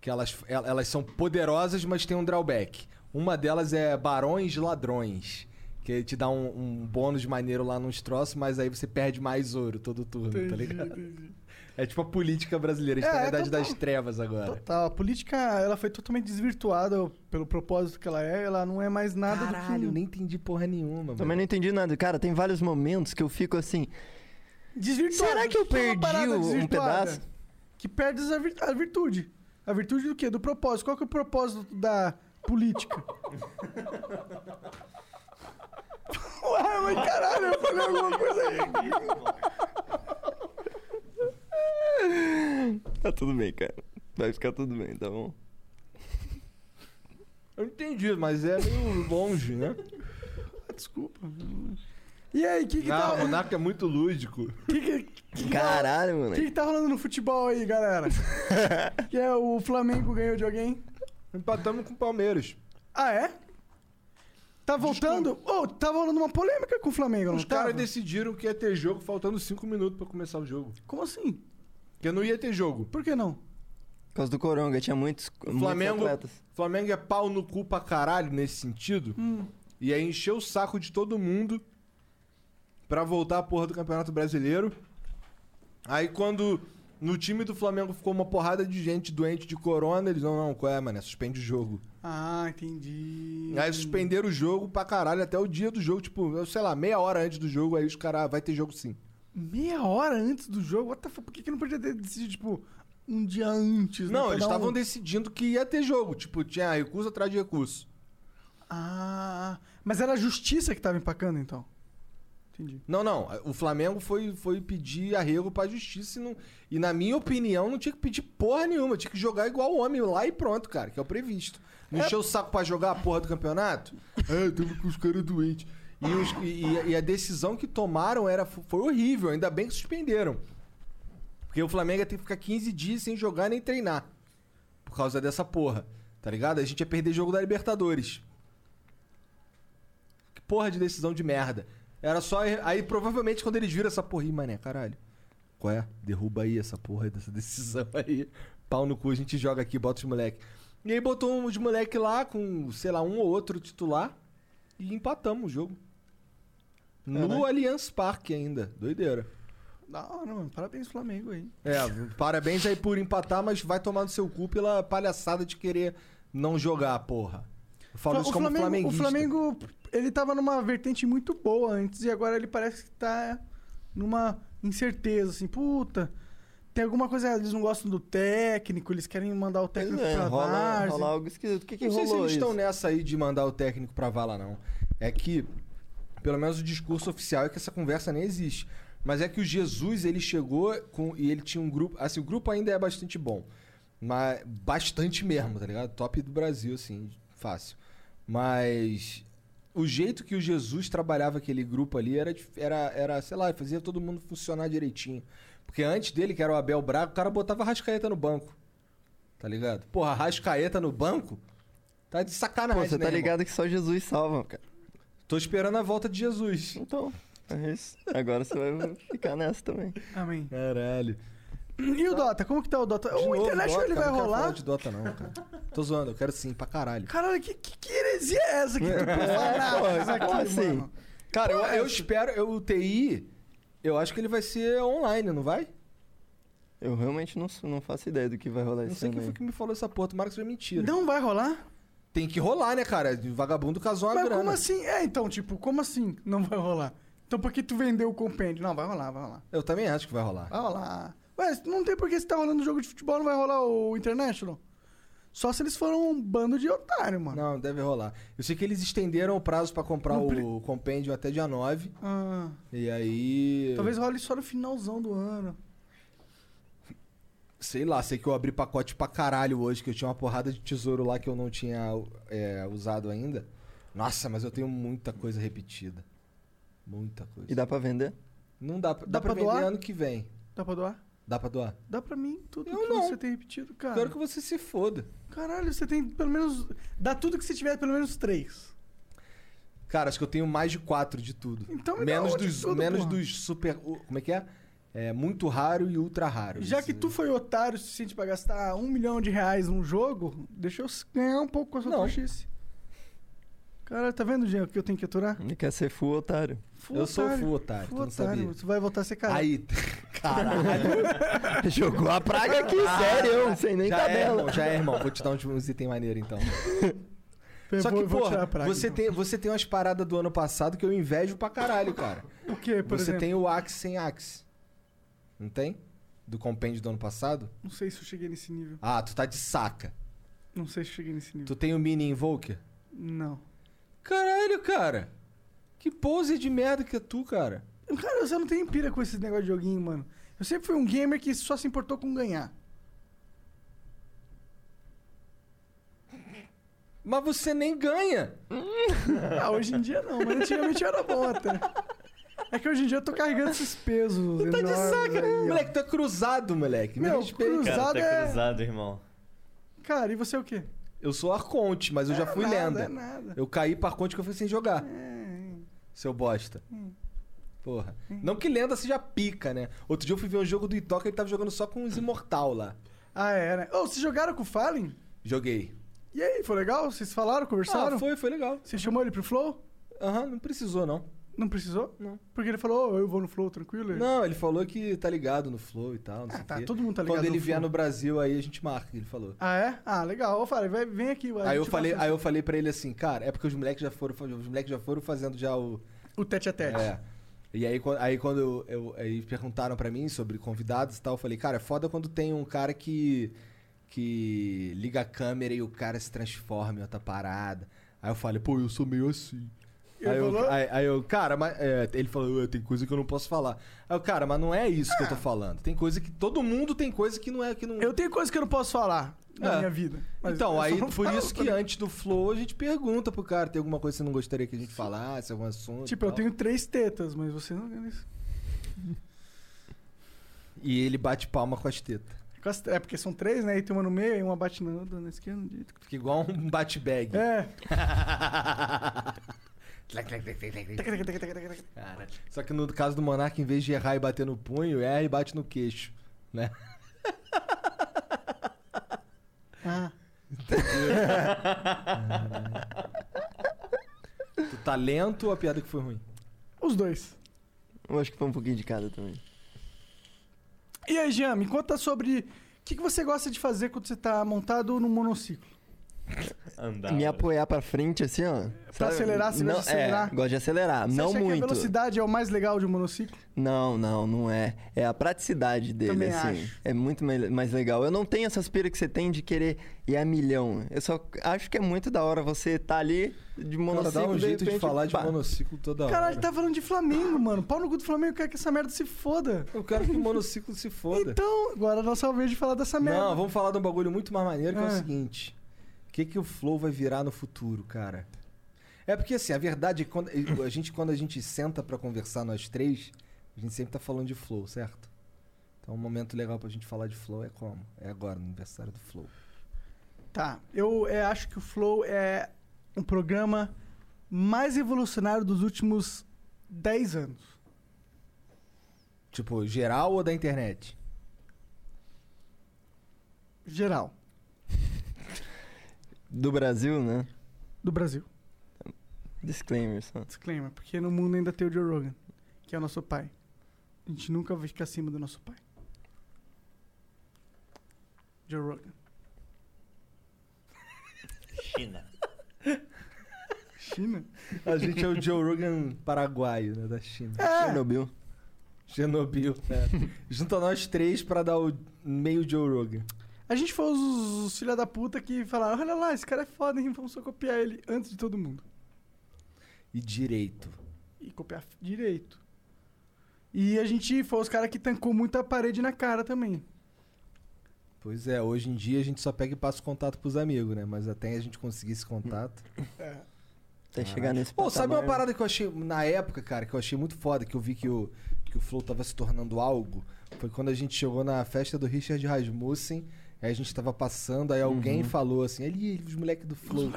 S1: que elas, el- elas são poderosas, mas tem um drawback. Uma delas é barões ladrões. Que te dá um, um bônus maneiro lá nos troços, mas aí você perde mais ouro todo turno, tá ligado? É tipo a política brasileira, a gente
S3: É,
S1: tá na
S3: é
S1: idade
S3: total.
S1: das trevas agora.
S3: Total, a política ela foi totalmente desvirtuada pelo propósito que ela é, ela não é mais nada
S1: Caralho, eu
S3: do
S1: nem entendi porra nenhuma,
S4: Também não entendi nada. Cara, tem vários momentos que eu fico assim.
S3: que desvirtuada.
S4: Será que eu
S3: Que é uma
S4: perdi
S3: parada
S4: o- um
S3: desvirtuada,
S4: pedaço?
S3: Que perdes a, vir- a virtude. A virtude do quê? Do propósito. Qual que é o propósito da política? Ué, mas caralho, eu falei alguma coisa aí.
S4: Tá tudo bem, cara. Vai ficar tudo bem, tá bom?
S1: Eu entendi, mas é meio longe, né?
S3: Desculpa. E aí, o que que,
S1: Não, o
S3: tá,
S1: Monarca é muito lúdico.
S3: que, que-
S4: Caralho,
S3: o
S4: mano.
S3: que que tá rolando no futebol aí, galera? que é o Flamengo ganhou de alguém?
S1: Empatamos com o Palmeiras.
S3: Ah, é? Tá voltando? Ô, tá rolando uma polêmica com o Flamengo, não
S1: Os caras
S3: tava?
S1: decidiram que ia ter jogo faltando 5 minutos pra começar o jogo.
S3: Como assim?
S1: Porque não ia ter jogo.
S3: Por que não?
S4: Por causa do Coronga, tinha muitos,
S1: Flamengo,
S4: muitos atletas.
S1: Flamengo é pau no cu pra caralho nesse sentido. E aí encheu o saco de todo mundo pra voltar a porra do Campeonato Brasileiro. Aí quando no time do Flamengo ficou uma porrada de gente doente de corona, eles não, não, qual é, mano? Suspende o jogo.
S3: Ah, entendi.
S1: Aí suspenderam o jogo pra caralho até o dia do jogo, tipo, eu sei lá, meia hora antes do jogo, aí os caras, vai ter jogo sim.
S3: Meia hora antes do jogo? What the fuck? Por que, que não podia ter decidido, tipo, um dia antes? né?
S1: Não,
S3: Pra
S1: eles
S3: dar
S1: estavam
S3: um...
S1: decidindo que ia ter jogo. Tipo, tinha recurso atrás de recurso.
S3: Ah, mas era a justiça que tava empacando, então. Entendi.
S1: Não, não. O Flamengo foi, foi pedir arrego pra justiça e, não- e, na minha opinião, não tinha que pedir porra nenhuma. Tinha que jogar igual o homem lá e pronto, cara, que é o previsto. Não encheu o saco pra jogar a porra do campeonato? é, tava com os caras doentes. E, os- e- e a decisão que tomaram era, foi horrível. Ainda bem que suspenderam. Porque o Flamengo ia ter que ficar 15 dias sem jogar nem treinar. Por causa dessa porra. Tá ligado? A gente ia perder jogo da Libertadores. Que porra de decisão de merda. Era só. Aí provavelmente quando eles viram essa porra, aí, mané, caralho. Qual é? Derruba aí essa porra aí dessa decisão aí. Pau no cu, a gente joga aqui, bota os moleque. E aí botou uns moleque lá com, sei lá, um ou outro titular. E empatamos o jogo. No
S4: Caralho.
S1: Allianz Parque ainda. Doideira.
S3: Da hora, mano. Parabéns, Flamengo aí.
S1: É, parabéns aí por empatar, mas vai tomar no seu cu pela palhaçada de querer não jogar, porra. Eu falo
S3: Fla-
S1: isso como
S3: o
S1: flamenguista.
S3: Flamengo, ele tava numa vertente muito boa antes e agora ele parece que tá numa incerteza, assim, puta. Tem alguma coisa, eles não gostam do técnico, eles querem mandar o
S1: tá
S4: Pois
S3: técnico
S4: é,
S3: pra
S4: rola,
S3: várzea.
S4: rola algo esquisito. O que, que
S1: não sei se
S4: rolou
S1: eles
S4: isso?
S1: estão nessa aí de mandar o técnico pra vala, não. É que, pelo menos o discurso oficial é que essa conversa nem existe. Mas é que o Jesus, ele chegou com, e ele tinha um grupo... Assim, o grupo ainda é bastante bom. Mas bastante mesmo, tá ligado? Top do Brasil, assim, fácil. Mas o jeito que o Jesus trabalhava aquele grupo ali era, dif- era, era sei lá, fazia todo mundo funcionar direitinho. Porque antes dele, que era o Abel Braga, o cara botava Rascaeta no banco. Tá ligado? Porra, Rascaeta no banco? Tá de sacanagem,
S4: Pô, você
S1: né,
S4: tá
S1: irmão?
S4: ligado que só Jesus salva, cara.
S1: Tô esperando a volta de Jesus.
S4: Então, é isso. Agora você vai ficar nessa também.
S3: Amém.
S1: Caralho.
S3: E o Dota? Como que tá o Dota?
S1: De
S3: o
S1: novo,
S3: International
S1: Dota,
S3: ele vai
S1: eu não quero falar
S3: rolar?
S1: de Dota não, cara. Tô zoando, eu quero sim, pra caralho.
S3: Caralho, que, que, que heresia é essa que tu profanava isso aqui,
S4: como assim?
S3: mano?
S1: Cara, eu, eu espero... Eu, o TI, eu acho que ele vai ser online, não vai?
S4: Eu realmente não, sou- não faço ideia do que vai rolar
S1: Não
S4: esse
S1: sei
S4: ano
S1: quem
S4: aí.
S1: foi que me falou essa porra, tomara que seja mentira.
S3: Não vai rolar?
S1: Tem que rolar, né, cara? O Vagabundo casou uma
S3: Mas
S1: grana.
S3: como assim? É, então, tipo, como assim não vai rolar? Então por que tu vendeu o compêndio? Não, vai rolar, vai rolar.
S1: Eu também acho que vai rolar.
S3: Vai rolar. Ué, não tem por que se tá rolando jogo de futebol, não vai rolar o International? Só se eles foram um bando de otário, mano.
S1: Não, deve rolar. Eu sei que eles estenderam o prazo pra comprar
S3: Não pre-
S1: o compêndio até dia 9.
S3: Ah,
S1: E aí.
S3: talvez role só no finalzão do ano.
S1: Sei lá, sei que eu abri pacote pra caralho hoje, que eu tinha uma porrada de tesouro lá que eu não tinha é, usado ainda. Nossa, mas eu tenho muita coisa repetida. Muita coisa.
S4: E dá pra vender?
S1: Não dá, pra- dá,
S3: Dá
S1: pra,
S3: pra
S1: vender
S3: doar?
S1: ano que vem.
S3: Dá pra doar?
S1: Dá pra doar?
S3: Dá pra mim tudo
S1: Eu
S3: que
S1: não.
S3: você tem repetido, cara.
S1: Quero que você se foda.
S3: Caralho, você tem pelo menos. Dá tudo que você tiver, pelo menos três.
S1: Cara, acho que eu tenho mais de quatro de tudo.
S3: Então me dá
S1: menos
S3: um de
S1: dos
S3: tudo,
S1: Menos
S3: porra.
S1: dos super. o- Como é que é? É muito raro e ultra raro.
S3: Já que tu foi otário o suficiente pra gastar um milhão de reais num jogo, deixa eu ganhar um pouco com a sua
S1: Não.
S3: trouxice. Caralho, tá vendo, Jean, o que eu tenho que aturar?
S4: Ele quer ser full otário.
S3: Fui
S1: é. Eu sou
S3: otário.
S1: full otário, tu
S3: Fui
S1: não
S3: otário,
S1: sabia.
S3: você vai voltar a ser cara.
S1: Aí, caralho.
S4: Jogou a praga aqui, sério, sem nem
S1: já é,
S4: tabela.
S1: irmão, já é, irmão. Vou te dar uns, uns itens maneiros, então.
S3: Eu
S1: Só
S3: vou-
S1: que,
S3: eu vou tirar
S1: porra,
S3: a praga,
S1: você,
S3: então.
S1: tem, você tem umas paradas do ano passado que eu invejo pra caralho, cara.
S3: O quê, por
S1: você
S3: exemplo?
S1: tem o Axe sem Axe. Não tem? Do compêndio do ano passado?
S3: Não sei se eu cheguei nesse nível.
S1: Ah, tu tá de saca.
S3: Não sei se eu cheguei nesse nível.
S1: Tu tem o Mini Invoker?
S3: Não.
S1: Caralho, cara. Que pose de merda que é tu, cara.
S3: Cara, você não tem pira com esses negócios de joguinho, mano. Eu sempre fui um gamer que só se importou com ganhar.
S1: Mas você nem ganha.
S3: Ah, hoje em dia não, mas antigamente eu era bom até. É que hoje em dia eu tô carregando esses pesos.
S1: Tu tá de
S3: enormes
S1: saca.
S3: aí, ó.
S1: Moleque, tu é cruzado, moleque. Me
S3: Meu,
S1: respeita.
S3: cruz-
S5: Cara,
S3: Cruzado
S5: tá
S3: é-
S5: cruzado, irmão.
S3: Cara, e você é o quê?
S1: Eu sou Arconte, mas eu já
S3: É
S1: fui
S3: nada,
S1: lenda.
S3: É nada.
S1: Eu caí pra Arconte que eu fui sem jogar.
S3: É,
S1: Seu bosta.
S3: Hum.
S1: Porra. Não que lenda seja pica, né? Outro dia eu fui ver um jogo do Itoca e ele tava jogando só com os Imortal lá.
S3: Ah, é, né? Ô, vocês jogaram com o Fallen?
S1: Joguei.
S3: E aí, foi legal? Vocês falaram, conversaram?
S1: Ah, foi, foi legal.
S3: Você chamou ele pro Flow?
S1: Aham, não precisou, não.
S3: Não precisou?
S1: Não.
S3: Porque ele falou, ô, eu vou no Flow, tranquilo?
S1: Não, ele falou que tá ligado no flow e tal, não sei
S3: Hum. Ah,
S1: o
S3: tá,
S1: quê.
S3: todo mundo tá ligado
S1: Quando ele
S3: no
S1: vier
S3: Flow.
S1: no Brasil, aí a gente marca, ele falou.
S3: Ah, é? Ah, legal. Ô, Fallen, vai- vem aqui. a
S1: aí eu
S3: gente
S1: falei,
S3: passa
S1: aí eu falei para ele assim, cara, é porque os moleques já foram, os moleques já foram fazendo já o
S3: O tete-a-tete.
S1: é. E aí, quan- aí quando eu, eu- aí perguntaram pra mim sobre convidados e tal, eu falei, cara, é foda quando tem um cara que que liga a câmera e o cara se transforma em outra parada. Aí eu falei, pô, eu sou meio assim.
S3: Ele
S1: aí,
S3: falou?
S1: eu, aí, aí eu, cara, mas. é, ele falou, "Ué, tem coisa que eu não posso falar. Aí eu, cara, mas não é isso que eu tô falando. Tem coisa que. Todo mundo tem coisa que não é. Que não...
S3: Eu tenho coisa que eu não posso falar na
S1: É.
S3: minha vida. mas eu
S1: Então,
S3: só
S1: aí
S3: não
S1: por
S3: falo,
S1: isso que antes do flow a gente pergunta pro cara, tem alguma coisa que você não gostaria que a gente falasse, algum assunto.
S3: Tipo, eu
S1: tal.
S3: tenho três tetas, mas você não ganha isso.
S1: E ele bate palma com as tetas.
S3: Com as- É porque são três, né? E tem uma no meio e uma bate na, na esquerda. no direito.
S1: Fica igual um bate-bag.
S3: É.
S1: Cara, Só que no caso do Monark, em vez de errar e bater no punho, erra e bate no queixo, né?
S3: Ah,
S1: Tu tá lento ou a piada que foi ruim?
S3: os dois.
S4: Eu acho que foi um pouquinho de cada também.
S3: E aí, Jean, me conta sobre o que, que você gosta de fazer quando você tá montado no monociclo.
S5: Andar.
S4: Me apoiar pra frente, assim, ó. sabe?
S3: acelerar, você
S4: não,
S3: gosta de acelerar?
S4: É, gosto de acelerar.
S3: Você
S4: não
S3: acha que a
S4: muito.
S3: velocidade é o mais legal de um monociclo?
S4: Não, não, não é. É a praticidade dele,
S3: Também
S4: assim.
S3: acho.
S4: É muito me- mais legal. Eu não tenho essas piras que você tem de querer ir a milhão. Eu só acho que é muito da hora você tá ali de
S1: Cara,
S4: monociclo.
S1: dá um jeito de
S4: repente,
S1: falar de
S4: pá.
S1: monociclo toda hora.
S3: Caralho, tá falando de Flamengo, mano. Pau no cu do Flamengo, eu quero que essa merda se foda.
S1: Eu quero que o monociclo se foda.
S3: Então, agora é a nossa vez de falar dessa merda.
S1: Não, vamos falar de um bagulho muito mais maneiro que é,
S3: Ah.
S1: o seguinte. O que, que o Flow vai virar no futuro, cara? É porque, assim, a verdade é que quando a gente, quando a gente senta pra conversar nós três, a gente sempre tá falando de Flow, certo? Então, um momento legal pra gente falar de Flow é como? É agora, no aniversário do Flow.
S3: Tá, eu é, acho que o Flow é um programa mais evolucionário dos últimos 10 anos.
S1: Tipo, geral ou da internet?
S3: Geral.
S4: Do Brasil, né?
S3: Do Brasil.
S4: Disclaimer só.
S3: Disclaimer, porque no mundo ainda tem o Joe Rogan, que é o nosso pai. A gente nunca vai ficar acima do nosso pai. Joe Rogan.
S5: China.
S3: China?
S1: A gente é o Joe Rogan paraguaio, né? Da China.
S4: Chernobyl.
S1: Chernobyl, né? Junta nós três pra dar o meio Joe Rogan.
S3: A gente foi os, os filha da puta que falaram: olha lá, esse cara é foda, hein? Vamos só copiar ele antes de todo mundo.
S1: E direito.
S3: E copiar direito. E a gente foi os caras que tancou muita parede na cara também.
S1: Pois é, hoje em dia a gente só pega e passa o contato pros amigos, né? Mas até a gente conseguir esse contato. tá
S4: Até chegar nesse
S1: Hum. Pô, sabe uma
S4: patamar,
S1: parada que eu achei na época, cara, que eu achei muito foda, que eu vi que o, que o Flow tava se tornando algo? Foi quando a gente chegou na festa do Richard Rasmussen. Aí a gente tava passando, aí alguém falou assim, ali, os moleques do Flow.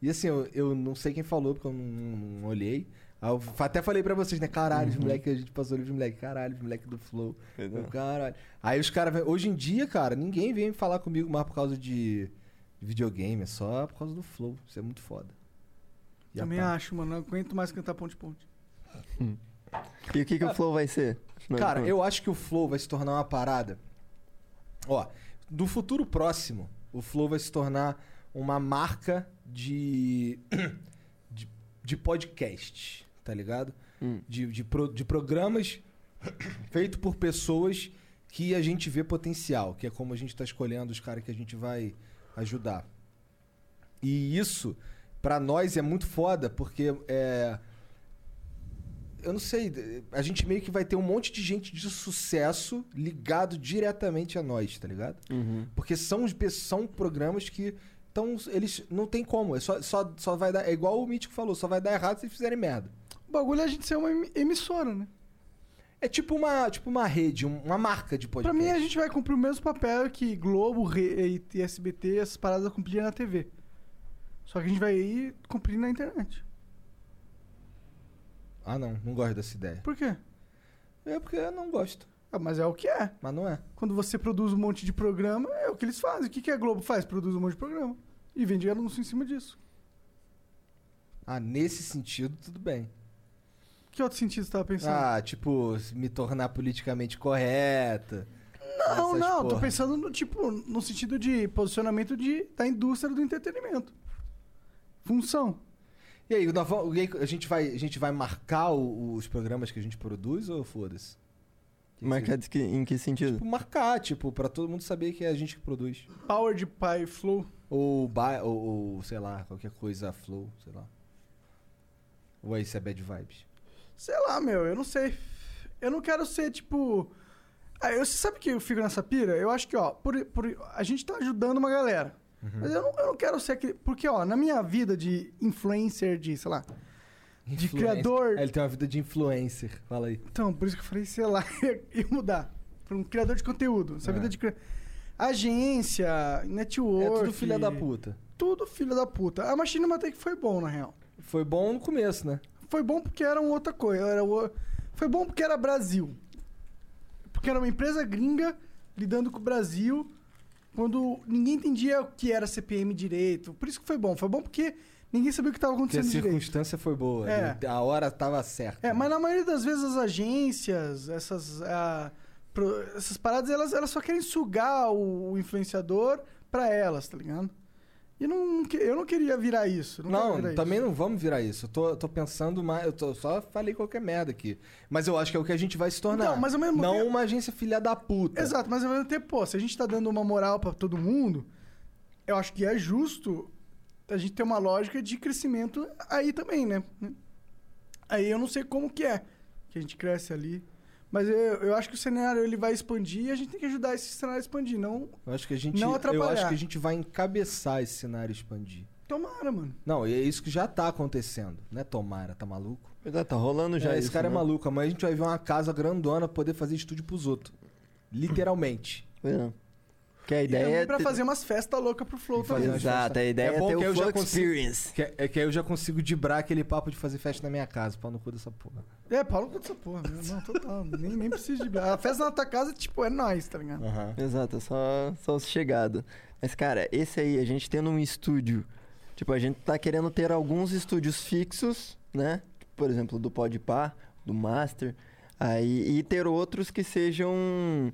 S1: E assim, eu, eu não sei quem falou, porque eu não, não- não olhei. Aí eu fa- até falei pra vocês, né? Caralho, os moleques, a gente passou ali, os moleques, caralho, os moleques do Flow. Eu, caralho. Aí os caras, vêm- hoje em dia, cara, ninguém vem falar comigo mais por causa de videogame, é só por causa do Flow. Isso é muito foda. E a
S3: Também
S1: pá.
S3: acho, mano. Não aguento mais cantar ponte-ponte.
S4: E o que, que o Flow vai ser? então. Afinal de
S1: Cara,
S4: contas?
S1: eu acho que o Flow vai se tornar uma parada. Ó, no futuro próximo, o Flow vai se tornar uma marca de. de, de podcast, tá ligado? De, de, pro- de programas feito por pessoas que a gente vê potencial, que é como a gente tá escolhendo os caras que a gente vai ajudar. E isso, pra nós, é muito foda, porque é eu não sei, a gente meio que vai ter um monte de gente de sucesso ligado diretamente a nós, tá ligado?
S4: Uhum.
S1: Porque são, os pe- são programas que então eles não tem como, é só, só, só vai dar, é igual o Mítico falou, só vai dar errado se fizerem merda.
S3: O bagulho é a gente ser uma em- emissora, né?
S1: É tipo uma, tipo uma rede, um- uma marca de
S3: Pra
S1: podcast.
S3: mim, é a gente vai cumprir o mesmo papel que Globo Re- e SBT, essas paradas cumpriam na TV. Só que a gente vai ir cumprir na internet.
S1: Ah, não, não gosto dessa ideia.
S3: Por quê?
S1: É porque eu não gosto,
S3: Ah, mas é o que é.
S1: mas não é.
S3: Quando você produz um monte de programa, é o que eles fazem. O que, que a Globo faz? Produz um monte de programa. E vende anúncio em cima disso.
S1: Ah, nesse sentido, tudo bem.
S3: Que outro sentido você tava pensando?
S1: Ah, tipo, me tornar politicamente correta.
S3: não,
S1: essas
S3: não. Tô
S1: porra.
S3: pensando no tipo, no sentido de posicionamento de, da indústria do entretenimento. Função.
S1: E aí, nós vamos- e aí, é a, gente vai, a gente vai marcar o- os programas que a gente produz ou foda-se?
S4: Marcar de que- em que sentido?
S1: Tipo, marcar, tipo, pra todo mundo saber que é a gente que produz.
S3: Power de Pai Flow.
S1: Ou, ba- ou, ou, sei lá, qualquer coisa, flow, sei lá. Ou aí isso é bad vibes.
S3: Sei lá, meu, eu não sei. Eu não quero ser tipo. Ah, eu, você sabe que eu fico nessa pira? Eu acho que, ó, por, por- a gente tá ajudando uma galera.
S1: Uhum.
S3: Mas eu não, eu não quero ser aquele. Porque, ó, na minha vida de influencer, de, sei lá. De
S1: Influencer.
S3: criador.
S1: É, ele tem uma vida de influencer, fala aí.
S3: Então, por isso que eu falei, sei lá, ia mudar. Pra um criador de conteúdo. Essa
S1: É.
S3: vida de. cri- Agência, network.
S1: É tudo filha da puta.
S3: Tudo filha da puta. A Machine Matei que foi bom, na real.
S1: Foi bom no começo, né?
S3: Foi bom porque era uma outra coisa. Era o... Foi bom porque era Brasil. Porque era uma empresa gringa lidando com o Brasil quando ninguém entendia o que era CPM direito. Por isso que foi bom. Foi bom porque ninguém sabia o que estava
S1: Porque é a
S3: acontecendo direito.
S1: circunstância foi boa.
S3: É.
S1: ele- A hora tava certa.
S3: É, mas na maioria das vezes as agências, essas, ah, pro- essas paradas, elas, elas só querem sugar o, o influenciador pra elas, tá ligado? E não, que- eu não queria virar isso. Não, quero
S1: Não,
S3: virar
S1: também
S3: isso.
S1: não vamos virar isso. Eu tô, eu tô pensando mais. Eu tô- só falei qualquer merda aqui. Mas eu acho que é o que a gente vai se tornar.
S3: Então, mas ao mesmo
S1: Não
S3: tempo-
S1: uma agência filha da puta.
S3: Exato, mas ao mesmo tempo, pô, se a gente tá dando uma moral pra todo mundo, eu acho que é justo a gente ter uma lógica de crescimento aí também, né? Aí eu não sei como que é que a gente cresce ali. Mas eu, eu acho que o cenário ele vai expandir e a gente tem que ajudar esse cenário a expandir, não
S1: Eu acho que a gente.
S3: Não atrapalhar.
S1: Eu acho que a gente vai encabeçar esse cenário expandir.
S3: tomara, mano.
S1: Não, e é isso que já tá acontecendo, né, Tomara? Tá maluco?
S4: Mas, ah, tá rolando já
S1: É, esse
S4: isso,
S1: cara é
S4: né?
S1: maluco. Amanhã a gente vai ver uma casa grandona pra poder fazer estúdio pros outros. Literalmente.
S4: É. Que a
S3: É,
S4: ideia é
S3: pra
S4: ter-
S3: fazer umas festas loucas pro Flow
S1: fazer
S3: também.
S1: umas
S4: Exato,
S1: festas.
S4: a ideia
S1: É
S4: é,
S1: bom
S4: ter
S1: que
S4: o
S1: eu já
S4: Flow
S1: consigo-
S4: Experience.
S1: Que é, é que aí eu já consigo dibrar aquele papo de fazer festa na minha casa. Pau no cu dessa porra.
S3: É, Paulo com essa porra, meu. Não, total. nem, nem preciso de. A festa na tua casa, tipo, é nóis, tá ligado?
S4: Exato, é só, só os chegados. Mas, cara, esse aí, a gente tendo um estúdio. Tipo, a gente tá querendo ter alguns estúdios fixos, né? Por exemplo, do Podpah, do Master. Aí, e ter outros que sejam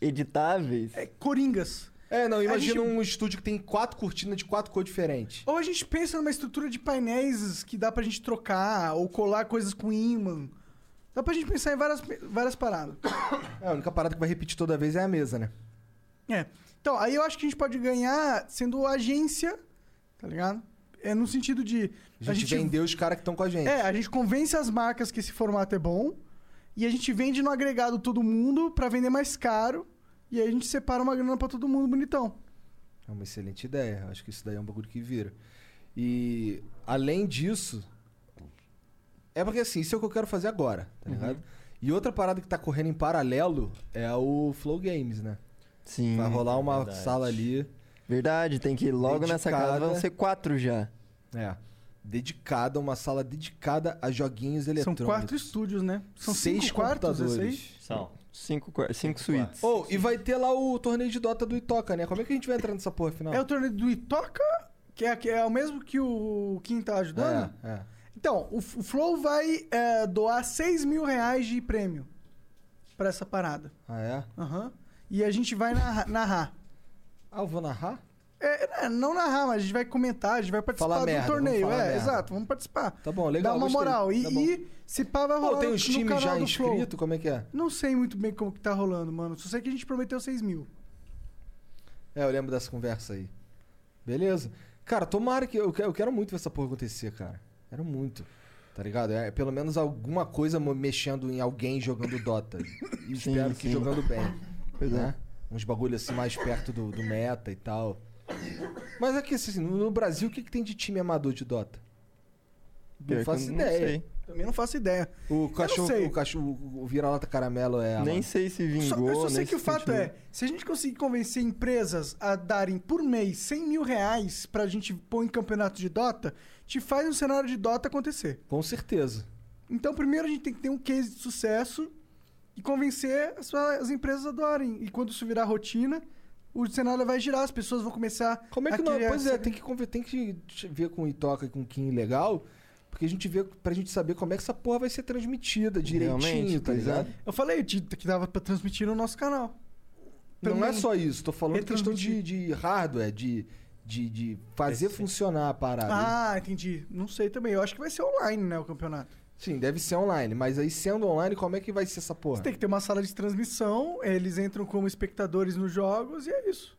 S4: editáveis.
S3: É Coringas.
S1: É, não, imagina
S3: A gente-
S1: um estúdio que tem quatro cortinas de quatro cores diferentes.
S3: Ou a gente pensa numa estrutura de painéis que dá pra gente trocar, ou colar coisas com ímã. Dá pra gente pensar em várias, várias paradas.
S1: É, a única parada que vai repetir toda vez é a mesa, né?
S3: É. Então, aí eu acho que a gente pode ganhar sendo agência, tá ligado? É no sentido de.
S1: A gente, vendeu os caras que estão com a gente.
S3: É, a gente convence as marcas que esse formato é bom. E a gente vende no agregado todo mundo pra vender mais caro. E aí a gente separa uma grana pra todo mundo bonitão.
S1: É uma excelente ideia. Acho que isso daí é um bagulho que vira. E
S3: Uhum.
S1: além disso. É porque assim, isso é o que eu quero fazer agora, tá ligado? E outra parada que tá correndo em paralelo é o Flow Games, né?
S4: Sim.
S3: Uhum.
S1: Vai rolar uma
S5: verdade.
S1: sala ali.
S4: Verdade, tem que ir logo nessa casa,
S1: Dedicada.
S4: vão ser quatro já.
S1: É. Dedicada, uma sala dedicada a joguinhos
S3: São
S1: eletrônicos.
S3: quatro estúdios, né? São
S1: seis
S3: cinco quartos, é
S1: computadores.
S3: seis?
S5: São.
S4: Cinco, quar- cinco suítes.
S1: Oh, e vai ter lá o torneio de Dota do Itoca, né? Como é que a gente vai entrar nessa porra final?
S3: É o torneio do Itoca, que é, que é o mesmo que o Kim tá ajudando.
S1: É, é.
S3: Então, o, F- o Flow vai é, doar 6 mil reais de prêmio pra essa parada.
S1: Ah, é?
S3: Aham. E a gente vai narra- narrar.
S1: Ah, eu vou narrar?
S3: É, é, não narrar, mas a gente vai comentar, a gente vai participar
S1: Falar
S3: do
S1: merda, vamos
S3: torneio. É,
S1: falar merda.
S3: exato, vamos participar.
S1: Tá bom, legal,
S3: Dá uma
S1: gostei.
S3: moral. E,
S1: Tá bom.
S3: e se pá vai rolar
S1: Pô, tem
S3: no-
S1: os
S3: no
S1: times
S3: canal
S1: já
S3: do Flow.
S1: inscritos? Como é que é?
S3: Não sei muito bem como que tá rolando, mano. Só sei que a gente prometeu 6 mil.
S1: É, eu lembro dessa conversa aí. Beleza. Cara, tomara que. Eu que- eu quero muito ver essa porra acontecer, cara. Quero muito. Tá ligado? É pelo menos alguma coisa mo- mexendo em alguém jogando Dota. E
S4: Sim,
S1: espero que
S4: sim.
S1: jogando bem.
S4: Pois é.
S1: né? Uns bagulho assim mais perto do, do meta e tal. Mas é que assim, no no Brasil, o que, que tem de time amador de Dota?
S4: Pior
S1: Não
S4: que
S1: faço
S4: eu
S1: ideia.
S4: sei.
S3: Também não faço ideia.
S1: O cachorro,
S3: sei.
S1: o cachorro, o vira-lata caramelo é.
S4: Nem
S1: amador.
S4: sei se
S3: Só-
S4: vingou.
S3: eu só sei
S4: nem
S3: que o
S4: se
S3: fato
S4: continuou.
S3: é, se a gente conseguir convencer empresas a darem por mês 100 mil reais pra gente pôr em campeonato de Dota, te faz um cenário de Dota acontecer.
S1: Com certeza.
S3: Então, primeiro a gente tem que ter um case de sucesso e convencer as, sua- as empresas a doarem. E quando isso virar rotina, o cenário vai girar, as pessoas vão começar
S1: Como é que
S3: a
S1: não?
S3: criar
S1: Pois
S3: essa-
S1: é, tem que, conver- tem que ver com o Itoca e com o Kim legal, porque a gente vê, pra gente saber como é que essa porra vai ser transmitida direitinho,
S4: Realmente,
S1: tá
S4: pois é.
S1: ligado?
S3: Eu falei de- que dava pra transmitir no nosso canal.
S1: Não
S3: Também-
S1: é só isso, tô falando questão de,
S3: Retransmitir.
S1: de hardware, de, de, de fazer funcionar a parada.
S3: Ah, entendi. Não sei também. Eu acho que vai ser online, né, o campeonato.
S1: Sim, deve ser online, mas aí sendo online, como é que vai ser essa porra?
S3: Você tem que ter uma sala de transmissão, eles entram como espectadores nos jogos e é isso.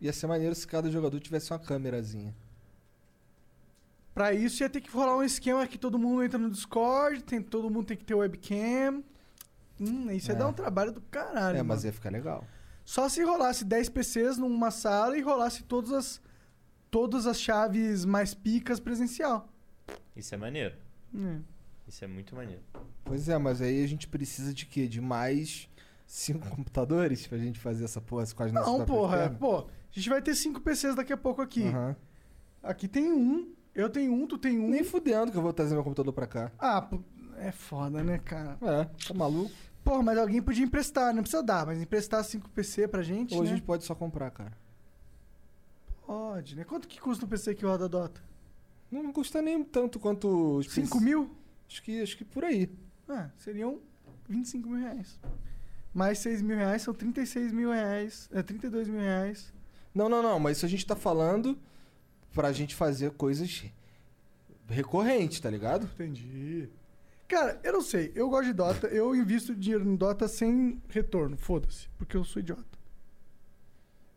S1: Ia ser maneiro se cada jogador tivesse uma câmerazinha.
S3: Pra isso ia ter que rolar um esquema que todo mundo entra no Discord, tem, todo mundo tem que ter webcam. Hum, isso ia
S1: É.
S3: dar um trabalho do caralho.
S1: é, mas
S3: mano.
S1: ia ficar legal.
S3: Só se rolasse 10 PCs numa sala e rolasse todas as, todas as chaves mais picas presencial.
S5: Isso é maneiro.
S3: É.
S5: Isso é muito maneiro.
S1: Pois é, mas aí a gente precisa de quê? De mais cinco computadores pra gente fazer essa porra com as nossas
S3: Não,
S1: próprias
S3: porra.
S1: pernas?
S3: Pô, a gente vai ter 5 PCs daqui a pouco aqui.
S1: Aham.
S3: Aqui tem um, eu tenho um, tu tem um.
S1: Nem fudendo que eu vou trazer meu computador pra cá.
S3: Ah, pô, é foda, né, cara?
S1: É, tá maluco?
S3: Porra, mas alguém podia emprestar, não precisa dar, mas emprestar 5 PC pra gente,
S1: Ou a
S3: né?
S1: gente pode só comprar, cara.
S3: Pode, né? Quanto que custa um PC que roda Dota?
S1: Não custa nem tanto quanto os
S3: 5
S1: PC.
S3: mil?
S1: Acho que, acho que por aí.
S3: Ah, seriam 25 mil reais. Mais 6 mil reais são 36 mil reais. É 32 mil reais.
S1: Não, não, não, mas isso a gente tá falando pra gente fazer coisas recorrentes, tá ligado?
S3: Entendi. Cara, eu não sei. Eu gosto de Dota. Eu invisto dinheiro em Dota sem retorno. Foda-se. Porque eu sou idiota.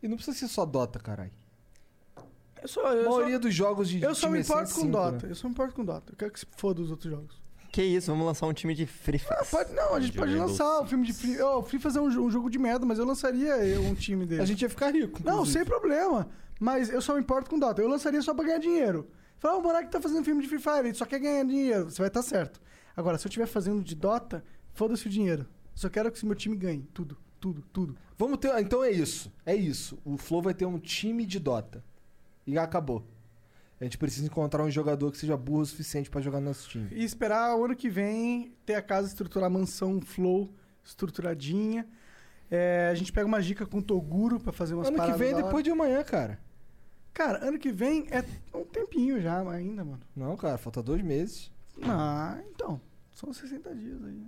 S1: E não precisa ser só Dota, caralho.
S3: Eu sou.
S1: A
S3: Eu
S1: maioria dos jogos de
S3: eu só
S1: de
S3: me
S1: Messi é
S3: importo com
S1: cinco,
S3: Dota.
S1: né?
S3: Eu só me importo com Dota. Eu quero que se foda os outros jogos.
S4: Que isso, vamos lançar um time de Free Fire.
S3: Ah, pode, não, a gente
S5: De
S3: pode
S5: Rainbow
S3: lançar o filme de Free. Oh, o Free fazer um, jo- um jogo de merda, mas eu lançaria eu, um time dele.
S1: né? A gente ia ficar rico.
S3: Não,
S1: inclusive.
S3: sem problema. Mas eu só me importo com Dota. Eu lançaria só pra ganhar dinheiro. Fala, ah, o Monark tá fazendo filme de Free Fire, ele só quer ganhar dinheiro. Você vai estar certo. Agora, se eu estiver fazendo de Dota, foda-se o dinheiro. Só quero que esse meu time ganhe. Tudo, tudo, tudo.
S1: Vamos ter. Então é isso. É isso. O Flow vai ter um time de Dota. E acabou. A gente precisa encontrar um jogador que seja burro o suficiente pra jogar no nosso time.
S3: E esperar o ano que vem ter a casa estruturar, a mansão, um flow, estruturadinha. É, a gente pega uma dica com o Toguro pra fazer umas
S1: ano que
S3: paradas
S1: vem é
S3: da hora.
S1: depois de amanhã, cara.
S3: Cara, ano que vem é um tempinho já ainda, mano.
S1: Não, cara, falta dois meses.
S3: Ah, então. São 60 dias aí.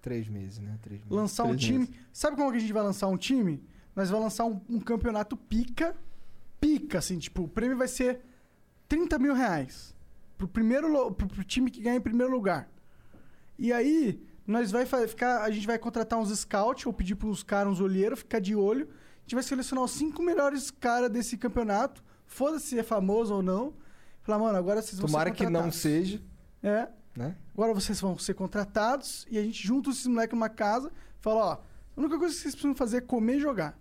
S1: Três meses, né? Três meses.
S3: Lançar um
S4: Três
S3: time. Sabe como que a gente vai lançar um time? Nós vamos lançar um, um campeonato pica. Pica, assim, tipo, o prêmio vai ser 30 mil reais. Pro, primeiro, lo- pro, pro time que ganha em primeiro lugar. E aí, nós vai fa- ficar. A gente vai contratar uns scouts ou pedir pros caras, uns olheiros, ficar de olho. A gente vai selecionar os cinco melhores caras desse campeonato. Foda-se se é famoso ou não. Falar, mano, agora vocês vão
S1: Tomara
S3: ser
S1: que não
S3: contratados."
S1: seja,
S3: É.
S1: né?
S3: Agora vocês vão ser contratados e a gente junta esses moleques numa casa e fala, ó, a única coisa que vocês precisam fazer é comer e jogar.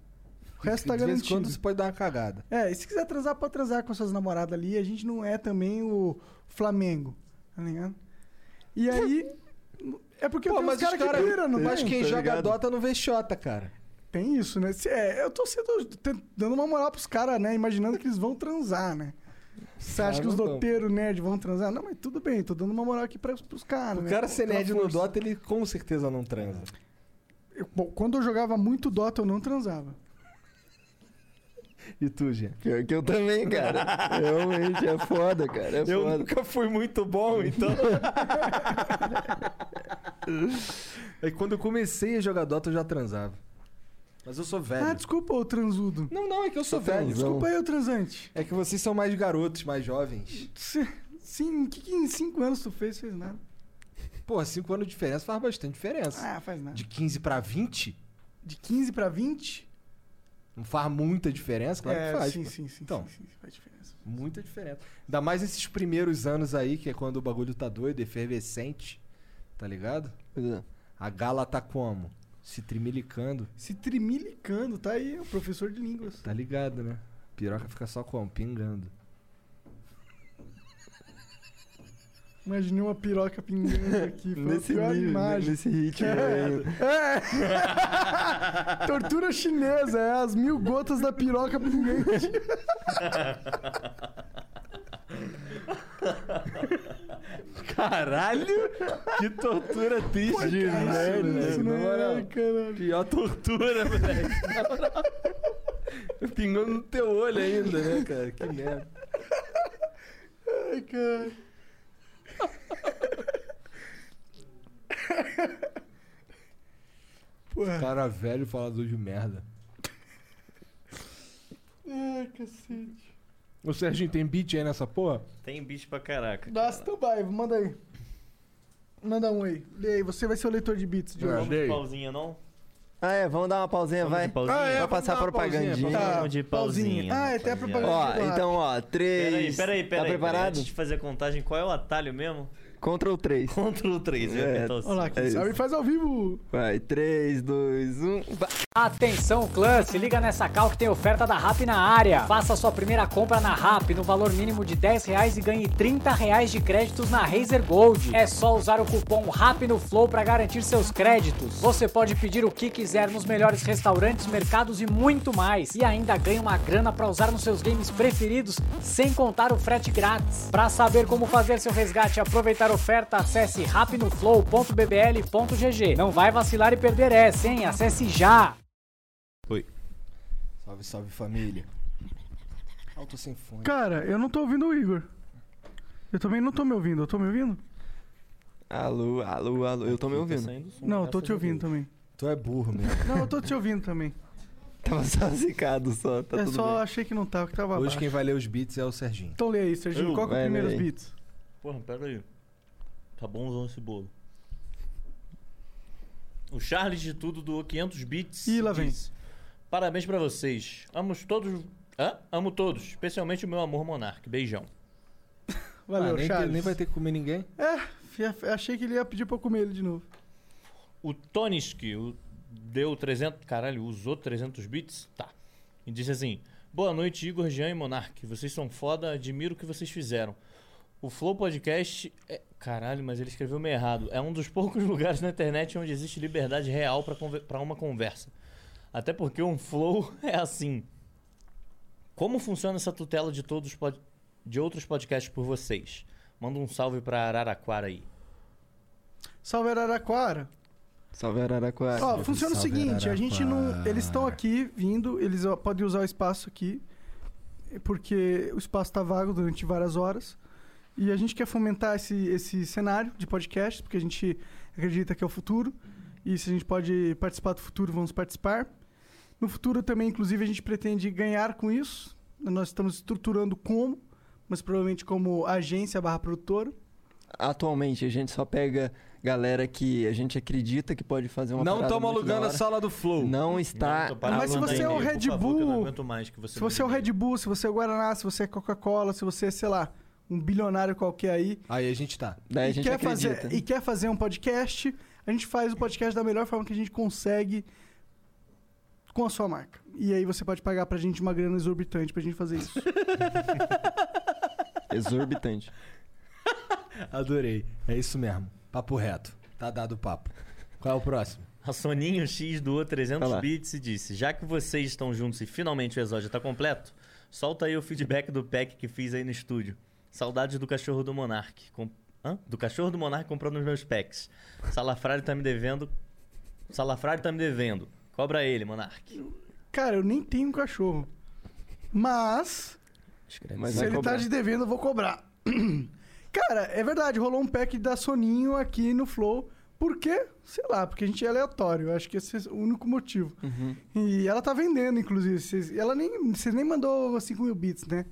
S3: O resto tá
S1: de vez em quando
S3: garantido.
S1: você pode dar uma cagada.
S3: É, e se quiser transar, pode transar com suas namoradas ali. A gente não é também o Flamengo. Tá ligado? E aí. É porque eu tenho uns caras que piram, não
S1: mas
S3: tem?
S1: quem
S4: tá
S1: joga
S4: ligado?
S1: Dota não vê Xota, cara.
S3: Tem isso, né? Se- é, eu tô sendo tent- dando uma moral pros caras, né? Imaginando que eles vão transar, né? Você acha
S1: Ah,
S3: que os
S1: não vão.
S3: doteiros nerd vão transar? Não, mas tudo bem, tô dando uma moral aqui pros, pros caras.
S1: O
S3: né?
S1: cara ser
S3: Pela
S1: nerd no
S3: força.
S1: Dota, ele com certeza não transa.
S3: Eu- bom, quando eu jogava muito Dota, eu não transava.
S1: E tu, Gê?
S4: Pior que eu também, cara. Realmente, é foda, cara. É
S5: Eu
S4: foda.
S5: nunca fui muito bom, então.
S1: Aí quando eu comecei a jogar Dota, eu já transava. Mas eu sou velho.
S3: Ah, desculpa, ô transudo.
S1: Não, não, é que eu sou
S4: Sou
S1: velho.
S4: transão.
S1: Desculpa.
S3: Desculpa aí, ô transante.
S1: É que vocês são mais garotos, mais jovens.
S3: Se- Sim, o que, que em cinco anos tu fez? Fez nada.
S1: Porra, 5 anos de diferença faz bastante diferença.
S3: Ah, faz nada.
S1: De 15 pra 20,
S3: De 15 pra 20?
S1: não faz muita diferença? Claro
S3: é,
S1: que faz.
S3: sim,
S1: pô.
S3: sim, sim,
S1: Então.
S3: sim, sim, sim, faz diferença.
S1: Muita diferença. Ainda mais esses primeiros anos aí, que é quando o bagulho tá doido, efervescente. Tá ligado?
S4: é.
S1: A gala tá como? Se trimilicando.
S3: Se trimilicando, tá aí, o professor de línguas.
S1: Tá ligado, né? Piroca fica só como? Pingando.
S3: Imaginei uma piroca pingando aqui. Foi a
S4: Nesse
S3: pior
S1: né?
S4: nível, né,
S3: imagem.
S4: nesse ritmo aí.
S3: É! Tortura chinesa, é as mil gotas da piroca pingante.
S5: Caralho! Que tortura triste de
S3: Isso, isso não é, caralho.
S5: Pior tortura, moleque.
S1: Pingou no teu olho ainda, né, cara? Que merda.
S3: Ai, cara. Porra.
S1: Cara velho falador de merda.
S3: Ai, cacete.
S1: Ô, Serginho, tem beat aí nessa porra?
S5: Tem bicho pra caraca.
S3: Nossa, então vai, manda aí. Manda um aí. Lê aí, você vai ser o leitor de beats
S4: É.
S3: de hoje.
S5: Vamos de pausinha, não?
S4: Ah, é, vamos dar uma pausinha,
S5: Vamos
S4: vai.
S5: de pausinha?
S1: Ah, é,
S4: Vai
S1: vamos
S4: passar
S1: dar uma
S4: propagandinha.
S1: pausinha,
S5: Vamos de pausinha.
S3: Ah, é até a
S5: rapaziada.
S3: propaganda.
S4: Ó, então, ó,
S5: Peraí,
S4: três.
S5: peraí,
S4: Tá
S5: peraí.
S4: preparado?
S5: Antes de fazer a contagem, qual é o atalho mesmo?
S4: Ctrl 3.
S5: Ctrl 3, eu ia
S4: É.
S5: apertar o Tá
S3: Olha lá, tá
S4: É
S3: quem
S4: isso.
S3: sabe faz ao vivo.
S4: Vai, um, 3, 2, 1.
S7: Atenção clã, se liga nessa cal que tem oferta da RAP na área. Faça sua primeira compra na RAP no valor mínimo de 10 reais e ganhe 30 reais de créditos na Razer Gold. É só usar o cupom RAP no Flow para garantir seus créditos. Você pode pedir o que quiser nos melhores restaurantes, mercados e muito mais. E ainda ganhe uma grana para usar nos seus games preferidos, sem contar o frete grátis. Para saber como fazer seu resgate e aproveitar a oferta, acesse rapnoflow.bbl.gg. Não vai vacilar e perder essa, hein? Acesse já!
S1: Salve, salve família. Alto sem fone.
S3: Cara, eu não tô ouvindo o Igor. Eu também não tô me ouvindo. Eu tô me ouvindo?
S4: Alô, alô, alô. Eu tô me ouvindo.
S3: Não, eu tô te ouvindo também.
S1: Tu é burro mesmo.
S3: Não, eu tô te ouvindo também.
S5: tá
S4: Tava só zicado só. Tá
S3: é
S4: tudo
S3: só
S4: bem.
S3: achei que não tava, que tava
S1: Hoje
S3: baixo.
S1: quem vai ler os beats é o Serginho.
S3: Então lê aí, Serginho.
S5: Eu?
S3: Qual que é os
S4: Vai, lê
S3: primeiros
S4: aí.
S3: beats?
S5: Porra, pera aí. Tá bonzão esse bolo. O Charles de Tudo doou 500 bits.
S3: Ih, lá vem.
S5: diz, Parabéns pra vocês. Amo todos. Hã? Amo todos, especialmente o meu amor Monark. Beijão.
S3: Valeu,
S1: Ah, nem,
S3: Charles.
S1: tem- nem vai ter que comer ninguém.
S3: É, Fia- Achei que ele ia pedir pra eu comer ele de novo.
S5: O Toniski o- deu 300. Caralho, usou 300 bits? Tá. E disse assim: Boa noite, Igor, Jean e Monark. Vocês são foda, admiro o que vocês fizeram. O Flow Podcast. É... Caralho, mas ele escreveu meio errado. É um dos poucos lugares na internet onde existe liberdade real pra conver- pra uma conversa. Até porque um Flow é assim. Como funciona essa tutela de todos os pod- de outros podcasts por vocês? Manda um salve pra Araraquara aí.
S3: Salve Araraquara.
S4: Salve Araraquara.
S3: Ó, funciona o
S1: É, Salve,
S3: seguinte, a gente não.
S1: Araraquara.
S3: Eles estão aqui vindo, eles ó, podem usar o espaço aqui, porque o espaço tá vago durante várias horas. E a gente quer fomentar esse, esse cenário de podcast, porque a gente acredita que é o futuro. E se a gente pode participar do futuro, vamos participar. No futuro também, inclusive, a gente pretende ganhar com isso. Nós estamos estruturando como, mas provavelmente como agência barra produtora.
S4: Atualmente, a gente só pega galera que a gente acredita que pode fazer É uma
S1: Não
S4: parada
S1: estamos
S4: muito
S1: alugando
S4: da
S1: a
S4: hora.
S1: sala do Flow.
S4: Não
S5: Não,
S4: está...
S5: tô parado,
S3: mas se
S5: não
S3: você
S5: tem
S3: é o
S5: e-mail, por
S3: Red
S5: favor, que eu não
S3: Bull-
S5: aguento mais que você
S3: Se
S5: me
S3: você é o
S5: ligue.
S3: Red Bull, se você é o Guaraná, se você é Coca-Cola, se você é, sei lá, um bilionário qualquer aí,
S1: Aí a gente tá.
S4: Daí É, a
S3: e
S4: gente
S3: quer
S4: acredita.
S3: fazer e quer fazer um podcast, a gente faz o podcast da melhor forma que a gente consegue com a sua marca. E aí você pode pagar pra gente uma grana exorbitante pra gente fazer isso.
S4: Exorbitante.
S1: Adorei. É isso mesmo. Papo reto. Tá dado o papo. Qual é o próximo?
S5: A Soninho X doou 300
S4: Olha lá.
S5: bits e disse: Já que vocês estão juntos e finalmente o exódio está completo, solta aí o feedback do pack que fiz aí no estúdio. Saudades do cachorro do Monark. Com... Hã? Do cachorro do Monark comprando os meus packs. Salafrário tá me devendo. Salafrário tá me devendo. Cobra ele, Monark.
S3: Cara, eu nem tenho um cachorro. Mas,
S5: é
S4: Mas
S3: se
S4: vai
S3: ele
S4: cobrar.
S3: tá te devendo, eu vou cobrar. Cara, é verdade, rolou um pack da Soninho aqui no Flow. Por quê? Sei lá, porque a gente é aleatório. Acho que esse é o único motivo.
S4: Uhum.
S3: E ela tá vendendo, inclusive. Vocês- Ela nem, você nem mandou 5 mil bits, né?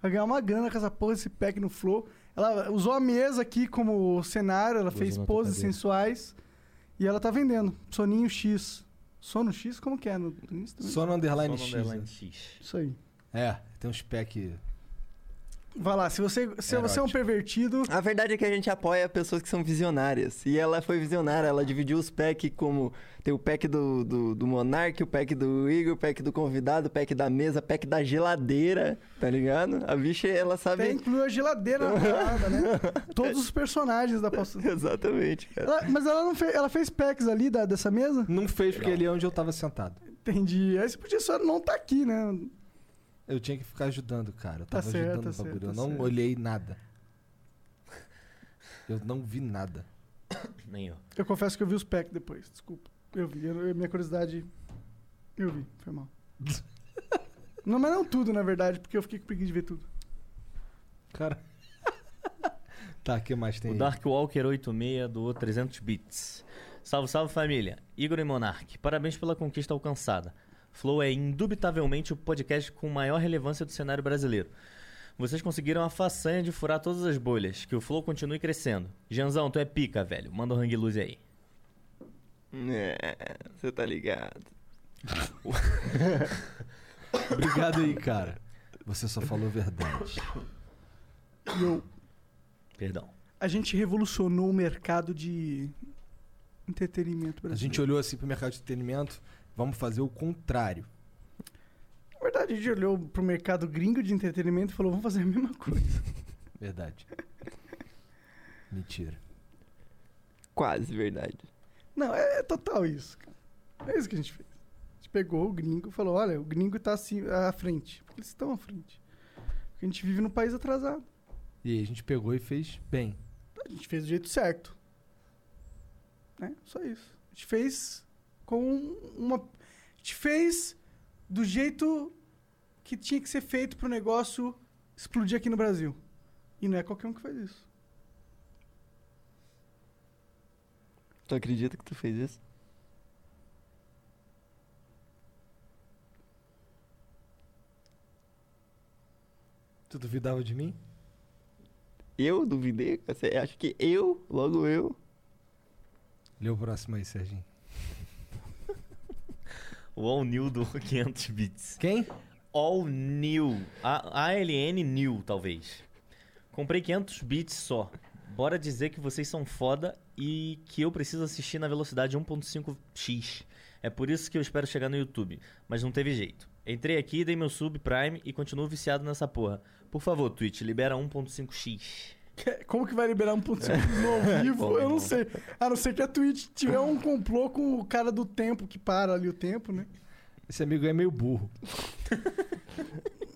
S3: Vai ganhar uma grana com essa porra desse pack no Flow. Ela usou a mesa aqui como cenário, ela fez poses sensuais. E ela tá vendendo. Soninho X. Sono X? Como que é? No no Instagram?
S1: Sono Underline X.
S5: Sono underline X.
S3: Isso aí.
S1: né? É, tem uns pack.
S3: Vai lá, se você, se você é um
S1: Erótico.
S3: pervertido,
S4: A verdade é que a gente apoia pessoas que são visionárias. E ela foi visionária, ela dividiu os packs como. Tem o pack do, do, do Monark, o pack do Igor, o pack do convidado, o pack da mesa, o pack da geladeira, tá ligado? A bicha, ela
S3: até
S4: sabe.
S3: inclui a geladeira na parada, né? Todos os personagens da posta.
S4: Exatamente, cara.
S3: Ela- mas ela não fez, ela fez packs ali da- dessa mesa?
S1: Não fez porque ele é onde eu tava sentado.
S3: Entendi. Aí você podia só não tá aqui, né?
S1: Eu tinha que ficar ajudando, cara. Eu
S3: Tá
S1: tava
S3: certo,
S1: ajudando
S3: tá
S1: o bagulho.
S3: certo,
S1: eu
S3: tá
S1: não
S3: certo.
S1: olhei nada. Eu não vi nada.
S5: Nem eu.
S3: Eu confesso que eu vi os packs depois, desculpa. Eu vi, eu- eu- minha curiosidade. Eu vi, foi mal. não, mas não tudo, na verdade, porque eu fiquei com preguiça de ver tudo.
S1: Cara. tá, o que mais tem?
S5: O
S1: aí?
S5: Darkwalker86 doou 300 bits. Salve, salve família. Igor e Monark, parabéns pela conquista alcançada. Flow é indubitavelmente o podcast com maior relevância do cenário brasileiro. Vocês conseguiram a façanha de furar todas as bolhas, que o Flow continue crescendo. Janzão, tu é pica, velho. Manda o hang luz aí.
S4: É, você tá ligado.
S1: Obrigado aí, cara. Você só falou verdade.
S3: E eu.
S5: Perdão.
S3: A gente revolucionou o mercado de entretenimento
S1: A
S3: brasileiro.
S1: gente olhou assim pro mercado de entretenimento, vamos fazer o contrário.
S3: Na verdade, a gente olhou pro mercado gringo de entretenimento e falou, vamos fazer a mesma coisa.
S1: Verdade. Mentira.
S4: Quase verdade.
S3: Não, é, é total isso, cara. É isso que a gente fez. A gente pegou o gringo e falou, olha, o gringo tá assim, à frente. Porque eles estão à frente. Porque a gente vive num país atrasado.
S1: E aí a gente pegou e fez bem.
S3: A gente fez do jeito certo. Né? Só isso. A gente fez com uma... A gente fez do jeito que tinha que ser feito pro negócio explodir aqui no Brasil. E não é qualquer um que faz isso.
S4: Tu acredita que tu fez isso?
S1: Tu duvidava de mim?
S4: Eu duvidei? Você acha que eu, logo eu?
S1: Lê o próximo aí, Serginho.
S5: O All New doou 500 bits.
S1: Quem?
S5: All New. A- ALN New, talvez. Comprei 500 bits só. Bora dizer que vocês são foda e que eu preciso assistir na velocidade 1.5x. É por isso que eu espero chegar no YouTube, mas não teve jeito. Entrei aqui, dei meu sub Prime e continuo viciado nessa porra. Por favor, Twitch, libera 1.5x.
S3: Que- Como que vai liberar um ponto ao vivo? Eu não sei. A não ser que a Twitch tiver um complô com o cara do tempo que para ali o tempo, né?
S1: Esse amigo aí é meio burro.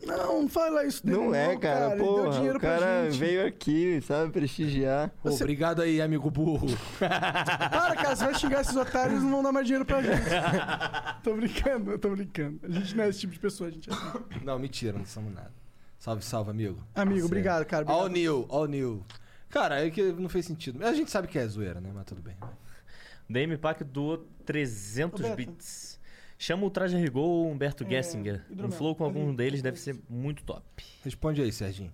S3: Não, fala isso dele.
S4: Não, é, cara.
S3: Ele deu
S4: Porra,
S3: dinheiro
S4: o cara
S3: pra gente.
S4: veio aqui, sabe, prestigiar.
S1: Pô, Obrigado aí, amigo burro.
S3: Para, cara, você vai xingar esses otários eles não vão dar mais dinheiro pra gente. tô brincando, eu tô brincando. A gente não é esse tipo de pessoa, a gente é. assim.
S1: Não, mentira, não somos nada. Salve, salve, amigo.
S3: Amigo,
S1: Você- é-
S3: obrigado, cara.
S1: All
S3: Obrigado.
S1: new, all new. Cara, é que não fez sentido. A gente sabe que é zoeira, né? Mas tudo bem.
S5: DM Pack doou 300
S3: Roberto. É,
S5: bits. Chama o Traje Rigol ou o Humberto Gessinger. Um
S3: hidromel.
S5: flow com algum
S3: Ali,
S5: deles
S3: é
S5: deve
S3: isso.
S5: ser muito top.
S1: Responde aí, Serginho.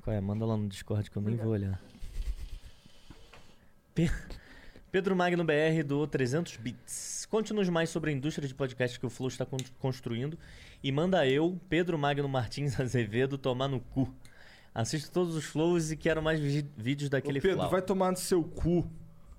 S5: Qual é? Manda lá no Discord que eu nem vou olhar. Pe- Pedro Magno BR doou 300 bits. Conte-nos mais sobre a indústria de podcast que o Flow está con- construindo e manda eu, Pedro Magno Martins Azevedo, tomar no cu.
S1: É
S5: Assisto todos os flows e quero mais vi- vídeos daquele
S1: Pedro,
S5: Flow.
S1: vai tomar no seu cu.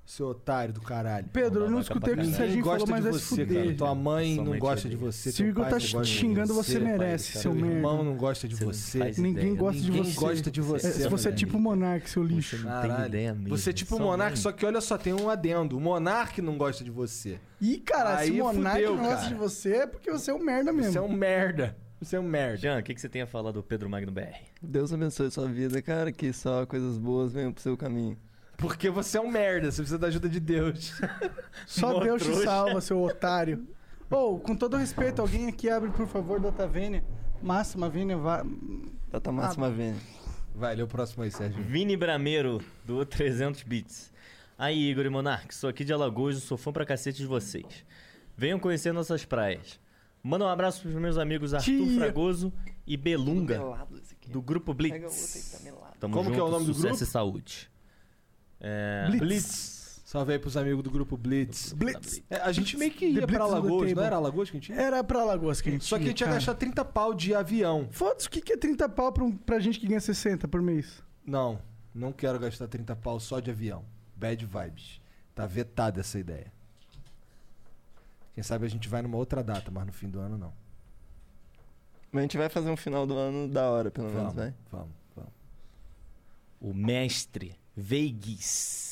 S1: Seu otário do caralho.
S3: Pedro, eu não escutei o que o
S8: Ninguém
S3: Serginho falou, mas
S1: de
S3: vai se
S1: você,
S3: fuder.
S1: cara. Tua
S8: Sua
S1: mãe não
S8: mãe te
S1: gosta de
S8: odeia.
S1: você. um
S3: Se o Igor tá
S1: te
S3: xingando, você merece, seu
S1: Seu
S3: merda.
S1: irmão não gosta de você.
S5: faz
S3: Ninguém
S5: ideia.
S3: gosta de
S1: Ninguém
S3: você.
S1: gosta de você,
S3: É, se você é
S5: né?
S1: moleque.
S3: tipo o Monark, seu lixo.
S5: Não tenho
S1: Caralho.
S5: ideia mesmo.
S1: Você é
S3: um
S1: tipo o
S5: Só um
S1: Monark,
S5: mãe.
S1: só que olha só, tem um adendo. O Monark não gosta de você.
S3: Ih, cara, se
S1: Aí
S3: o Monark
S1: fudeu,
S3: não gosta
S1: cara.
S3: de você, é porque você é um merda mesmo.
S1: Você é um merda. Você é um merda.
S5: Jean, o que, que você tem a falar do Pedro Magno BR?
S4: Deus abençoe sua vida, cara, que só coisas boas venham pro seu caminho.
S1: Porque você é um merda, você precisa da ajuda de Deus.
S3: Só Deus te salva, seu otário. Ou, com todo respeito, alguém aqui abre, por favor, Data Vênia. Máxima Vênia, va-
S4: Data Tá, máxima vem.
S1: Vai, lê o próximo aí, Sérgio.
S5: Vini Brameiro, do 300 Bits. Aí, Igor e Monark, sou aqui de Alagoas e sou fã pra cacete de vocês. Venham conhecer nossas praias. Manda um abraço pros meus amigos Arthur
S3: Tia.
S5: Fragoso e Belunga,
S4: Melado esse aqui.
S5: do Grupo
S4: Pega outro aí que
S5: Blitz.
S4: tá melado.
S5: Tamo
S1: Como que é o
S5: junto,
S1: nome do
S5: sucesso
S1: grupo?
S5: e saúde. É...
S1: Blitz. Salve aí pros amigos do grupo Blitz.
S3: Blitz.
S1: É, a gente meio que ia
S3: The Blitz
S1: pra
S3: on the
S1: Alagoas, não
S3: table.
S1: era Alagoas que a gente ia?
S3: Era pra Lagoas que a gente
S1: Só que a gente ia
S3: cara.
S1: gastar 30 pau de avião.
S3: Foda-se, o que, que é 30 pau pra, um- pra gente que ganha 60 por mês?
S1: Não, não quero gastar 30 pau só de avião. Bad vibes. Tá vetada essa ideia. Quem sabe a gente vai numa outra data, mas no fim do ano não.
S4: Mas a gente vai fazer um final do ano da hora, pelo menos,
S1: Vamos,
S4: vai.
S1: vamos, vamos.
S5: O mestre Veigis.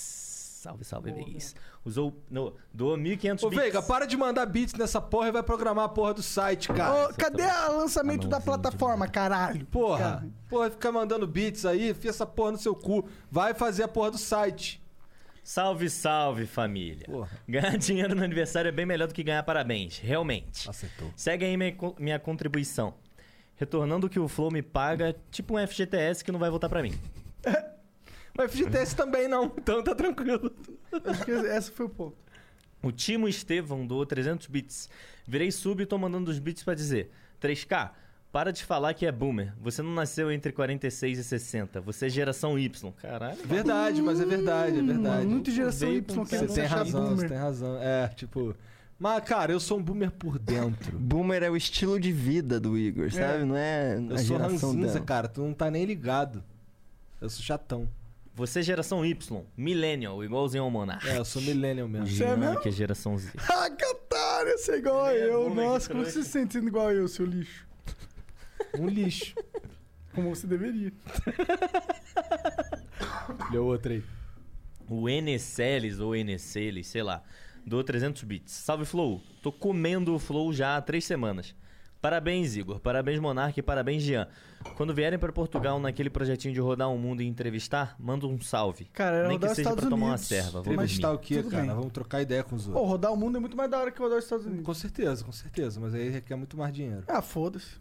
S5: Salve, salve, Veigis. Usou. No, doou 1.500
S1: Ô,
S5: bits.
S1: Veiga, para de mandar beats nessa porra e vai programar a porra do site, cara.
S3: Ô, cadê o
S5: Ah,
S3: lançamento da plataforma, caralho?
S1: Porra, porra, fica mandando beats aí, enfia essa porra no seu cu. Vai fazer a porra do site.
S5: Salve, salve, família.
S1: Porra.
S5: Ganhar dinheiro no aniversário é bem melhor do que ganhar parabéns,
S1: Tá
S5: realmente.
S1: Acertou.
S5: Segue aí minha, co- minha contribuição. Retornando o que o Flow me paga, tipo um FGTS que não vai voltar pra mim.
S1: Mas FGTS também não, então tá tranquilo.
S3: Acho que esse foi o ponto.
S5: O Timo Estevão doou 300 bits. Virei sub e tô mandando os bits pra dizer. 3K, para de falar que é boomer. Você não nasceu entre 46 e 60. Você é geração Y. Caralho.
S1: Verdade, mas é verdade, é verdade.
S3: muito geração
S1: Veio
S3: Y
S1: com-
S3: querendo
S1: Você tem
S3: achar
S1: razão,
S3: boomer.
S1: você tem razão. É, tipo. Mas, cara, eu sou um boomer por dentro.
S4: Boomer é o estilo de vida do Igor, sabe? Não é
S1: Eu
S4: a
S1: sou
S4: geração
S1: ranzinza,
S4: dela.
S1: cara. Tu não tá nem ligado. Eu sou chatão.
S5: Você é geração Y. Millennial, igualzinho ao Monark.
S1: É, eu sou millennial
S5: O
S1: mesmo.
S3: Você é
S5: Jean,
S3: mesmo?
S5: que é geração Z.
S3: Ah, que otário, você é igual a
S5: Ele é
S3: eu.
S5: boomer,
S3: Nossa,
S5: que
S3: como você
S5: trouxa.
S3: se sente sendo igual a eu, seu lixo?
S1: Um lixo.
S3: Como você deveria.
S1: Lê o outro aí.
S5: O NCLs ou NCLs, sei lá, do 300 bits. Salve Flow, tô comendo o Flow já há três semanas. Parabéns, Igor. Parabéns, Monark. e Parabéns, Jean. Quando vierem pra Portugal naquele projetinho de rodar o mundo e entrevistar, manda um salve.
S3: Cara, era
S5: Nem que
S3: rodar os
S5: seja
S3: Estados
S5: pra tomar uma
S3: Unidos.
S5: serva. Vamos
S1: Entrevistar
S5: dormir.
S1: o quê,
S3: Tudo
S1: cara?
S3: bem.
S1: Vamos trocar ideia com os
S3: Pô,
S1: outros.
S3: rodar o mundo é muito mais da hora que rodar os Estados Unidos.
S1: Com certeza, com certeza. Mas aí requer muito mais dinheiro.
S3: Ah, foda-se.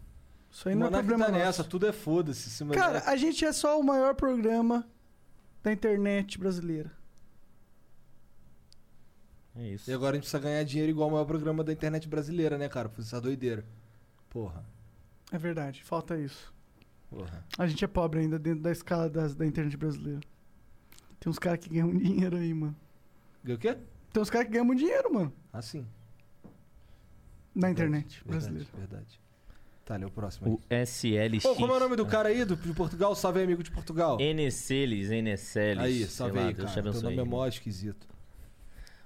S3: Isso aí
S1: O
S3: não é
S1: Monark
S3: problema
S1: tá
S3: nosso.
S1: nessa, tudo é foda-se. Se mandar-
S3: Cara, a gente é só o maior programa da internet brasileira.
S5: É isso.
S1: E agora a gente precisa ganhar dinheiro igual o maior programa da internet brasileira, né, cara? Pra essa doideira. Porra,
S3: É verdade, falta isso.
S1: porra.
S3: A gente é pobre ainda dentro da escala das- da internet brasileira. Tem uns caras que ganham dinheiro aí, mano.
S1: Ganhou o quê?
S3: Tem uns caras que ganham muito dinheiro, mano.
S1: Ah, sim.
S3: Na internet
S1: Verdade,
S3: brasileira.
S1: Verdade. Tá, lê o próximo aí.
S5: O SLX.
S1: Pô, como é o nome do cara aí do, de Portugal? Salve aí, amigo de Portugal.
S5: NCLs, NCLs.
S1: Aí,
S5: sei
S1: salve
S5: lá,
S1: aí,
S5: Deus te
S1: cara. Teu
S5: abençoe.
S1: nome é mó esquisito.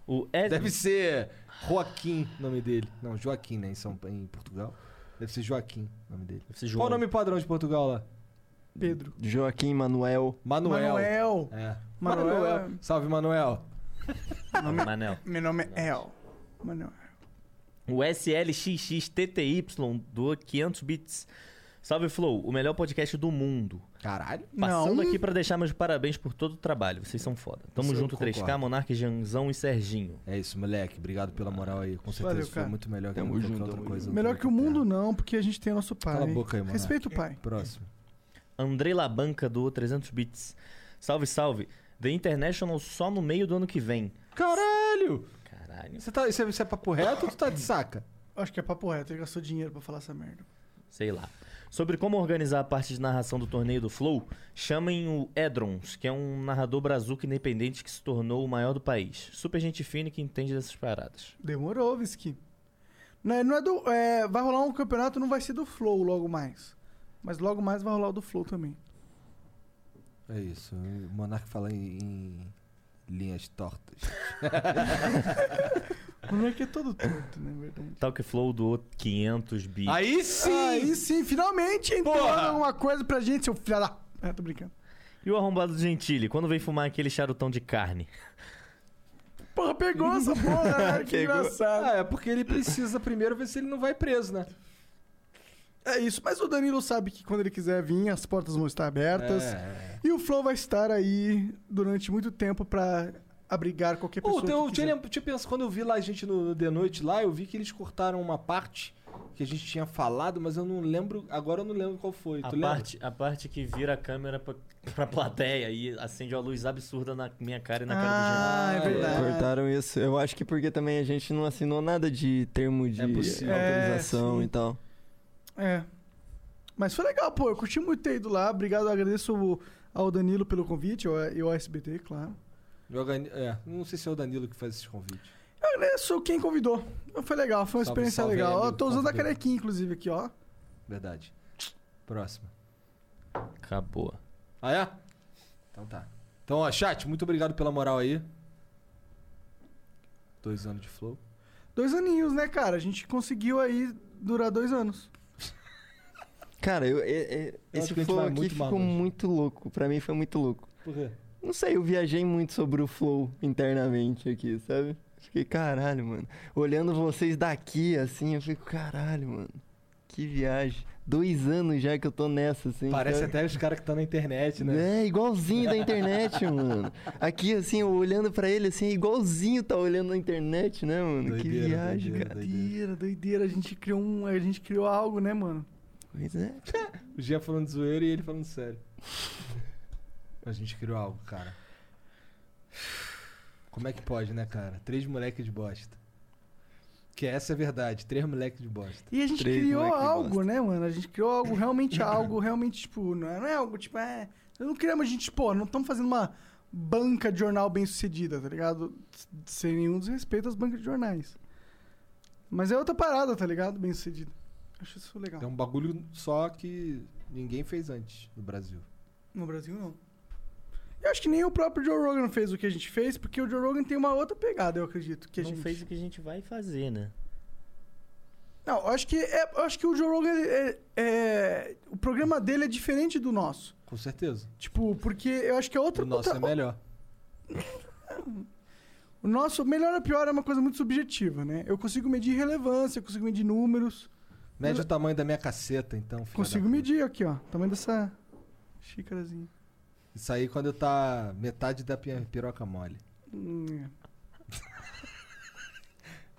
S5: O Ed...
S1: Deve ser Joaquim, nome dele. Não, Joaquim, né? Em, São, em Portugal. Deve ser Joaquim, nome dele.
S5: Deve ser
S1: Qual
S5: João.
S1: o nome padrão de Portugal lá?
S3: Pedro.
S4: Joaquim Manuel.
S1: Manuel.
S3: Manuel.
S1: É.
S3: Manuel.
S1: Manuel. Salve, Manuel.
S5: Manel.
S3: Meu nome é El. Manuel.
S5: O SLXXTTY doou 500 bits. Salve Flow, o melhor podcast do mundo.
S1: Caralho.
S5: Passando
S3: Não.
S5: aqui pra deixar meus parabéns por todo o trabalho. Vocês são foda. Tamo
S1: Isso eu
S5: junto, 3K,
S1: concordo.
S5: Monark, Janzão e Serginho.
S1: É isso, moleque. Obrigado pela moral aí. Com certeza
S3: Valeu,
S1: foi
S3: cara.
S1: muito melhor que
S4: Tamo
S1: qualquer
S4: junto,
S1: outra
S4: tamo
S1: coisa.
S3: hum, Melhor
S1: outra
S3: que o mundo
S1: terra.
S3: não, porque a gente tem o nosso pai.
S1: Cala a boca aí, mano.
S3: Respeita o pai.
S1: Próximo.
S5: Andrei Labanca doou 300 bits. Salve, salve. The International só no meio do ano que vem.
S1: Caralho!
S5: Caralho.
S1: Você tá, isso, é, isso é papo reto ou tu tá de saca?
S3: Acho que é papo reto, ele gastou dinheiro pra falar essa merda.
S5: Sei lá. Sobre como organizar a parte de narração do torneio do Flow, chamem o Edrons, que é um narrador brazuca independente que se tornou o maior do país. Super gente fina e que entende dessas paradas.
S3: Demorou, Visky. Não é, não é do. é, vai rolar um campeonato, não vai ser do Flow logo mais. Mas logo mais vai rolar o do Flow também.
S1: É isso. O Monark fala em, em linha linhas tortas.
S3: O moleque é todo torto, né, verdade?
S9: Talk Flow doou 500 bits.
S1: Aí sim!
S3: Aí sim, finalmente entrou
S9: Porra!
S3: alguma coisa pra gente, seu filho da... É, tô brincando.
S9: E o arrombado do Gentili, quando vem fumar aquele charutão de carne?
S3: Porra, pegou essa porra, cara, que
S4: Pegou.
S3: engraçado.
S1: Ah, é porque ele precisa primeiro ver se ele não vai preso, né?
S3: É isso, mas o Danilo sabe que quando ele quiser vir, as portas vão estar abertas.
S1: É.
S3: E o Flow vai estar aí durante muito tempo pra abrigar qualquer
S1: Pô,
S3: pessoa.
S1: tem- um eu
S3: que
S1: tinha,
S3: quiser.
S1: lem- tinha pensado, quando eu vi lá a gente no no The Noite lá, eu vi que eles cortaram uma parte que a gente tinha falado, mas eu não lembro, agora eu não lembro qual foi.
S9: A
S1: tu lembra?
S9: parte, a parte que vira a câmera pra, pra plateia e acende uma luz absurda na minha cara e na cara do Gentili.
S3: Ah, é verdade.
S4: Cortaram isso. Eu acho que porque também a gente não assinou nada de termo de
S1: É possível.
S4: autorização
S3: É, sim.
S4: e tal.
S3: É. Mas foi legal, pô. Eu curti muito ter ido lá. Obrigado, eu agradeço o- ao Danilo pelo convite ao- e ao SBT, claro.
S1: Eu organi- é, não sei se é o Danilo que faz esse convite.
S3: Eu agradeço quem convidou. Foi legal, foi uma
S1: Salve,
S3: experiência
S1: salve,
S3: legal.
S1: amigo
S3: Ó, tô usando a
S1: convidou.
S3: canequinha, inclusive, aqui, ó.
S1: Verdade. Próxima.
S9: Acabou.
S1: Ah, é? Então tá. Então, ó, chat, muito obrigado pela moral aí. Dois anos de flow.
S3: Dois aninhos, né, cara? A gente conseguiu aí durar dois anos.
S4: Cara, eu, e- e-
S1: acho
S4: esse
S1: que a gente
S4: flow
S1: vai
S4: aqui
S1: muito
S4: ficou
S1: maluco.
S4: muito louco. Pra mim foi muito louco.
S1: Por quê?
S4: Não sei, eu viajei muito sobre o flow internamente aqui, sabe? Fiquei, caralho, mano. Olhando vocês daqui, assim, eu fico, caralho, mano. Que viagem. Dois anos já que eu tô nessa, assim.
S1: Parece
S4: sabe?
S1: até os caras que estão na internet, né?
S4: É, igualzinho da internet, mano. Aqui, assim, eu olhando pra ele, assim, igualzinho tá olhando na internet, né, mano?
S1: Doideira,
S4: que viagem,
S1: doideira,
S4: cara.
S3: Doideira, doideira. A gente criou um. A gente criou algo, né, mano?
S4: Pois é.
S1: O Jean falando zoeira e ele falando sério. A gente criou algo, cara. Como é que pode, né, cara? Três moleques de bosta. Que essa é a verdade, três moleques de bosta.
S3: E a gente
S4: Três
S3: criou
S4: moleque que
S3: algo,
S4: gosta.
S3: né, mano? A gente criou algo, realmente algo, realmente, tipo, não é, não é algo, tipo, é. Não criamos, a gente, pô, não estamos fazendo uma banca de jornal bem sucedida, tá ligado? Sem nenhum desrespeito às bancas de jornais. Mas é outra parada, tá ligado? Bem sucedida. Acho isso legal.
S4: Então-
S1: É um bagulho só que ninguém fez antes no Brasil.
S3: No Brasil, não. Eu acho que nem o próprio Joe Rogan fez o que a gente fez, porque o Joe Rogan tem uma outra pegada, eu acredito. Que a
S9: não
S3: gente...
S9: fez o que a gente vai fazer, né?
S3: Não, eu acho que, é, eu acho que o Joe Rogan, ele é- é- o programa dele é diferente do nosso.
S1: Com certeza.
S3: Tipo, porque eu acho que é outra.
S1: O nosso é
S3: outra-
S1: melhor.
S3: O nosso melhor ou pior é uma coisa muito subjetiva, né? Eu consigo medir relevância, eu consigo medir números.
S1: Mede o tamanho da minha caceta, então. filha
S3: consigo
S1: da puta.
S3: medir aqui, ó. Tamanho dessa xícarazinha.
S1: Isso aí quando tá metade da minha piroca mole.
S3: Hum, é.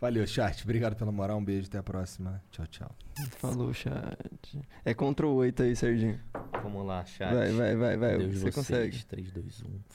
S1: Valeu, chat. Obrigado pela moral. Um beijo. Até a próxima. Tchau, tchau.
S4: Falou, chat. É Ctrl 8 aí, Serginho.
S9: Vamos lá, chat.
S4: Vai, vai, vai, vai.
S9: Deus
S4: você
S9: vocês. um.
S4: consegue.
S9: 3, 2, 1.